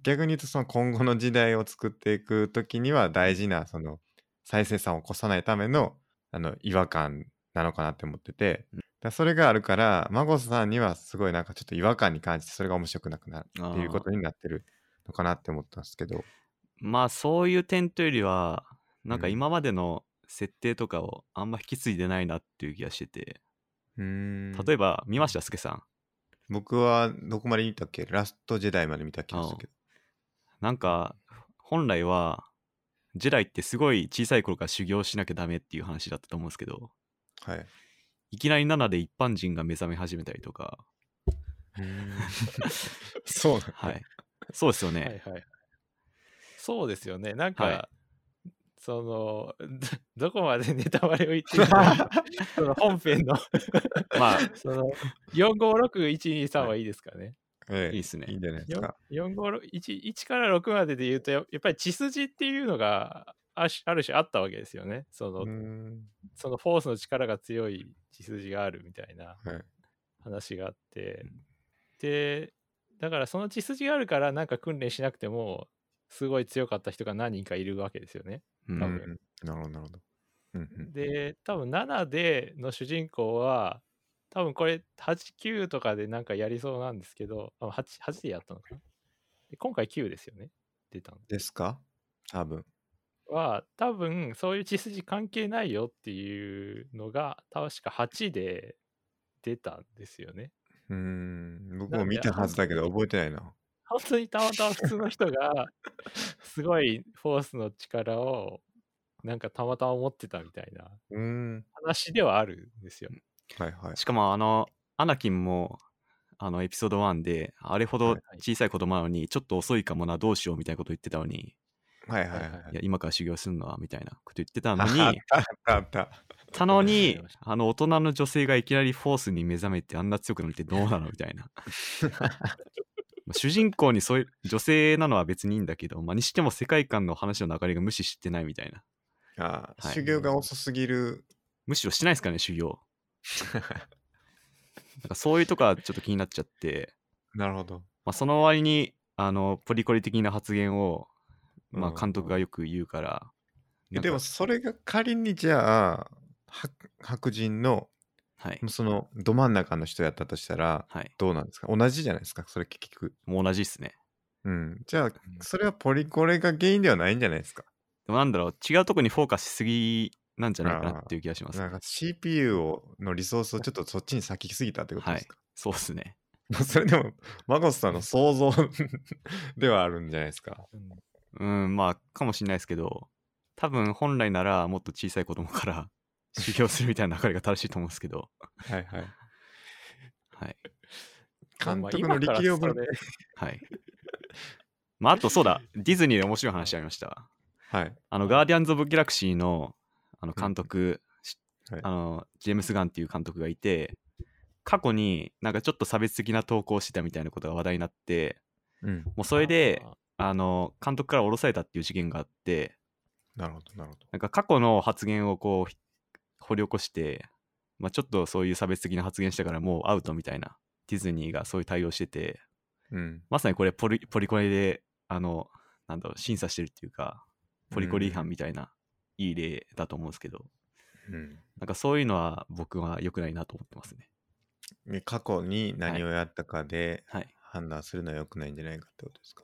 Speaker 1: 逆に言うとその今後の時代を作っていく時には大事なその再生産を起こさないためのあの違和感なのかなって思っててだからそれがあるから孫さんにはすごいなんかちょっと違和感に感じてそれが面白くなくなる
Speaker 2: あ
Speaker 1: っていうこ
Speaker 2: ー
Speaker 1: とになってるのかなって思ったんですけど。
Speaker 2: まあそういう点というよりは、なんか
Speaker 1: うん
Speaker 2: 今までの設定とかをあんま引き継いでないなっていう気がしてて、例
Speaker 1: 例
Speaker 2: えば見ました、すけさん。
Speaker 1: 僕はどこまで見たっけラストジェダイまで見た気がするけど。
Speaker 2: なんか本来は、ジェダイってすごい小さい頃から修行しなきゃダメっていう話だったと思うんですけど、
Speaker 1: はい。
Speaker 2: いきなり7で一般人が目覚め始めたりとか、
Speaker 1: そうなん
Speaker 2: はい。そうですよね。
Speaker 3: はいはいはい。そうですよね。なんか、
Speaker 2: は
Speaker 3: その どどこまでネタバレを言っていい のかその本編の
Speaker 2: まあ、
Speaker 3: その456123はいいですかね。
Speaker 1: ええ
Speaker 2: いいっすね
Speaker 1: いいんじゃないです
Speaker 3: よ
Speaker 1: か。
Speaker 3: 4 5 6 1から6までで言うとややっぱり血筋っていうのがあしある種あったわけですよねその,、
Speaker 1: うーん
Speaker 3: そのフォースの力が強い血筋があるみたいな
Speaker 1: はい
Speaker 3: 話があって、
Speaker 2: うん
Speaker 3: でだからその血筋があるからなんか訓練しなくてもすごい強かった人が何人かいるわけですよね。
Speaker 2: う
Speaker 1: うん
Speaker 3: 多
Speaker 1: うん
Speaker 2: ん、
Speaker 3: 分
Speaker 1: なるほど、なるほど。うんうん
Speaker 3: で多分7での主人公は多分これ8、9とかでなんかやりそうなんですけど、あ8、8でやったのかなで今回9ですよね出たの
Speaker 1: ですか多分。
Speaker 3: は、多分そういう血筋関係ないよっていうのが、確か8で出たんですよね。
Speaker 1: うーん、僕も見たはずだけど覚えてないな。
Speaker 3: 本当にたまたま普通の人がすごいフォースの力をなんかたまたま持ってたみたいな
Speaker 1: うーん。
Speaker 3: 話ではあるんですよ。
Speaker 1: はいはい。
Speaker 2: しかもあの、アナキンも、あの、エピソード1で、あれほ
Speaker 1: は
Speaker 2: ど
Speaker 1: いは
Speaker 2: 小さい子供なのに、ちょっと遅いかもな、どうしようみたいなこと言ってたのに、
Speaker 1: はいはい
Speaker 3: はい
Speaker 1: はいい。
Speaker 2: や、今から修行するのは、みたいなこと言ってたの
Speaker 1: あっ
Speaker 2: に、
Speaker 1: たあったあった。
Speaker 2: たの
Speaker 3: わ か
Speaker 2: に
Speaker 3: りまし、
Speaker 2: あの、大人の女性がいきなりフォースに目覚めて、あんな強くなるってどうなのみた いな。まあ主人公にそういう、女性なのは別にいいんだけど、まあ、にしても世界観の話の流れが無視してないみたいな。
Speaker 1: あー
Speaker 2: はい
Speaker 1: 修行が遅すぎる。
Speaker 2: むしろしてないですかね、修行。なんかそういうとこはちょっと気になっちゃって、
Speaker 1: なるほど。
Speaker 2: まあ、その割にあのポリコリ的な発言を、まあ、
Speaker 1: うん
Speaker 2: 監督がよく言うから、
Speaker 1: え
Speaker 2: なんか
Speaker 1: でもそれが仮にじゃあ、白白人の
Speaker 2: はい、
Speaker 1: そのど真ん中の人やったとしたら、
Speaker 2: はい、
Speaker 1: どうなんですか同じじゃないですかそれ結局。
Speaker 2: もう同じですね
Speaker 1: うん。じゃあ、それはポリコレが原因ではないんじゃないですか。
Speaker 2: でもなんだろう違うとこにフォーカスしすぎなんじゃないかなっていう気がします
Speaker 1: なんか CPU をのリソースをちょっとそっちに先行きすぎたってことですか、
Speaker 2: そうですね
Speaker 1: まあそれでも、マコスさんの想像 ではあるんじゃないですか。
Speaker 3: うん
Speaker 2: うんまあかもしれないですけど多分本来ならもっと小さい子供から 修行するみたいな流れが正しいと思うんですけど、
Speaker 1: はいはい。
Speaker 2: はい
Speaker 1: 監
Speaker 3: まあ
Speaker 1: 督の力量分
Speaker 3: 今からそれ
Speaker 2: はい、まああとそうだディズニーで面白い話ありました
Speaker 1: はい。
Speaker 2: あの、
Speaker 3: はい
Speaker 2: ガーディアンズ・オブ・ギャラクシーのあの監督、し
Speaker 1: はい
Speaker 2: あの、ジェームス・ガンっていう監督がいて、過去になんかちょっと差別的な投稿をしてたみたいなことが話題になって、
Speaker 1: うん。
Speaker 2: もうそれで、
Speaker 3: あ
Speaker 2: あの、監督から降ろされたっていう事件があって、
Speaker 1: なるほど、なるほど。
Speaker 2: なんか過去の発言をこう、ひ掘り起こして、まあ、ちょっとそういう差別的な発言したからもうアウトみたいな、ディズニーがそういう対応してて、
Speaker 1: うん。
Speaker 2: まさにこれポリ、ポリコレで、あの、なんだろう、審査してるっていうか、ポリコレ違反みたいな、いい例だと思うんですけど、
Speaker 1: うん
Speaker 2: なんかそういうのは僕は良くないなと思ってますね。
Speaker 1: ね過去に何をやったかで
Speaker 2: はい。
Speaker 1: 判断するのは良くないんじゃないかってことですか。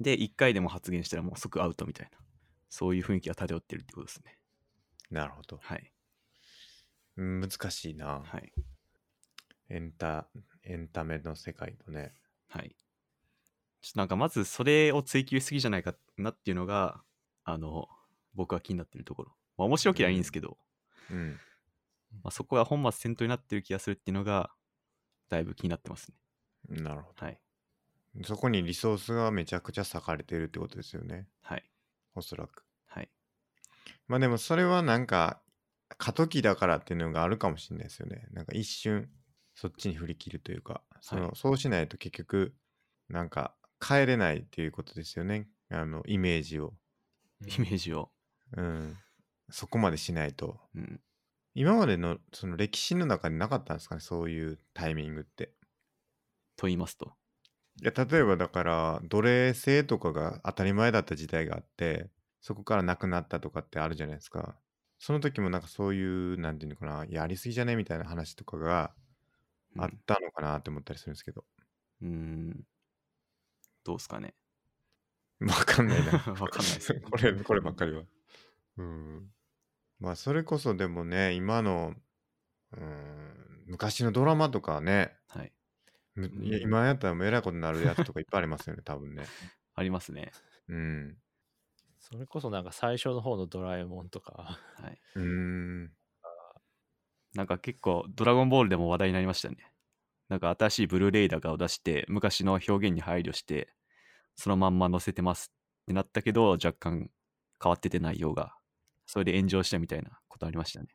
Speaker 2: で、1回でも発言したらもう即アウトみたいな、そういう雰囲気が漂ってるってことですね。
Speaker 1: なるほど。
Speaker 2: はい。
Speaker 1: うん難しいな。
Speaker 2: はい。
Speaker 1: エンタ、エンタメの世界とね。
Speaker 2: はい。ちょっとなんかまずそれを追求しすぎじゃないかなっていうのが、あの、僕は気になってるところ。まあ面白きゃいいんですけど、
Speaker 1: うん。
Speaker 2: まあ、そこが本末転倒になってる気がするっていうのが、だいぶ気になってますね。
Speaker 1: なるほ
Speaker 2: はい。
Speaker 1: ど。そこにリソースがめちゃくちゃ割かれてるってことですよね。
Speaker 2: はい。
Speaker 1: おそらく。
Speaker 2: はい。
Speaker 1: まあでもそれはなんか過渡期だからっていうのがあるかもしれないですよね。なんか一瞬そっちに振り切るというか、その、
Speaker 2: はい
Speaker 1: そうしないと結局なんか帰れないっていうことですよね。あのイメージを。
Speaker 3: うん
Speaker 2: イメージを。
Speaker 1: うん。そこまでしないと。
Speaker 2: うん。
Speaker 1: 今までのその歴史の中になかったんですかね、そういうタイミングって。
Speaker 2: と言いますと。
Speaker 1: いや例えばだから奴隷制とかが当たり前だった時代があってそこからなくなったとかってあるじゃないですかその時もなんかそういうなんていうのかなやりすぎじゃねみたいな話とかが
Speaker 2: うん
Speaker 1: あったのかなって思ったりするんですけど、
Speaker 2: うーん。どうですかね。
Speaker 1: わかんないな
Speaker 2: わかんないですね
Speaker 1: これこればっかりはうんまあそれこそでもね今のうん昔のドラマとかはね
Speaker 2: はい。
Speaker 1: む
Speaker 2: ん
Speaker 1: いや今やったらもうえらいことになるやつとかいっぱいありますよね多 分ね
Speaker 2: ありますね。
Speaker 1: うん
Speaker 3: それこそなんか最初の方のドラえもんとか、
Speaker 2: はい。
Speaker 1: うーん
Speaker 2: なんか結構、ドラゴンボールでも話題になりましたね。なんか新しいブルーレイだかを出して、昔の表現に配慮して、そのまんま載せてますってなったけど、若干変わってて内容が。それで炎上したみたいなことありましたね。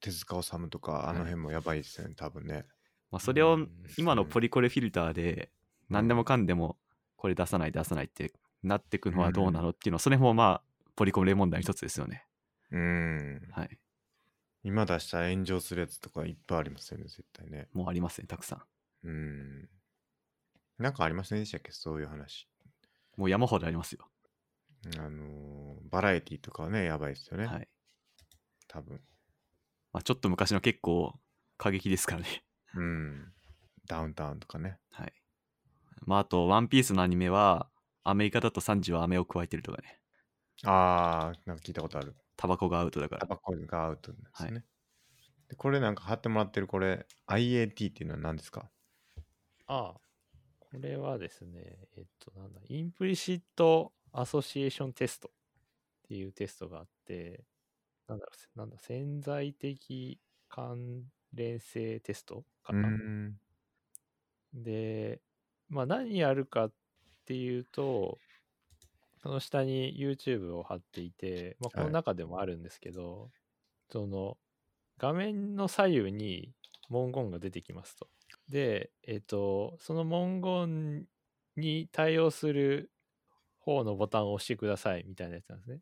Speaker 1: 手塚治虫とかあの辺もやばいですよね、多分ね。
Speaker 2: まあ、それを
Speaker 3: うん
Speaker 2: 今のポリコレフィルターで、何でもかんでもこれ出さない出さないってなってくのはどうなのっていうのは、それもまあ、ポリコレ問題の一つですよね。
Speaker 1: うん。
Speaker 2: はい。
Speaker 1: 今出したら炎上するやつとかいっぱいありますよね、絶対ね。
Speaker 2: もうありますね、たくさん。
Speaker 1: うん。なんかありませんでしたっけそういう話。
Speaker 2: もう山ほどありますよ。
Speaker 1: あのーバラエティとかはね、やばいですよね、
Speaker 2: はい。
Speaker 1: 多分。
Speaker 2: まあ、ちょっと昔の結構過激ですからね。
Speaker 1: うん。ダウンタウンとかね。
Speaker 2: はい。まあ、あと、ワンピースのアニメは、アメリカだとサンジは飴を加えてるとかね。
Speaker 1: ああ、なんか聞いたことある。
Speaker 2: タバコがアウトだか
Speaker 1: タ
Speaker 2: ら。
Speaker 1: バコがアウトなんですね。
Speaker 2: は
Speaker 1: でこれなんか貼ってもらってるこれ IAT っていうのは何ですか
Speaker 3: ああ、これはですね、えっと、なんだ、インプリシットアソシエーションテストっていうテストがあって、なんだろうせ、なんだ、潜在的関連性テストか
Speaker 1: う
Speaker 3: な。
Speaker 1: ん。
Speaker 3: で、まあ何やるかっていうと、その下に YouTube を貼っていて、まあこ
Speaker 1: はい
Speaker 3: の中でもあるんですけど、その画面の左右に文言が出てきますと。で、えっ、と、その文言に対応する方のボタンを押してくださいみたいなやつなんですね。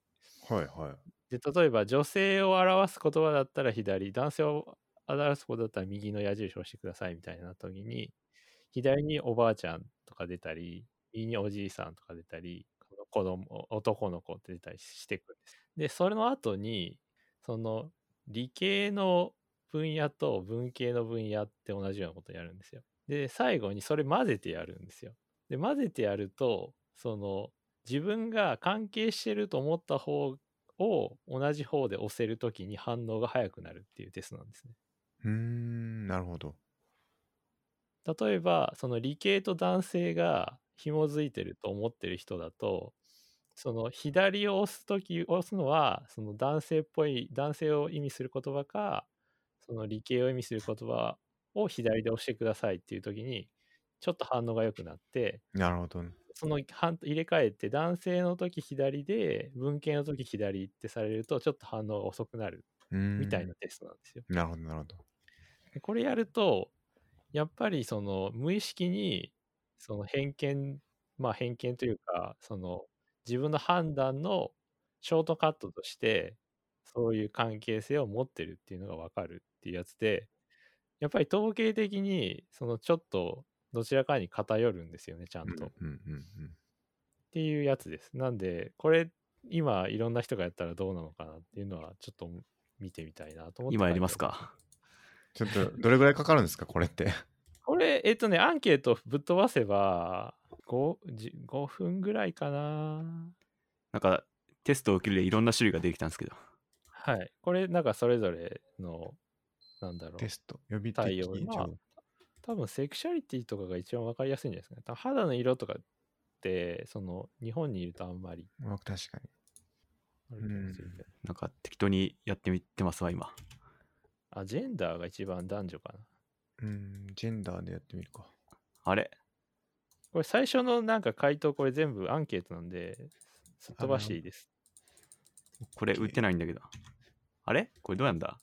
Speaker 1: はいは
Speaker 3: で、例えば女性を表す言葉だったら左、男性を表すことだったら右の矢印を押してくださいみたいな時に、左におばあちゃんとか出たり、右におじいさんとか出たり、子供、男の子って出たりしてくるんです。で、それの後に、その理系の分野と文系の分野って同じようなことやるんですよ。で、最後にそれ混ぜてやるんですよ。で、混ぜてやると、その自分が関係してると思った方を同じ方で押せるときに反応が速くなるっていうテストなんですね。
Speaker 1: い。うーん、なるほど。
Speaker 3: 例えばその理系と男性が紐づいてると思ってる人だとその左を押す時押すのはその男性っぽい男性を意味する言葉かその理系を意味する言葉を左で押してくださいっていう時にちょっと反応が良くなって
Speaker 1: なるほどね。
Speaker 3: その反入れ替えて男性の時左で文系の時左ってされるとちょっと反応が遅くなる
Speaker 1: うーん
Speaker 3: みたいな。テストなんですよ。
Speaker 1: なるほどなるほど。
Speaker 3: でこれやると、やっぱりその無意識に、その偏見、まあ偏見というか、その自分の判断のショートカットとして、そういう関係性を持ってるっていうのがわかるっていうやつで、やっぱり統計的に、そのちょっとどちらかに偏るんですよね、ちゃんと。っ
Speaker 1: うんうんうんうん。
Speaker 3: ていうやつです。なんで、これ、今いろんな人がやったらどうなのかなっていうのは、ちょっと見てみたいなと思って。
Speaker 2: 今やります。か。
Speaker 1: ちょっとどれぐらいかかるんですかこれって。
Speaker 3: これ、えっとね、アンケートぶっ飛ばせば、5, 5分ぐらいかな。
Speaker 2: なんか、テストを受けるでいろんな種類が出てきたんですけど。
Speaker 3: はい。これ、なんかそれぞれの、なんだろう
Speaker 1: テ。スト。予備
Speaker 3: 対
Speaker 1: 的
Speaker 3: 応
Speaker 1: 情
Speaker 3: ま
Speaker 1: 報
Speaker 3: 多分、セクシャリティとかが一番わかりやすいんじゃないですかね。多分肌の色とかって、その、日本にいるとあんまり
Speaker 1: まあ確かに。
Speaker 3: あるかもしれないけど
Speaker 2: なんか、適当にやってみてますわ、今。
Speaker 3: あ、ジェンダーが一番男女かな。
Speaker 1: うん、ジェンダーでやってみるか。
Speaker 2: あれ
Speaker 3: これ、最初のなんか回答、これ全部アンケートなんで、すっ飛ばしていいです。
Speaker 2: これ
Speaker 1: OK
Speaker 2: 打ってないんだけど。あれこれどうやんだ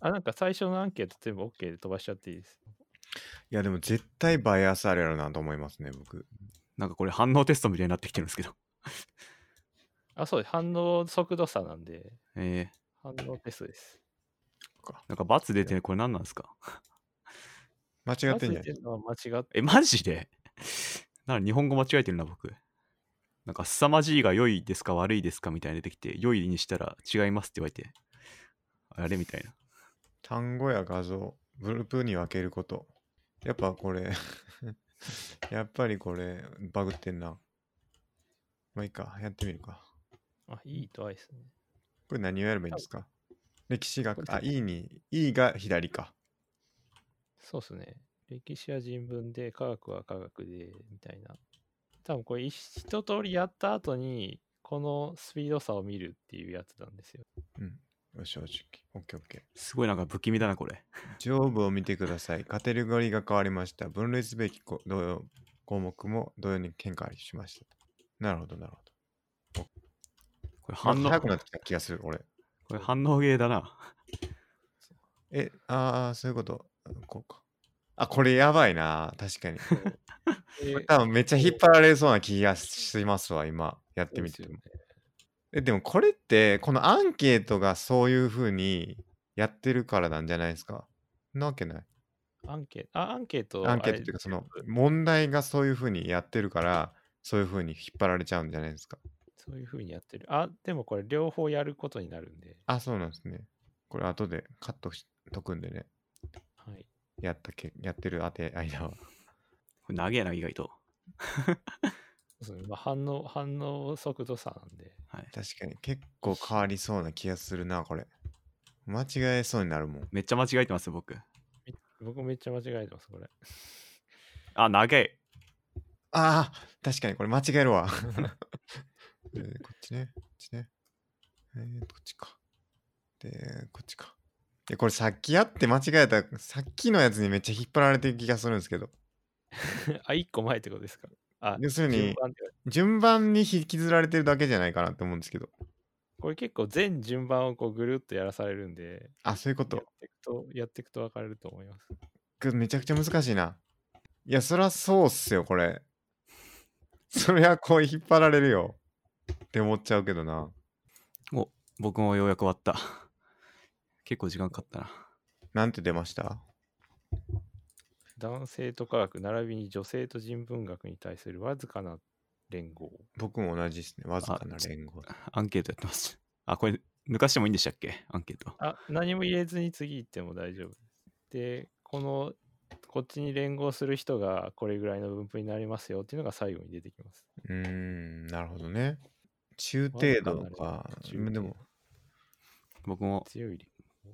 Speaker 3: あ、なんか最初のアンケート全部 OK で飛ばしちゃっていいです。
Speaker 1: いやでも絶対バイアスあるやろなと思いますね僕。
Speaker 2: なんかこれ反応テストみたいになってきてるんですけど。
Speaker 3: あ、そうです。反応速度差なんで、
Speaker 2: えー、
Speaker 3: 反応テストです。
Speaker 2: なんか×出てねこれ何なんですか
Speaker 1: 間違ってんじゃない
Speaker 3: 間違ってんのは間違っ
Speaker 2: え、マジで なんか日本語間違えてるな、僕。なんか、凄まじいが良いですか悪いですかみたいに出てきて、良いにしたら違いますって言われて、あれみたいな。
Speaker 1: 単語や画像、グループに分けること。やっぱこれ、 やっぱりこれ、バグってんな。まあいいか、やってみるか。
Speaker 3: あ、いいとはですね。
Speaker 1: これ何をやればいいんですか歴史学
Speaker 3: こ、れ
Speaker 1: あ、E に、E が左か。
Speaker 3: そうですね。歴史は人文で、科学は科学で、みたいな。多分これ一一通りやった後に、このスピード差を見るっていうやつなんですよ。
Speaker 1: うん。よし、よし、オッケーオッケー。
Speaker 2: すごいなんか不気味だな、これ。
Speaker 1: 上部を見てください。カテゴリーが変わりました。分類すべきこ同様項目も同様に見解しました。なるほど、なるほど。
Speaker 2: これ
Speaker 1: 反
Speaker 2: 反
Speaker 1: 応
Speaker 2: 応、
Speaker 1: 早くなってきた気がする、俺。
Speaker 2: これ反応ゲーだな。
Speaker 1: え、ああ、そういうこと。こうか。あ、これやばいな。確かに。
Speaker 3: で
Speaker 1: 多分めっちゃ引っ張られそうな気がしますわ、今。やってみて
Speaker 3: そう
Speaker 1: も
Speaker 3: です。
Speaker 1: え、でもこれって、このアンケートがそういう風にやってるからなんじゃないですか。そんなわけない。
Speaker 3: アンケート、あ、アンケート。
Speaker 1: アンケートっていうか、その問題がそういう風にやってるから、そういう風に引っ張られちゃうんじゃないですか。
Speaker 3: そういうふうにやってる。あ、でもこれ両方やることになるんで。
Speaker 1: あ、そうなんですね。これ後でカットしとくんでね。やったけやってるあて間は。
Speaker 2: これ長えな、意外と。
Speaker 3: そうですねまあ、反応、反応速度差なんで。
Speaker 2: はい。
Speaker 1: 確かに結構変わりそうな気がするな、これ。間違えそうになるもん。
Speaker 2: めっちゃ間違えてます、僕。
Speaker 3: 僕めっちゃ間違えてます、これ。
Speaker 2: あ、長い。
Speaker 1: ああ、確かにこれ間違えるわ。えーこっちね、こっちね。えー、こっちか。で、こっちか。で、これさっきやって間違えた、さっきのやつにめっちゃ引っ張られてる気がするんですけど、
Speaker 3: あ、一個前ってことですかあ、
Speaker 1: 要するに
Speaker 3: 順番ってこと
Speaker 1: 順番に引きずられてるだけじゃないかなって思うんですけど。
Speaker 3: これ結構全順番をこうぐるっとやらされるんで、
Speaker 1: あ、そういうこ
Speaker 3: やっ
Speaker 1: と。
Speaker 3: ていくと、やっていくと分かれると思います。
Speaker 1: くめちゃくちゃ難しいな。いや、そりゃそうっすよ、これ。 そりゃこう引っ張られるよ。って思っちゃうけどな。
Speaker 2: お、僕もようやく終わった。結構時間かかったな。
Speaker 1: なんて出ました
Speaker 3: 男性と科学、並びに女性と人文学に対するわずかな連合。
Speaker 1: 僕も同じですね。わずかな連合。
Speaker 2: アンケートやってます。あ、これ、抜かしてもいいんでしたっけアンケート。
Speaker 3: あ、何も入れずに次行っても大丈夫です。で、この、こっちに連合する人がこれぐらいの分布になりますよっていうのが最後に出てきます。
Speaker 1: うーん、なるほどね。中程度か
Speaker 3: わず。かな連合
Speaker 1: でも、
Speaker 2: 僕も
Speaker 3: 強い連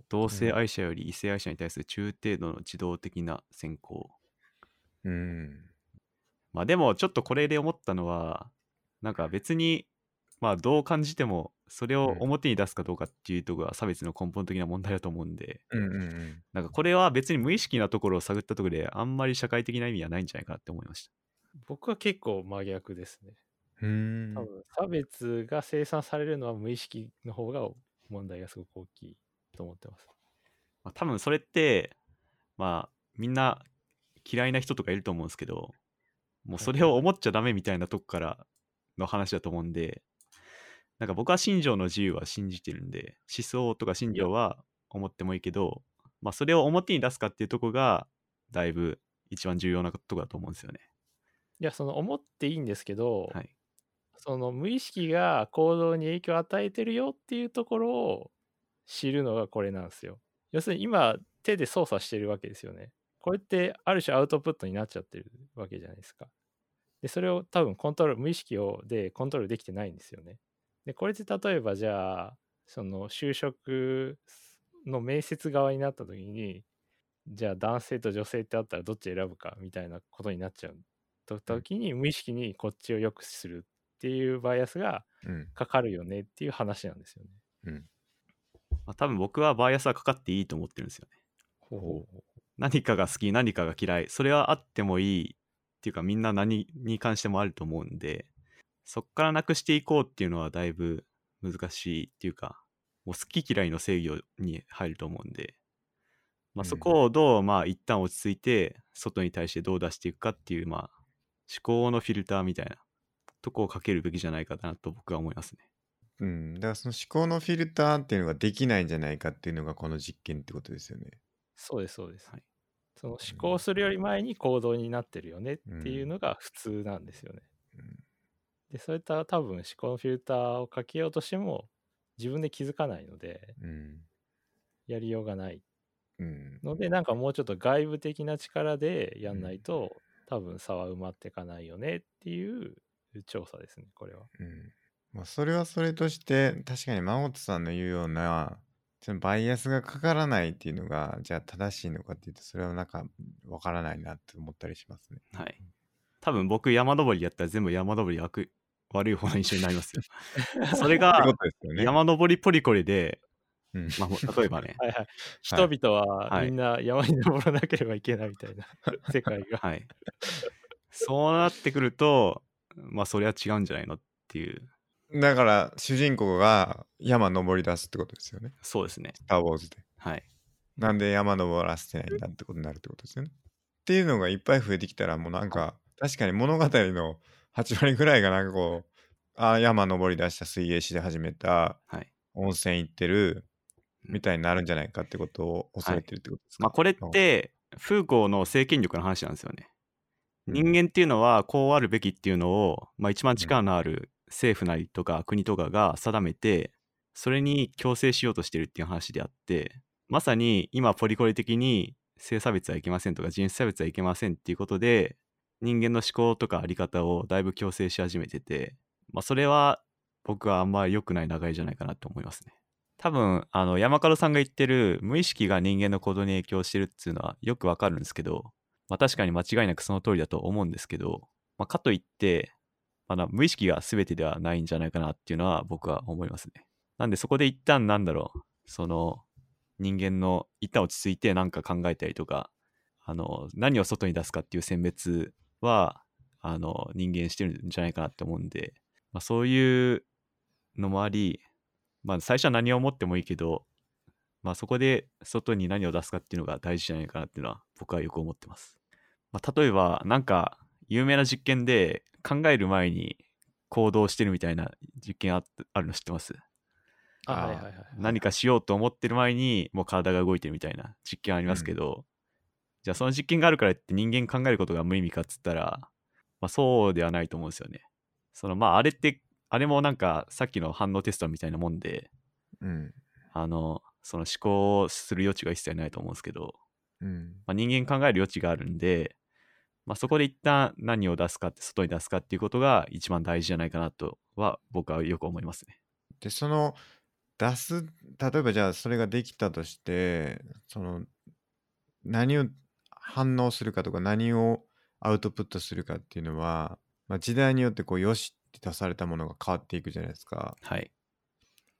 Speaker 2: 同性愛者より異性愛者に対する中程度の自動的な選考。
Speaker 1: うーん。
Speaker 2: まあでもちょっとこれで思ったのはなんか別にまあどう感じてもそれを
Speaker 1: うん
Speaker 2: 表に出すかどうかっていうところが差別の根本的な問題だと思うんで
Speaker 1: うんうんうん。
Speaker 2: なんかこれは別に無意識なところを探ったところであんまり社会的な意味はないんじゃないかなって思いまし
Speaker 3: 僕は結構真逆ですね。
Speaker 1: うーん
Speaker 3: 多分差別が生産されるのは無意識の方が問題がすごく大きいと思ってます。
Speaker 2: た、まあ、多分それってまあみんな嫌いな人とかいると思うんですけどもうそれを思っちゃダメみたいなとこからの話だと思うんでなんか僕は信条の自由は信じてるんで思想とか信条は思ってもいいけど、まあ、それを表に出すかっていうとこがだいぶ一番重要なとこだと思うんですよね。
Speaker 3: いや、その思っていいんですけど、
Speaker 2: はい、
Speaker 3: その無意識が行動に影響を与えてるよっていうところを知るのがこれなんですよ。要するに今手で操作してるわけですよね。これってある種アウトプットになっちゃってるわけじゃないですか。で、それを多分コントロール、無意識をでコントロールできてないんですよね。で、これって例えばじゃあ、その就職の面接側になった時に、じゃあ男性と女性ってあったらどっち選ぶかみたいなことになっちゃう。と時に無意識にこっちを良くするっていうバイアスが
Speaker 1: うん。
Speaker 3: かかるよねっていう話なんですよね。
Speaker 1: うん。
Speaker 2: まあ、多分僕はバイアスはかかっていいと思ってるんですよね。
Speaker 3: ほう
Speaker 1: ほ
Speaker 2: 何かが好き何かが嫌いそれはあってもいいっていうかみんな何に関してもあると思うんでそっからなくしていこうっていうのはだいぶ難しいっていうかもう好き嫌いの制御に入ると思うんで、ま
Speaker 1: う
Speaker 2: あ、
Speaker 1: ん
Speaker 2: そこをどうまあ一旦落ち着いて外に対してどう出していくかっていうまあ思考のフィルターみたいなとこをかけるべきじゃないかなと僕は思いますね。
Speaker 1: うん。だからその思考のフィルターっていうのができないんじゃないかっていうのがこの実験ってことですよね。
Speaker 3: そうです、そうです。
Speaker 2: はい
Speaker 3: その思考するより前に行動になってるよねっていうのが普通なんですよね。
Speaker 1: うん
Speaker 3: で、そういった多分思考のフィルターをかけようとしても自分で気づかないので
Speaker 1: うん。
Speaker 3: やりようがない
Speaker 1: うん。
Speaker 3: ので、なんかもうちょっと外部的な力でやんないと、多分差は埋まっていかないよねっていう調査ですね、これは。、
Speaker 1: うんまあ、それはそれとして確かに真本さんの言うようなそのバイアスがかからないっていうのがじゃあ正しいのかっていうとそれはなんかわからないなって思ったりしますね。
Speaker 2: はい。多分僕山登りやったら全部山登り悪い悪い方の印象になりますよ。それ
Speaker 1: って
Speaker 2: が
Speaker 1: ことですよね。
Speaker 2: 山登りポリコレで、
Speaker 1: うん
Speaker 2: まあ もう例えばね
Speaker 3: はいはい。人々は
Speaker 2: はい
Speaker 3: みんな山に登らなければいけないみたいな世界が。
Speaker 2: はい。そうなってくると、まあそれは違うんじゃないのっていう、
Speaker 1: だから主人公が山登り出すってことですよね。
Speaker 2: そうですね。
Speaker 1: スター・ウォーズで。
Speaker 2: はい。
Speaker 1: なんで山登らせてないんだってことになるってことですよね。っていうのがいっぱい増えてきたらもうなんか確かに物語の8割ぐらいがなんかこうあー山登り出した水泳しで始めた
Speaker 2: はい。
Speaker 1: 温泉行ってる
Speaker 2: うん
Speaker 1: みたいになるんじゃないかってことを恐れてるってことですか、
Speaker 2: まあこれって、フーコーの制権力の話なんですよね。人間っていうのはこうあるべきっていうのを、まあ、一番力のある政府なりとか国とかが定めてそれに強制しようとしてるっていう話であってまさに今ポリコレ的に性差別はいけませんとか人種差別はいけませんっていうことで人間の思考とかあり方をだいぶ強制し始めてて、まあ、それは僕はあんまり良くない流れじゃないかなと思いますね。多分あの山門さんが言ってる無意識が人間の行動に影響してるっていうのはよくわかるんですけど、まあ、確かに間違いなくその通りだと思うんですけど、まあ、かといって、まあな、無意識が全てではないんじゃないかなっていうのは僕は思いますね。なんでそこで一旦なんだろうその人間の一旦落ち着いて何か考えたりとかあの何を外に出すかっていう選別はあの人間してるんじゃないかなって思うんで、まあ、そういうのもあり、まあ、最初は何を思ってもいいけど、まあ、そこで外に何を出すかっていうのが大事じゃないかなっていうのは僕はよく思ってます、まあ、例えばなんか有名な実験で考える前に行動してるみたいな実験ああるの知ってます
Speaker 3: あ
Speaker 1: あー
Speaker 3: はいはいはいはい。
Speaker 2: 何かしようと思ってる前にもう体が動いてるみたいな実験ありますけど、じゃあその実験があるからって人間考えることが無意味かっつったら、まあ、そうではないと思うんですよね。そのまああれってあれもなんかさっきの反応テストみたいなもんで
Speaker 1: うん。
Speaker 2: あのその思考をする余地が一切ないと思うんですけど、
Speaker 1: うん。
Speaker 2: まあ、人間考える余地があるんで、まあ、そこで一旦何を出すかって外に出すかっていうことが一番大事じゃないかなとは僕はよく思いますね。
Speaker 1: でその出す例えばじゃあそれができたとしてその何を反応するかとか何をアウトプットするかっていうのは、まあ、時代によってこうよしって出されたものが変わっていくじゃないですか
Speaker 2: はい。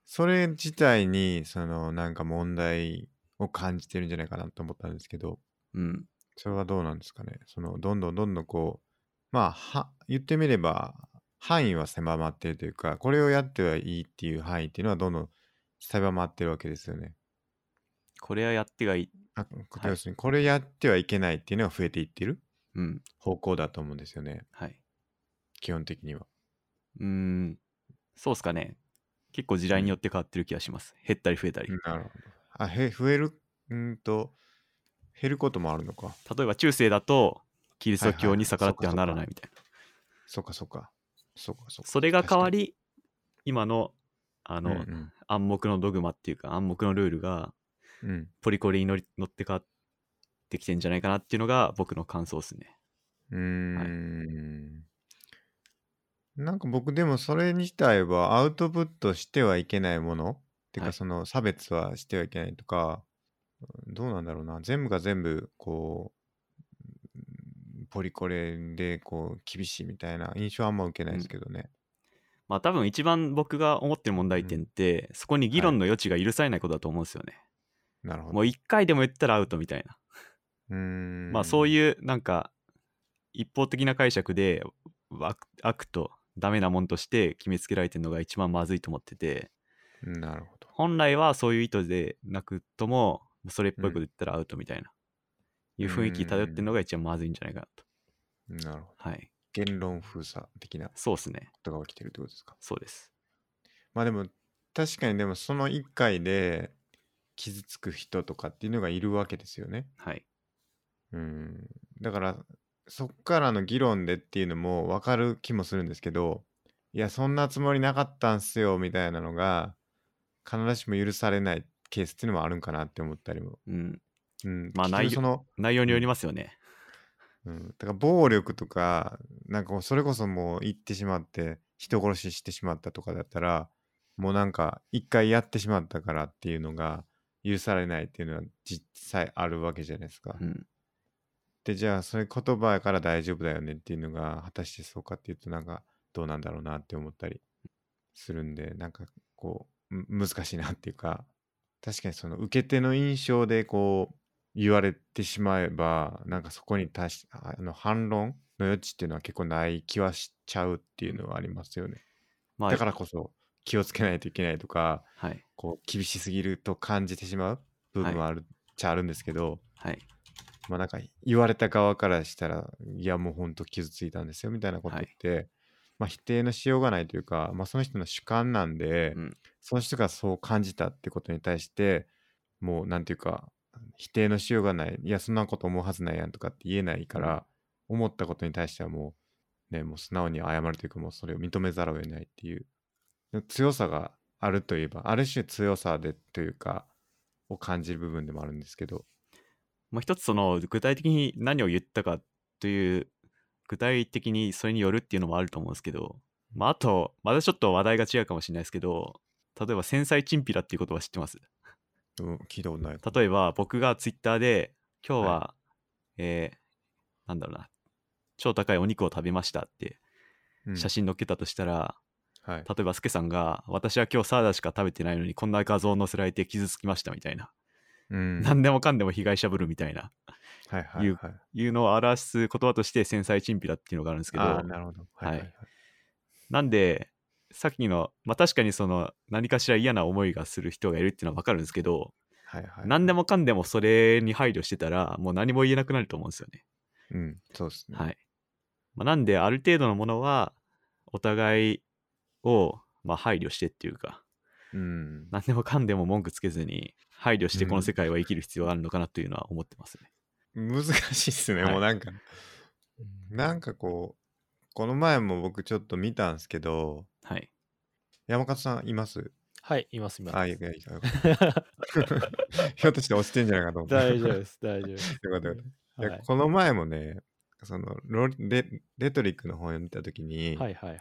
Speaker 1: それ自体にそのなんか問題を感じてるんじゃないかなと思ったんですけど
Speaker 2: うん。
Speaker 1: それはどうなんですかねそのどんどんどんどんこうまあは言ってみれば範囲は狭まってるというかこれをやってはいいっていう範囲っていうのはどんどん狭まってるわけですよね。
Speaker 2: これはやってがいい。
Speaker 1: あ
Speaker 2: い
Speaker 1: 要するにこれやってはいけないっていうのが増えていってる
Speaker 2: うん。
Speaker 1: 方向だと思うんですよね
Speaker 2: はい。
Speaker 1: 基本的には。
Speaker 2: うーん、そうっすかね。結構時代によって変わってる気がします。減ったり増えたり。
Speaker 1: なるほど。あへ増えるうーんと減ることもあるのか。
Speaker 2: 例えば中世だと、キリスト
Speaker 1: はいは
Speaker 2: 教
Speaker 1: い
Speaker 2: に逆らってはならないみたいな。
Speaker 1: そっかそっか。そっかそっか。
Speaker 2: それが変わり、今のあ
Speaker 1: 確
Speaker 2: の、
Speaker 1: かに、うん
Speaker 2: 暗黙のドグマっていうか、暗黙のルールが
Speaker 1: うんうん
Speaker 2: ポリコレに乗り乗って変わってきてんじゃないかなっていうのが僕の感想ですね。
Speaker 1: うーんなんか僕でもそれ自体はアウトプットしてはいけないものっていうか
Speaker 2: はい
Speaker 1: その差別はしてはいけないとかうんどうなんだろうな全部が全部こううんポリコレでこう厳しいみたいな印象はあんま受けないですけどね。
Speaker 2: まあ多分一番僕が思ってる問題点って、そこに議論の余地が許されないことだと思うんですよね。
Speaker 1: なるほど。
Speaker 2: もう一回でも言ったらアウトみたいな。
Speaker 1: うーん
Speaker 2: まあそう
Speaker 1: う
Speaker 2: いうなんか一方的な解釈で悪悪とダメなもんとして決めつけられてるのが一番まずいと思ってて
Speaker 1: なるほど。
Speaker 2: 本来はそういう意図でなくともそれっぽいこと言ったらアウトみたいな、いう雰囲気漂ってるのが一番まずいんじゃないかなと、
Speaker 1: なるほど。
Speaker 2: はい
Speaker 1: 言論封鎖的なこ
Speaker 2: そうですね
Speaker 1: とが起きてるってことですか。
Speaker 2: そうです
Speaker 1: まあでも確かにでもその一回で傷つく人とかっていうのがいるわけですよね。
Speaker 2: はい
Speaker 1: うん。だからそっからの議論でっていうのもわかる気もするんですけど、いやそんなつもりなかったんすよみたいなのが必ずしも許されないケースっていうのもあるんかなって思ったりも。
Speaker 2: うん
Speaker 1: うん。
Speaker 2: まあ
Speaker 1: 結局
Speaker 2: 内容
Speaker 1: その、
Speaker 2: 内容によりますよね、
Speaker 1: うん。だから暴力とか、なんかもうそれこそもう言ってしまって人殺ししてしまったとかだったら、もうなんか一回やってしまったからっていうのが許されないっていうのは実際あるわけじゃないですか。
Speaker 2: うん、
Speaker 1: でじゃあそれ言葉やから大丈夫だよねっていうのが果たしてそうかっていうとなんかどうなんだろうなって思ったりするんでなんかこうむ難しいなっていうか確かにその受け手の印象でこう言われてしまえばなんかそこに対しああの反論の余地っていうのは結構ない気はしちゃうっていうのはありますよね、
Speaker 2: まあ
Speaker 1: だからこそ気をつけないといけないとか
Speaker 2: はい
Speaker 1: こう厳しすぎると感じてしまう部分はある、っちゃあるんですけど、
Speaker 2: はい
Speaker 1: まあなんか言われた側からしたら、いやもう本当傷ついたんですよみたいなことって、まあ否定のしようがないというか、まあその人の主観なんで、
Speaker 2: うん
Speaker 1: その人がそう感じたってことに対して、もうなんていうか、否定のしようがない、いやそんなこと思うはずないやんとかって言えないから、思ったことに対してはもう、ね、もう素直に謝るというか、もうそれを認めざるを得ないっていう、強さがあるといえば、ある種強さでというか、を感じる部分でもあるんですけど、
Speaker 2: まあ、一つその具体的に何を言ったかという具体的にそれによるっていうのもあると思うんですけど、まあ、あとまだちょっと話題が違うかもしれないですけど例えば繊細チンピラっていう言葉知ってます
Speaker 1: うん、聞いたことない。
Speaker 2: 例えば僕がツイッターで今日は、
Speaker 1: は
Speaker 2: えーなんだろうな超高いお肉を食べましたって
Speaker 1: うん
Speaker 2: 写。真載っけたとしたら、
Speaker 1: はい。
Speaker 2: 例えばスケさんが私は今日サラダしか食べてないのにこんな画像を載せられて傷つきましたみたいな、
Speaker 1: うん。
Speaker 2: 何でもかんでも被害者ぶるみたいな
Speaker 1: はいはいいうはい。
Speaker 2: いうのを表す言葉として繊細チンピラっていうのがあるんですけど
Speaker 1: ああ、なるほど。はいはいは
Speaker 2: は
Speaker 1: いい。
Speaker 2: なんでさっきのまあ確かにその何かしら嫌な思いがする人がいるっていうのは分かるんですけど、
Speaker 1: はいはい。
Speaker 2: 何でもかんでもそれに配慮してたらもう何も言えなくなると思うんですよね。
Speaker 1: うん、そうですね。
Speaker 2: はい。まあ、なんで、ある程度のものは、お互いを、まあ、配慮してっていうか、
Speaker 1: うん。
Speaker 2: 何でもかんでも文句つけずに、配慮して
Speaker 1: うん
Speaker 2: この世界は生きる必要があるのかなというのは思ってますね。
Speaker 1: 難しいっすね、
Speaker 2: はい
Speaker 1: もうなんか、
Speaker 3: うん
Speaker 1: なんかこう、この前も僕ちょっと見たんですけど、
Speaker 2: はい。
Speaker 1: 山勝さんいます
Speaker 3: はい、います、います。
Speaker 1: あ、いやいや いやよかった。ひょっとして押してんじゃないかと思って。
Speaker 3: 大丈夫です、大丈夫 です。
Speaker 1: よかったよかっいや
Speaker 3: はい
Speaker 1: この前もね、そのロリレレトリックの本を見たときに、
Speaker 3: はいはいはい。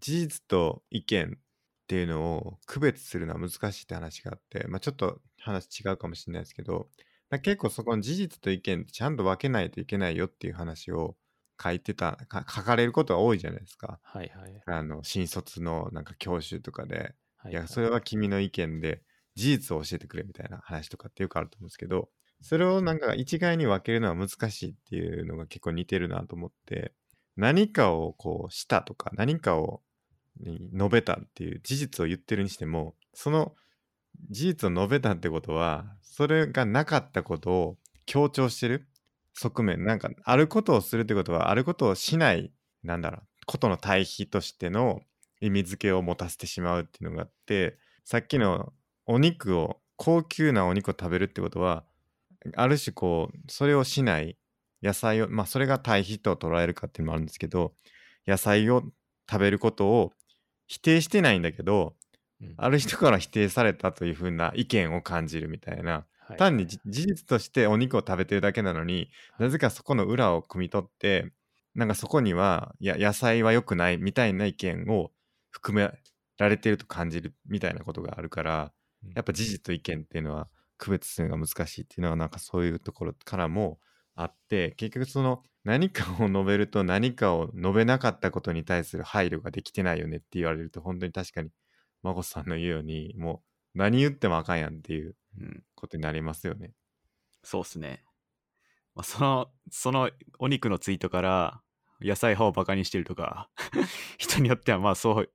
Speaker 1: 事実と意見っていうのを区別するのは難しいって話があって、まあ、ちょっと話違うかもしれないですけどだ結構そこの事実と意見ってちゃんと分けないといけないよっていう話を書いてたか書かれることが多いじゃないですか
Speaker 3: はいはい。
Speaker 1: あの新卒のなんか教習とかで
Speaker 3: はい
Speaker 1: やそれは君の意見で事実を教えてくれみたいな話とかってよくあると思うんですけどそれをなんか一概に分けるのは難しいっていうのが結構似てるなと思って何かをこうしたとか何かをに述べたっていう事実を言ってるにしてもその事実を述べたってことはそれがなかったことを強調してる側面なんかあることをするってことはあることをしないなんだろうことの対比としての意味付けを持たせてしまうっていうのがあってさっきのお肉を高級なお肉を食べるってことはある種こうそれをしない野菜をまあそれが対比と捉えるかっていうのもあるんですけど野菜を食べることを否定してないんだけど
Speaker 3: うん
Speaker 1: ある人から否定されたというふうな意見を感じるみたいな
Speaker 3: はい
Speaker 1: 単にじ事実としてお肉を食べてるだけなのになぜかそこの裏を汲み取ってなんかそこにはいや野菜は良くないみたいな意見を含められてると感じるみたいなことがあるから
Speaker 3: うん
Speaker 1: やっぱ事実と意見っていうのは区別するのが難しいっていうのはなんかそういうところからもあって結局その何かを述べると何かを述べなかったことに対する配慮ができてないよねって言われると本当に確かに孫さんの言うようにもう何言ってもあかんやんっていう
Speaker 2: うん。
Speaker 1: ことになりますよね。
Speaker 2: そうっすね。まあ、その、そのお肉のツイートから、野菜派をバカにしてるとか、 人によってはまあそう、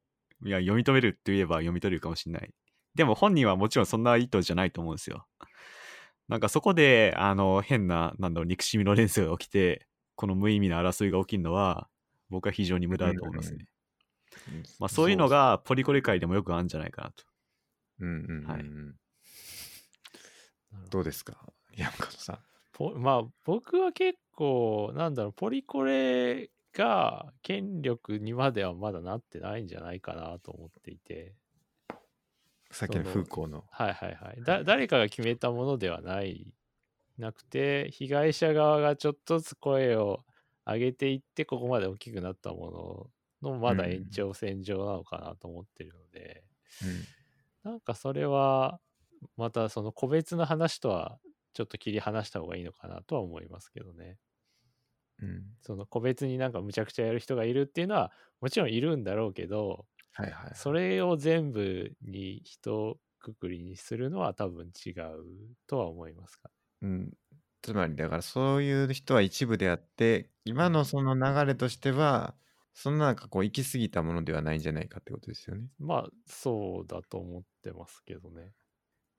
Speaker 2: いや、読み止めるといえば読み取れるかもしれない。でも本人はもちろんそんな意図じゃないと思うんですよ。なんかそこで、あの、変な、なんだろう、憎しみの連鎖が起きて、この無意味な争いが起きるのは、僕は非常に無駄だと思いますね。まあそういうのがポリコレ界でもよくあるんじゃないかなと。
Speaker 1: うんうんうんうん、
Speaker 2: はい
Speaker 3: なるほ ど
Speaker 1: どうですか山本さん。
Speaker 3: ポまあ僕は結構なんだろうポリコレが権力にまではまだなってないんじゃないかなと思っていて
Speaker 1: さっきの
Speaker 3: その
Speaker 1: 風光の。
Speaker 3: はいはいはいだ誰かが決めたものではないなくて被害者側がちょっとずつ声を上げていってここまで大きくなったもののまだ
Speaker 1: うん
Speaker 3: 延長線上なのかなと思ってるので、なんかそれはまたその個別の話とはちょっと切り離した方がいいのかなとは思いますけどね。
Speaker 1: うんうん、
Speaker 3: その個別になんかむちゃくちゃやる人がいるっていうのはもちろんいるんだろうけど
Speaker 1: はいはい。
Speaker 3: それを全部に一括りにするのは多分違うとは思いますか
Speaker 1: うん、つまりだからそういう人は一部であって今のその流れとしてはそのなんかこう行き過ぎたものではないんじゃないかってことですよね。
Speaker 3: まあそうだと思ってますけどね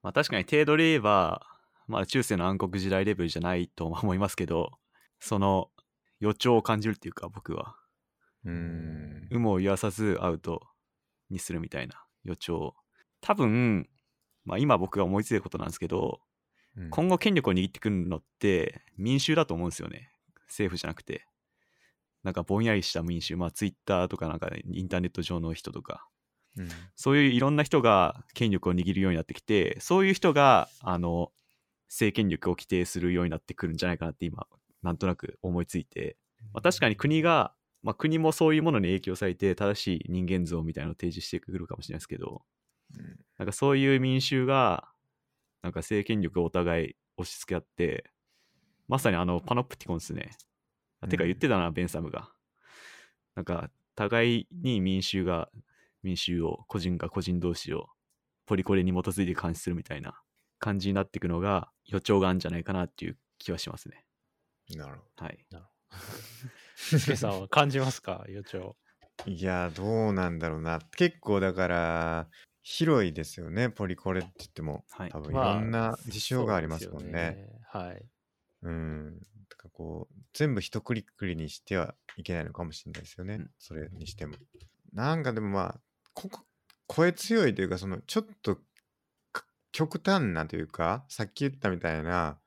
Speaker 2: まあ確かに程度で言えば、まあ中世の暗黒時代レベルじゃないと は思いますけど、その予兆を感じるっていうか僕は、
Speaker 1: うーん。
Speaker 2: 有無を言わさずアウトにするみたいな予兆。多分、まあ今僕が思いついたことなんですけど、
Speaker 1: うん
Speaker 2: 今後権力を握ってくるのって民衆だと思うんですよね。政府じゃなくて。なんかぼんやりした民衆、まあツイッターとかなんかインターネット上の人とか。
Speaker 1: うん
Speaker 2: そういういろんな人が権力を握るようになってきて、そういう人が、あの、政権力を規定するようになってくるんじゃないかなって今なんとなく思いついて、まあ、確かに国が、まあ、国もそういうものに影響されて正しい人間像みたいなのを提示してくるかもしれないですけど
Speaker 1: うん
Speaker 2: なんかそういう民衆がなんか政権力をお互い押し付け合ってまさにあのパノプティコンですね。あてか
Speaker 1: うん
Speaker 2: 言ってたな、ベンサムが。なんか互いに民衆が民衆を個人が個人同士をポリコレに基づいて監視するみたいな感じになっていくのが予兆があるんじゃないかなっていう気はしますね。
Speaker 1: なるほ
Speaker 2: はい。
Speaker 3: スケさんは感じま すか予兆。
Speaker 1: ど。いや、どうなんだろうな。結構だから、広いですよね、ポリコレって言っても。
Speaker 2: はい
Speaker 1: 多分い
Speaker 3: まあ
Speaker 1: ろんな事象がありますもんね。
Speaker 3: そうですよねはい。
Speaker 1: うん。だからこう、全部一クリックリにしてはいけないのかもしれないですよね。
Speaker 2: うん
Speaker 1: それにしても。なんかでもまあ、ここ声強いというか、そのちょっとか極端なというか、さっき言ったみたいな、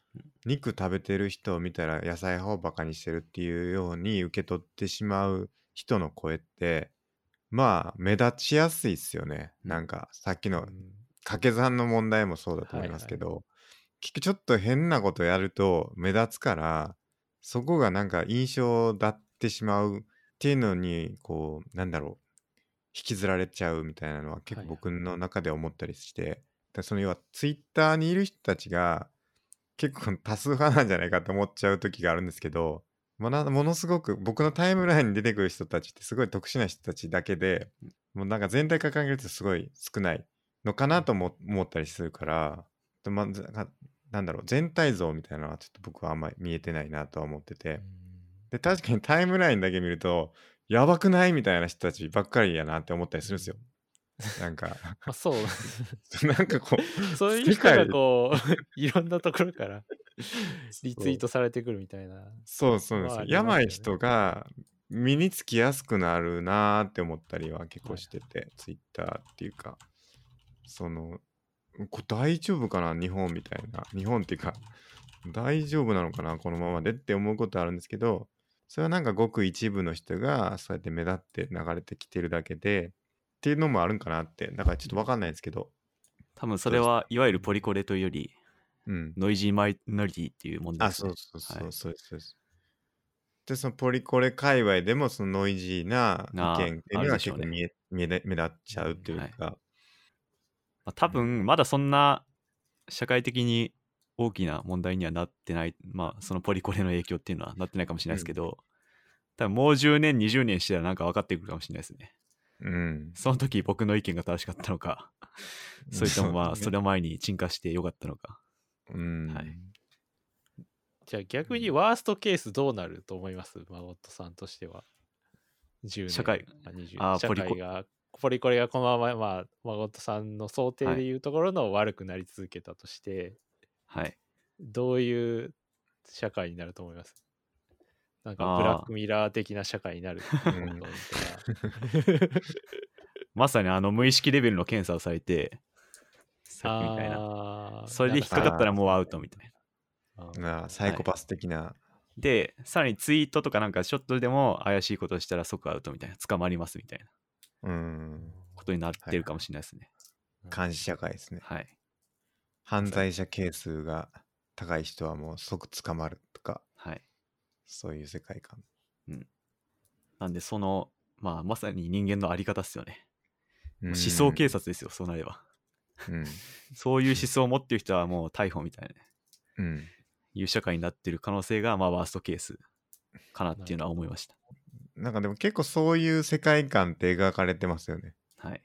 Speaker 1: 肉食べてる人を見たら野菜派をバカにしてるっていうように受け取ってしまう人の声って、まあ目立ちやすいっすよね。なんかさっきの
Speaker 3: うん
Speaker 1: 掛け算の問題もそうだと思いますけど、結局ちょっと変なことやると目立つからそこがなんか印象だってしまうっていうのにこうなんだろう引きずられちゃうみたいなのは結
Speaker 3: はいはい
Speaker 1: 構僕の中で思ったりして、だその要はツイッターにいる人たちが結構多数派なんじゃないかと思っちゃう時があるんですけど、まあなものすごく僕のタイムラインに出てくる人たちってすごい特殊な人たちだけでもうなんか全体から考えるとすごい少ないのかなとも思ったりするから、でまあぜななんだろう全体像みたいなのはちょっと僕はあんまり見えてないなとは思っててで確かにタイムラインだけ見るとやばくないみたいな人たちばっかりやなって思ったりするんですよ。なんか
Speaker 3: まあそう。
Speaker 1: なんかこ
Speaker 3: そういう人がこう、 いろんなところからリツイートされてくるみたいな。
Speaker 1: そうそうなんです
Speaker 3: ま
Speaker 1: よ。
Speaker 3: あありますよね
Speaker 1: 病人が身につきやすくなるなーって思ったりは結構してて、ツイッターっていうか、その、こ大丈夫かな、日本みたいな。日本っていうか、 大丈夫なのかな、このままでって思うことあるんですけど、それはなんかごく一部の人がそうやって目立って流れてきてるだけで、っていうのもあるんかなって、だからちょっとわかんないですけど、
Speaker 2: 多分それはいわゆるポリコレというより
Speaker 1: うん。
Speaker 2: ノイジーマイノリティっていう問題
Speaker 1: あ、
Speaker 2: です、
Speaker 1: そ
Speaker 2: ね
Speaker 1: う。そうそう、
Speaker 2: はい
Speaker 1: そうですそうです。で、そのポリコレ界隈でも、そのノイジーな意見
Speaker 2: あ
Speaker 1: っ
Speaker 2: ー
Speaker 1: ていうの
Speaker 2: ある
Speaker 1: は
Speaker 2: で
Speaker 1: 結
Speaker 2: しょう
Speaker 1: 構
Speaker 2: ね
Speaker 1: 見え見え目立っちゃうという
Speaker 2: はい
Speaker 1: か、
Speaker 2: まあ、多分まだそんな社会的に大きな問題にはなってない、まあ、そのポリコレの影響っていうのはなってないかもしれないですけど、多分もう10年、20年したらなんか分かってくるかもしれないですね。
Speaker 1: うん。
Speaker 2: その時僕の意見が正しかったのか、そ れともまあ、そ
Speaker 1: れ
Speaker 2: れを前に沈下してよかったのか。
Speaker 1: うん。
Speaker 2: はい
Speaker 3: じゃあ逆にワーストケースどうなると思いますマゴットさんとしては。10年
Speaker 2: 社会
Speaker 3: あ20年
Speaker 2: あー
Speaker 3: 社
Speaker 2: ポリコ
Speaker 3: 会がポリコレがこのまま、まあ、マゴットさんの想定
Speaker 2: はい
Speaker 3: でいうところの悪くなり続けたとして、
Speaker 2: はい。
Speaker 3: どういう社会になると思いますなんか
Speaker 2: あー
Speaker 3: ブラックミラー的な社会になると思うのとか
Speaker 2: まさにあの無意識レベルの検査をされて、さっきみたいな。
Speaker 3: あー
Speaker 2: それで引っかかったらもうアウトみたいな。
Speaker 3: なんか
Speaker 1: なサイコパス的な、
Speaker 2: で、さらにツイートとかなんかちょっとでも怪しいことしたら即アウトみたいな、捕まりますみたいな
Speaker 1: うん、
Speaker 2: ことになってるかもしれないですね。
Speaker 1: 監視社会ですね。
Speaker 2: はい
Speaker 1: 犯罪者係数が高い人はもう即捕まるとか、
Speaker 2: はい。
Speaker 1: そういう世界観。
Speaker 2: なんで、その、まあ、まさに人間のあり方っすよね。
Speaker 1: 思
Speaker 2: 思想警察ですよ、そうなれ ば。
Speaker 1: うん。
Speaker 2: そういう思想を持ってる人はもう逮捕みたいな、
Speaker 1: うん
Speaker 2: いう社会になってる可能性が、まあ、ワーストケースかなっていうのは思いました。
Speaker 1: なんかでも結構そういう世界観って描かれてますよね。
Speaker 2: はい。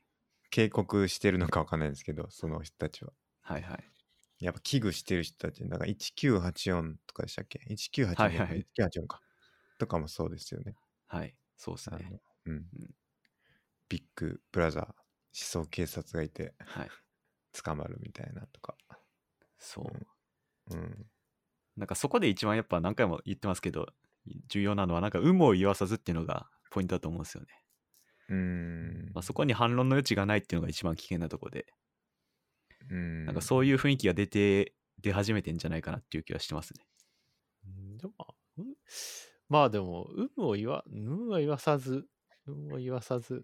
Speaker 1: 警告してるのかわかんないですけど、その人たちは。
Speaker 2: はいはい。
Speaker 1: やっぱ危惧してる人たち、なんか1984とかでしたっけ ?1984 か、
Speaker 2: はいはい
Speaker 1: 1984か。とかもそうですよね。
Speaker 2: はい。そうです
Speaker 1: あの
Speaker 2: ね。
Speaker 1: うん
Speaker 2: ん
Speaker 1: ビッグブラザー、思想警察がいて
Speaker 2: はい。
Speaker 1: 捕まるみたいなとか。。
Speaker 2: そううん
Speaker 1: うん、
Speaker 2: なんかそこで一番やっぱ何回も言ってますけど、重要なのは、なんか、有無を言わさずっていうのがポイントだと思うんですよね。
Speaker 1: うーん
Speaker 2: まあ、そこに反論の余地がないっていうのが一番危険なとこで、
Speaker 1: うん
Speaker 2: なんかそう
Speaker 1: いう
Speaker 2: いう雰囲気が出て、出始めてんじゃないかなっていう気はしてますね。
Speaker 3: うんでもまあうまあでも、有無を言わ、有無は言わさず、有無を言わさず、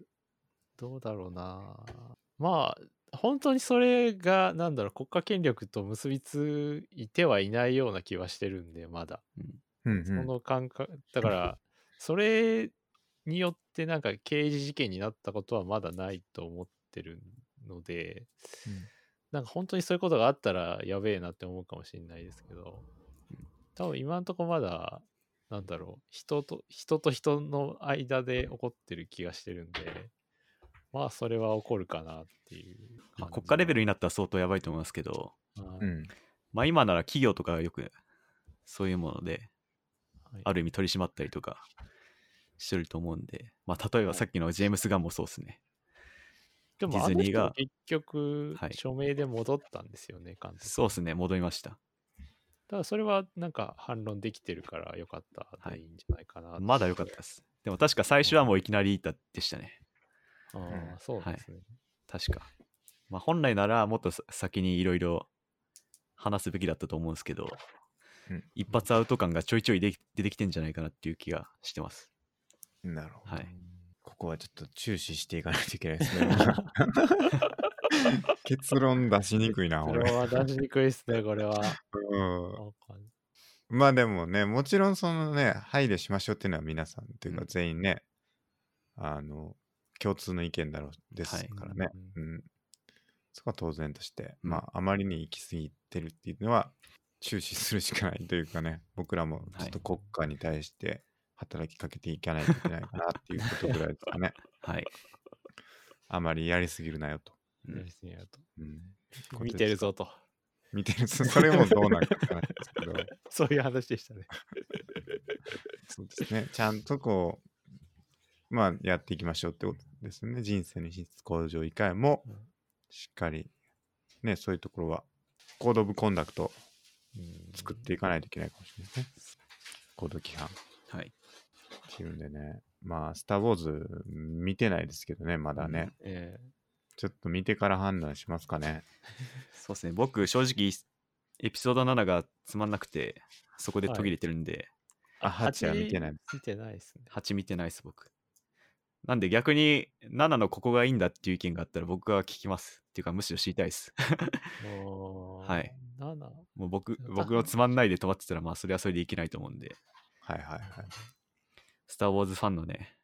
Speaker 3: どうだろうな。まあ、本当にそれが、なんだろう、国家権力と結びついてはいないような気はしてるんで、まだ。
Speaker 1: うん
Speaker 3: その感覚、だから、それによってなんか刑事事件になったことはまだないと思ってるので、なんか本当にそういうことがあったらやべえなって思うかもしれないですけど、多分今んとこまだ、なんだろう、人と、人と人の間で起こってる気がしてるんで、まあそれは起こるかなっていう
Speaker 2: まあ、国家レベ
Speaker 3: ル、
Speaker 2: ルになったら相当やばいと思いますけど、
Speaker 3: は
Speaker 1: う
Speaker 3: い
Speaker 1: ん
Speaker 2: まあ、今なら企業とかがよくそういうもので
Speaker 3: はい
Speaker 2: ある意味取り締まったりとかしてると思うんで、まあ、例えばさっきのジェームス・ガンもそうですね。
Speaker 3: でも
Speaker 2: ディ
Speaker 3: あ
Speaker 2: ズ
Speaker 3: の
Speaker 2: ニー
Speaker 3: 人も
Speaker 2: が
Speaker 3: 結局
Speaker 2: はい
Speaker 3: 署名で戻ったんですよね、監督
Speaker 2: そうですね、戻りました。
Speaker 3: だからそれはなんか反論できてるからよかったでいいんじゃないかな、
Speaker 2: まだ良かったです。でも確か最初はもういきなりいたでしたね。
Speaker 3: あ
Speaker 1: う
Speaker 3: あ
Speaker 1: ん
Speaker 3: そうですね、
Speaker 2: 確か。まあ、本来ならもっとさ先にいろいろ話すべきだったと思うんですけど、
Speaker 1: うん
Speaker 2: 一発アウト感がちょいちょいで出てきてんじゃないかなっていう気がしてます。
Speaker 1: なるほど。
Speaker 2: はい。
Speaker 1: ここはちょっと注視していかないといけない ですね。 結論出しにくいな、
Speaker 3: こ
Speaker 1: 俺。
Speaker 3: れは出しにくいですね これは
Speaker 1: うん
Speaker 3: なんか
Speaker 1: まあでもね、もちろんそのね、配慮しましょうっていうのは皆さんというか
Speaker 2: うん
Speaker 1: 全員ね、あの、共通の意見だろうですからね。
Speaker 3: はい
Speaker 1: うん。そこは当然として、
Speaker 2: うん
Speaker 1: まああまりに行き過ぎてるっていうのは注視するしかないというかね、 僕らもちょっと国家に対して働きかけていかないといけないかなっていうことぐらいですかね。
Speaker 2: はい。
Speaker 1: あまりやりすぎるなよと。
Speaker 2: うん
Speaker 3: 出しにやると
Speaker 1: うん、ことです
Speaker 3: 見てるぞと
Speaker 1: 見てるそそれもどうなのかって話ですけど
Speaker 3: そういう話でした ね
Speaker 1: そうですねちゃんとこうまあやっていきましょうってことですね人生の品質向上以外も
Speaker 3: うん
Speaker 1: しっかりねそういうところはコード・オブ・コンダクト作っていかないといけないかもしれないですねコード規範
Speaker 2: はい。
Speaker 1: っていうんでねまあ「スター・ウォーズ」見てないですけどねまだね、
Speaker 3: え
Speaker 1: ちょっと見てから判断しますかね
Speaker 2: そうですね。僕、正直、エピソード7がつまんなくて、そこで途切れてるんで、
Speaker 1: あ8は見てない
Speaker 3: え見てないですね
Speaker 2: 8見てないです、僕。なんで逆に7のここがいいんだっていう意見があったら僕は聞きます。っていうかむしろ知りたいです。
Speaker 3: おー
Speaker 2: はい
Speaker 3: 7
Speaker 2: もう 僕
Speaker 3: うん
Speaker 2: 僕のつまんないで止まってたらまあそれはそれでいけないと思うんで、
Speaker 1: はいはいはい
Speaker 2: スター・ウォーズファンのね、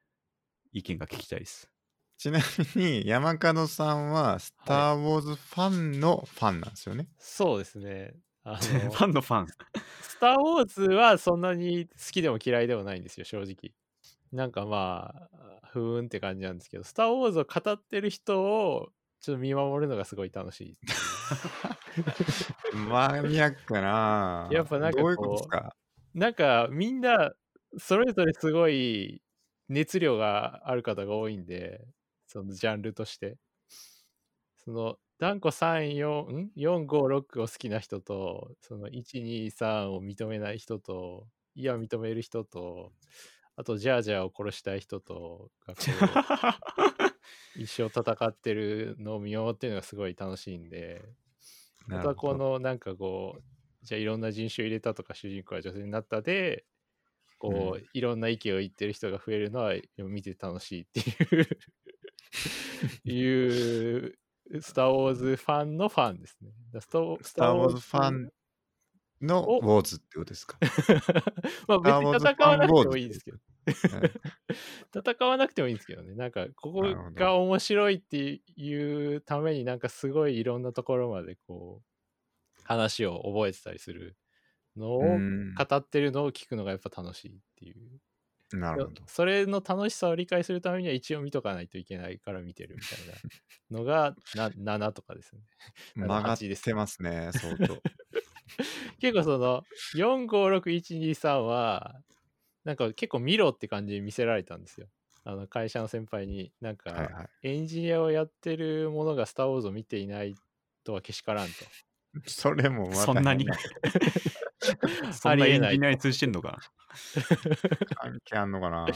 Speaker 2: 意見が聞きたいです。
Speaker 1: ちなみに山門さんは「スター・ウォーズ」ファンのファンなんですよね。
Speaker 3: そうですね あ
Speaker 2: フ
Speaker 3: の
Speaker 2: ァンのファン。
Speaker 3: スター・ウォーズはそんなに好きでも嫌いでもないんですよ、正直。なんかまあ、ふーんって感じなんですけど、スター・ウォーズを語ってる人をちょっと見守るのがすごい楽しいっていう。
Speaker 1: マニアックやなぁ
Speaker 3: やっぱなんか
Speaker 1: どういうこと
Speaker 3: こう
Speaker 1: ですか
Speaker 3: なんかみんな、それぞれすごい熱量がある方が多いんで、そのジャンルとして。その、断固3、4、ん ?4、5、6を好きな人と、その1、2、3を認めない人と、いや、認める人と、あと、ジャージャーを殺したい人とがこう、 一生戦ってるのを見守ってるのがすごい楽しいんで、ま
Speaker 1: な
Speaker 3: た
Speaker 1: る
Speaker 3: こ
Speaker 1: ほど
Speaker 3: のなんかこうじゃあいろんな人種を入れたとか主人公は女性になったでこう、いろんな意見を言ってる人が増えるのは見て楽しいっていう いう「スター・ウォーズ」ファンのファンですね。だスタ
Speaker 1: スター・ウォーズファンの
Speaker 3: お
Speaker 1: ウォーズってことですか。 スタ
Speaker 3: まあ別に
Speaker 1: ーウォーズ
Speaker 3: 戦わなくて
Speaker 1: ファンウォー
Speaker 3: も
Speaker 1: ズ
Speaker 3: いいんですけど 戦わなくてもいいんですけどねなんかここ
Speaker 1: なるほど
Speaker 3: が面白いっていうためになんかすごいいろんなところまでこう話を覚えてたりするのを
Speaker 1: うん
Speaker 3: 語ってるのを聞くのがやっぱ楽しいっていう
Speaker 1: なるほど。
Speaker 3: それの楽しさを理解するためには一応見とかないといけないから見てるみたいなのがな7とかですねの
Speaker 1: 曲がっ
Speaker 3: 8です
Speaker 1: てますね、相当。
Speaker 3: 結構その456123はなんか結構見ろって感じに見せられたんですよあの会社の先輩になんか、
Speaker 1: はいはい。
Speaker 3: エンジニアをやってる者が「スター・ウォーズ」を見ていないとはけしからんと。
Speaker 1: それもまた
Speaker 2: そんなに
Speaker 1: 変、
Speaker 2: そんな
Speaker 3: あり
Speaker 2: エ
Speaker 3: え
Speaker 2: ン
Speaker 3: ない
Speaker 2: ジニアに通じてんのか
Speaker 1: 関係あんのか な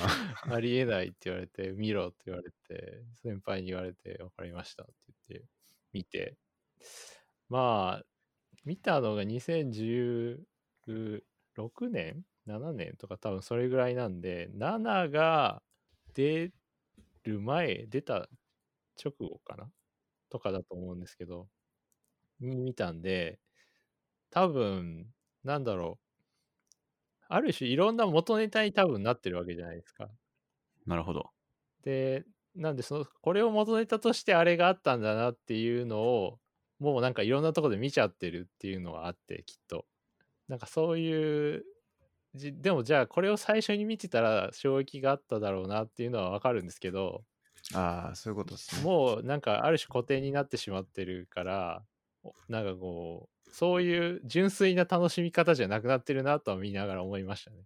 Speaker 3: ありえないって言われて、見ろって言われて、先輩に言われて、わかりましたって言って、見て。まあ、見たのが2016年 ?7 年とか多分それぐらいなんで、7が出る前、出た直後かなとかだと思うんですけど、に見たんで、多分、なんだろう。ある種、いろんな元ネタに多分なってるわけじゃないですか。
Speaker 2: なるほど。
Speaker 3: で、なんでその、これを元ネタとしてあれがあったんだなっていうのを、もうなんかいろんなとこで見ちゃってるっていうのがあって、きっと。なんかそういう、じでもじゃあこれを最初に見てたら衝撃があっただろうなっていうのはわかるんですけど、
Speaker 1: ああ、そういうことですね。
Speaker 3: もうなんかある種固定になってしまってるからおなんかこうそういう純粋な楽しみ方じゃなくなってるなとは見ながら思いましたね。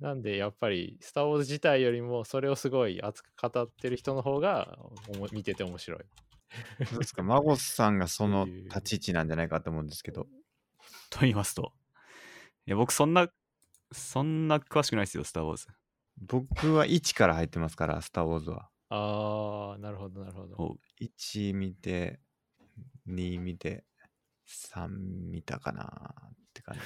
Speaker 3: なんでやっぱり「スター・ウォーズ」自体よりもそれをすごい熱く語ってる人の方がおも見てて面白い。
Speaker 1: そうですか。孫さんがその立ち位置なんじゃないかと思うんですけど。
Speaker 2: と言いますと。いや、僕そんな、そんな詳しくないですよ、スター・ウォーズ。
Speaker 1: 僕は1から入ってますから、スター・ウォーズは。
Speaker 3: あーなるほどなるほど。
Speaker 2: おう
Speaker 1: 1見て、2見て、3見たかなって感じ。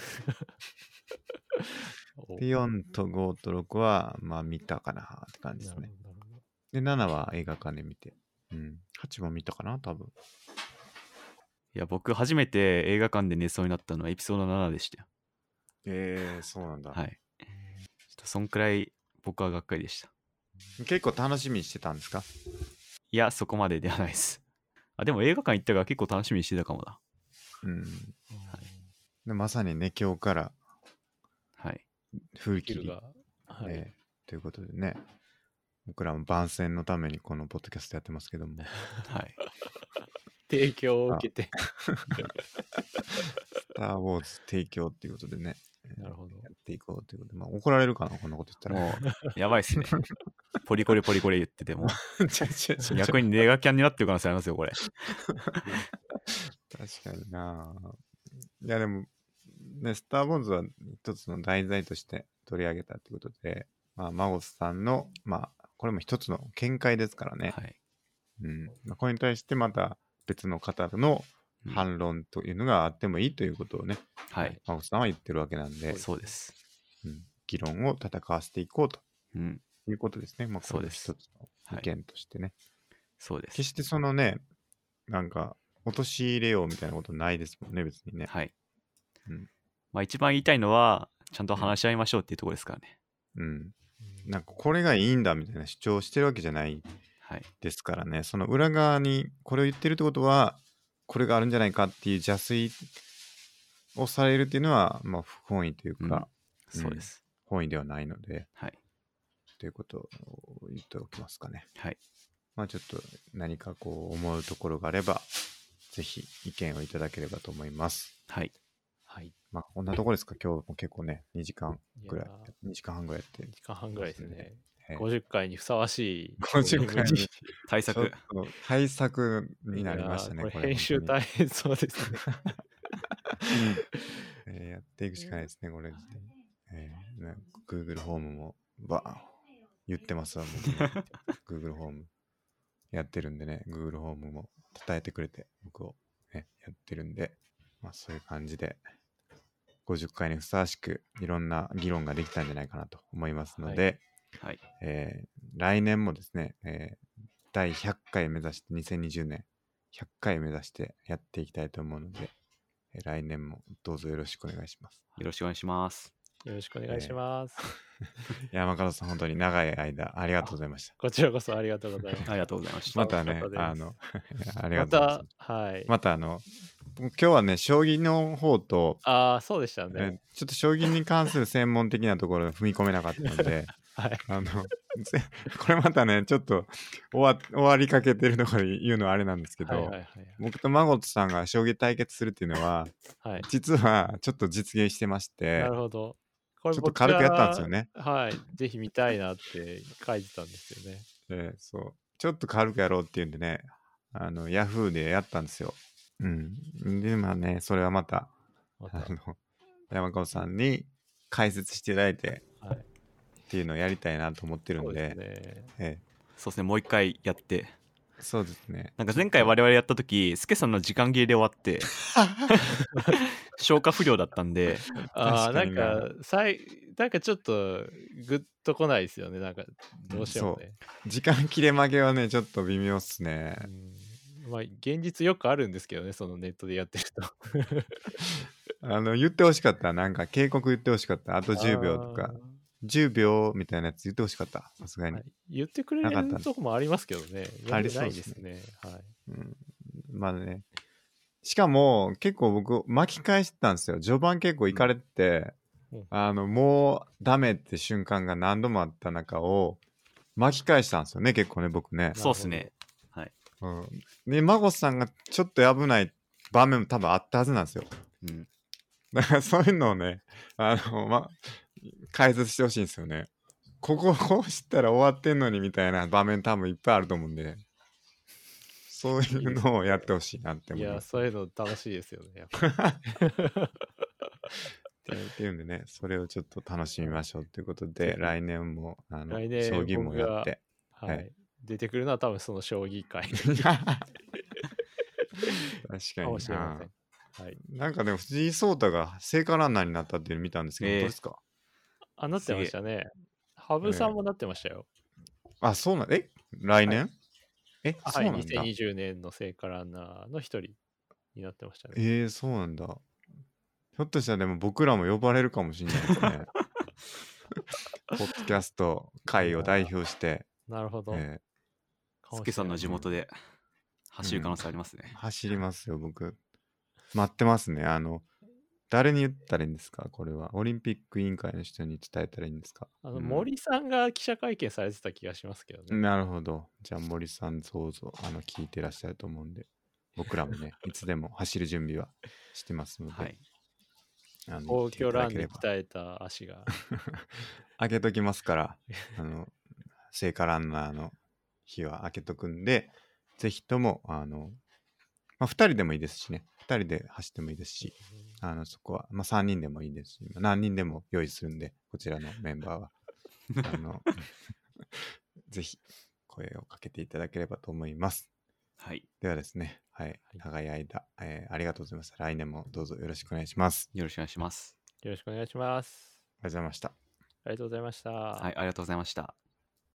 Speaker 3: お
Speaker 1: で、4と5と6は、まあ見たかなって感じで
Speaker 3: なる
Speaker 1: す
Speaker 3: ほ
Speaker 1: ね。
Speaker 3: どな
Speaker 1: で、
Speaker 3: るほど
Speaker 1: 7は映画館で見て。うん。8も見たかな多分。
Speaker 2: いや、僕初めて映画館で寝そうになったのはエピソード7でしたよ。
Speaker 1: ええそうなんだ
Speaker 2: はい。ちょっとそんくらい僕はがっかりでした。
Speaker 1: 結構楽しみにしてたんですか
Speaker 2: いや、そこまでではないです。あ、でも映画館行ったから結構楽しみにしてたかもだ。
Speaker 1: うん。
Speaker 2: はい
Speaker 1: でまさにね、今日から
Speaker 2: はい。
Speaker 1: 風
Speaker 3: キ
Speaker 1: 切
Speaker 3: ル
Speaker 1: り
Speaker 3: が。はい
Speaker 1: えーということでね、僕らも番宣のためにこのポッドキャストやってます けども、
Speaker 2: はい。
Speaker 3: 提供を受けて。
Speaker 1: スター・ウォーズ提供ということでね、えー
Speaker 3: なるほど
Speaker 1: やっていこうということで、まあ、怒られるかな、こんなこと言ったら。
Speaker 2: もう、やばいっすね。ポリコレポリコレ言ってても、
Speaker 1: ちゃちゃちゃちゃ
Speaker 2: 逆にネガキャンになってる可能性ありますよ、これ。
Speaker 1: 確かにな。いや、でも、ね、スター・ウォーズは一つの題材として取り上げたということで、まあ、マゴスさんの、まあ、これも一つの見解ですからね。
Speaker 2: はい。
Speaker 1: うん。まあこれに対してまた別の方の
Speaker 2: うん
Speaker 1: 反論というのがあってもいいということをね、
Speaker 2: はい。
Speaker 1: マゴスさんは言ってるわけなんで、
Speaker 2: そうです。
Speaker 1: うん議論を戦わせていこうと
Speaker 2: うん。
Speaker 1: いうことですね。まあ、
Speaker 2: そうで
Speaker 1: こ
Speaker 2: す
Speaker 1: れも一つの意見としてね。
Speaker 2: そうです
Speaker 1: 決。してそのね、なんか、陥れようみたいなことないですもんね、別にね。
Speaker 2: はい。
Speaker 1: うん
Speaker 2: まあ、一番言いたいのは、ちゃんと話し合いましょうっていうところですからね。
Speaker 1: うん。なんか、これがいいんだみたいな主張をしてるわけじゃない
Speaker 2: はい。
Speaker 1: ですからね、その裏側にこれを言ってるってことは、これがあるんじゃないかっていう邪推をされるっていうのは、まあ、不本意というか、うん
Speaker 2: そうです。
Speaker 1: 本意ではないので、
Speaker 2: はい。
Speaker 1: ということを言っておきますかね。
Speaker 2: はい。
Speaker 1: まあちょっと何かこう思うところがあれば、ぜひ意見をいただければと思います。
Speaker 2: はい。
Speaker 3: はい。
Speaker 1: まあこんなところですか、今日も結構ね、2時間ぐらい
Speaker 3: やー、
Speaker 1: 2時間半ぐらいやって
Speaker 3: 2。時間半ぐらいですね。
Speaker 1: えー
Speaker 3: 50回にふさわしい。
Speaker 1: 50回に
Speaker 2: 対
Speaker 1: ちょっ
Speaker 2: 策。
Speaker 1: と対策になりましたね、
Speaker 3: いやー
Speaker 1: こ
Speaker 3: こ
Speaker 1: れ。
Speaker 3: れ編集
Speaker 1: 本
Speaker 3: 大変そうです ね。
Speaker 1: 当にえーやっていくしかないですね、これ。えーね Google ホームも、ば言ってますわ、 僕も Google ホーム。やってるんでね、Google ホームも叩いてくれて、僕を、ね、やってるんで、まあそういう感じで、50回にふさわしくいろんな議論ができたんじゃないかなと思いますので、
Speaker 3: は
Speaker 2: はい。
Speaker 1: えー来年もですね、えー第100回目指して、2020年100回目指してやっていきたいと思うので、えー来年もどうぞよろしくお願いします。
Speaker 2: よろしくお願いします。
Speaker 3: よろしくお願いします。
Speaker 1: 山門さん、本当に長い間ありがとうございました。
Speaker 3: こちらこそありがとうございます。
Speaker 2: ありがとうございました。
Speaker 1: またね
Speaker 3: 楽し、か
Speaker 1: あ
Speaker 3: ったです
Speaker 1: の、 ありがとう
Speaker 3: ま
Speaker 1: ございま
Speaker 3: た
Speaker 1: す。、
Speaker 3: はい。
Speaker 1: またあの、今日はね、将棋の方と、
Speaker 3: ああ、そうでした
Speaker 1: えー
Speaker 3: ね。
Speaker 1: ちょっと将棋に関する専門的なところに踏み込めなかったので、
Speaker 3: はい。
Speaker 1: あの、 ぜこれまたね、ちょっと終わ終わりかけてるところで言うのはあれなんですけど、
Speaker 3: はいはいはい
Speaker 1: 僕とマゴットさんが将棋対決するっていうのは、
Speaker 3: はい。はい。
Speaker 1: 実はちょっと実現してまして
Speaker 3: なる、ほど。こ
Speaker 1: ちょっと軽くやったんですよね。
Speaker 3: 僕が。はい。ぜひ見たいなって書いてたんですよね。
Speaker 1: えーそう。ちょっと軽くやろうっていうんでね、あの、ヤフーでやったんですよ。うん。で、まあね、それはまた、
Speaker 3: また
Speaker 1: あ。の、山川さんに解説していただいて
Speaker 3: はい。
Speaker 1: っていうのをやりたいなと思ってる
Speaker 3: そ
Speaker 1: ん
Speaker 3: う
Speaker 1: で、
Speaker 3: ですね。
Speaker 1: え
Speaker 2: そうですね、もう一回やって。
Speaker 1: ーそうですね。
Speaker 2: なんか前回我々やった時、スケさんの時間切れで終 わって、消化不良だったんで、
Speaker 3: あ
Speaker 1: 確
Speaker 3: あ、
Speaker 1: か
Speaker 3: なん
Speaker 1: にな
Speaker 3: か、さい、なんかちょっと、ぐっとこないですよね。なんか、どうしてもね。
Speaker 1: 時間切れ負けはね、ちょっと微妙っすね
Speaker 3: う。んまあ、現実よくあるんですけどね、そのネットでやってると。
Speaker 1: あの、言ってほしかった。なんか警告言ってほしかった。あと10秒とか。10秒みたいなやつ言ってほしかった。さすが
Speaker 3: あー。
Speaker 1: に、
Speaker 3: はい言ってくれ
Speaker 1: なかったん
Speaker 3: る
Speaker 1: です
Speaker 3: とこもありますけどね。
Speaker 1: あ
Speaker 3: やん
Speaker 1: り
Speaker 3: で
Speaker 1: そう
Speaker 3: ない
Speaker 1: で
Speaker 3: ですすね。はい。
Speaker 1: うん。まあね。しかも、結構僕、巻き返してたんですよ。序盤結構いかれてて、
Speaker 3: うん
Speaker 1: あの、もうダメって瞬間が何度もあった中を、巻き返したんですよね、結構ね、僕ね。
Speaker 2: そうっすね。
Speaker 1: うん、で、マゴスさんがちょっと危ない場面も多分あったはずなんですよ。
Speaker 2: うん。
Speaker 1: だからそういうのをね、あの、ま、解説してほしいんですよね。こここうしたら終わってんのにみたいな場面多分いっぱいあると思うんで、そういうのをやってほしいなって
Speaker 3: い
Speaker 1: 思い
Speaker 3: や、
Speaker 1: ます。
Speaker 3: そういうの楽しいですよね。やっぱ
Speaker 1: っていうんでね、それをちょっと楽しみましょうということで、来年も、あの、
Speaker 3: 来年
Speaker 1: 将棋もや って。
Speaker 3: は
Speaker 1: はい
Speaker 3: い。出てくるのは多分その将棋界
Speaker 1: 確か
Speaker 3: かも
Speaker 1: に
Speaker 3: しれま
Speaker 1: な
Speaker 3: せ。ん。はい。
Speaker 1: なんかでも藤井聡太が聖火ランナーになったっていうの見たんですけど、
Speaker 2: えー
Speaker 1: どうですか
Speaker 3: あ、なってましたね。羽生さんもなってましたよ。
Speaker 1: あ、そうなんえ来年、え、そ
Speaker 3: は
Speaker 1: う
Speaker 3: い。
Speaker 1: なんだ。
Speaker 3: 2020年の聖火ランナーの一人になってましたね。
Speaker 1: えー、そうなんだ。ひょっとしたらでも僕らも呼ばれるかもしれないです ね。ポッドキャスト会を代表して、
Speaker 3: なるほど。
Speaker 1: え
Speaker 3: か
Speaker 2: ス
Speaker 3: もしれない
Speaker 2: ケさんの地元で走る可能性ありますね
Speaker 1: ー。走りますよ、僕。待ってますね。あの、誰に言ったらいいんですかこれは。オリンピック委員会の人に伝えたらいいんですか
Speaker 3: あの
Speaker 2: うん
Speaker 3: 森さんが記者会見されてた気がしますけどね。
Speaker 1: なるほど。じゃあ森さん、そうぞ、あの、聞いてらっしゃると思うんで、僕らもね、いつでも走る準備はしてますので、
Speaker 2: はい。
Speaker 1: あの
Speaker 3: 皇居ランで
Speaker 1: 来ていただければ
Speaker 3: 鍛えた足が。
Speaker 1: 開けときます から、あの、聖火ランナーの日は開けとくんで、ぜひとも、あの、まあ、2人でもいいですしね、2人で走ってもいいですし、あの、そこは、まあ、3人でもいいですし、まあ何人でも用意するんで、こちらのメンバー は。あの、 ぜひ、声をかけていただければと思います。
Speaker 2: はい。
Speaker 1: ではですね、はい、長い間、えーありがとうございました。来年もどうぞよろしくお願いします。
Speaker 2: よろしくお願いします。
Speaker 3: よろしくお願いします。
Speaker 1: ありがとうございました。
Speaker 3: ありがとうございました。
Speaker 2: はい、ありがとうございました。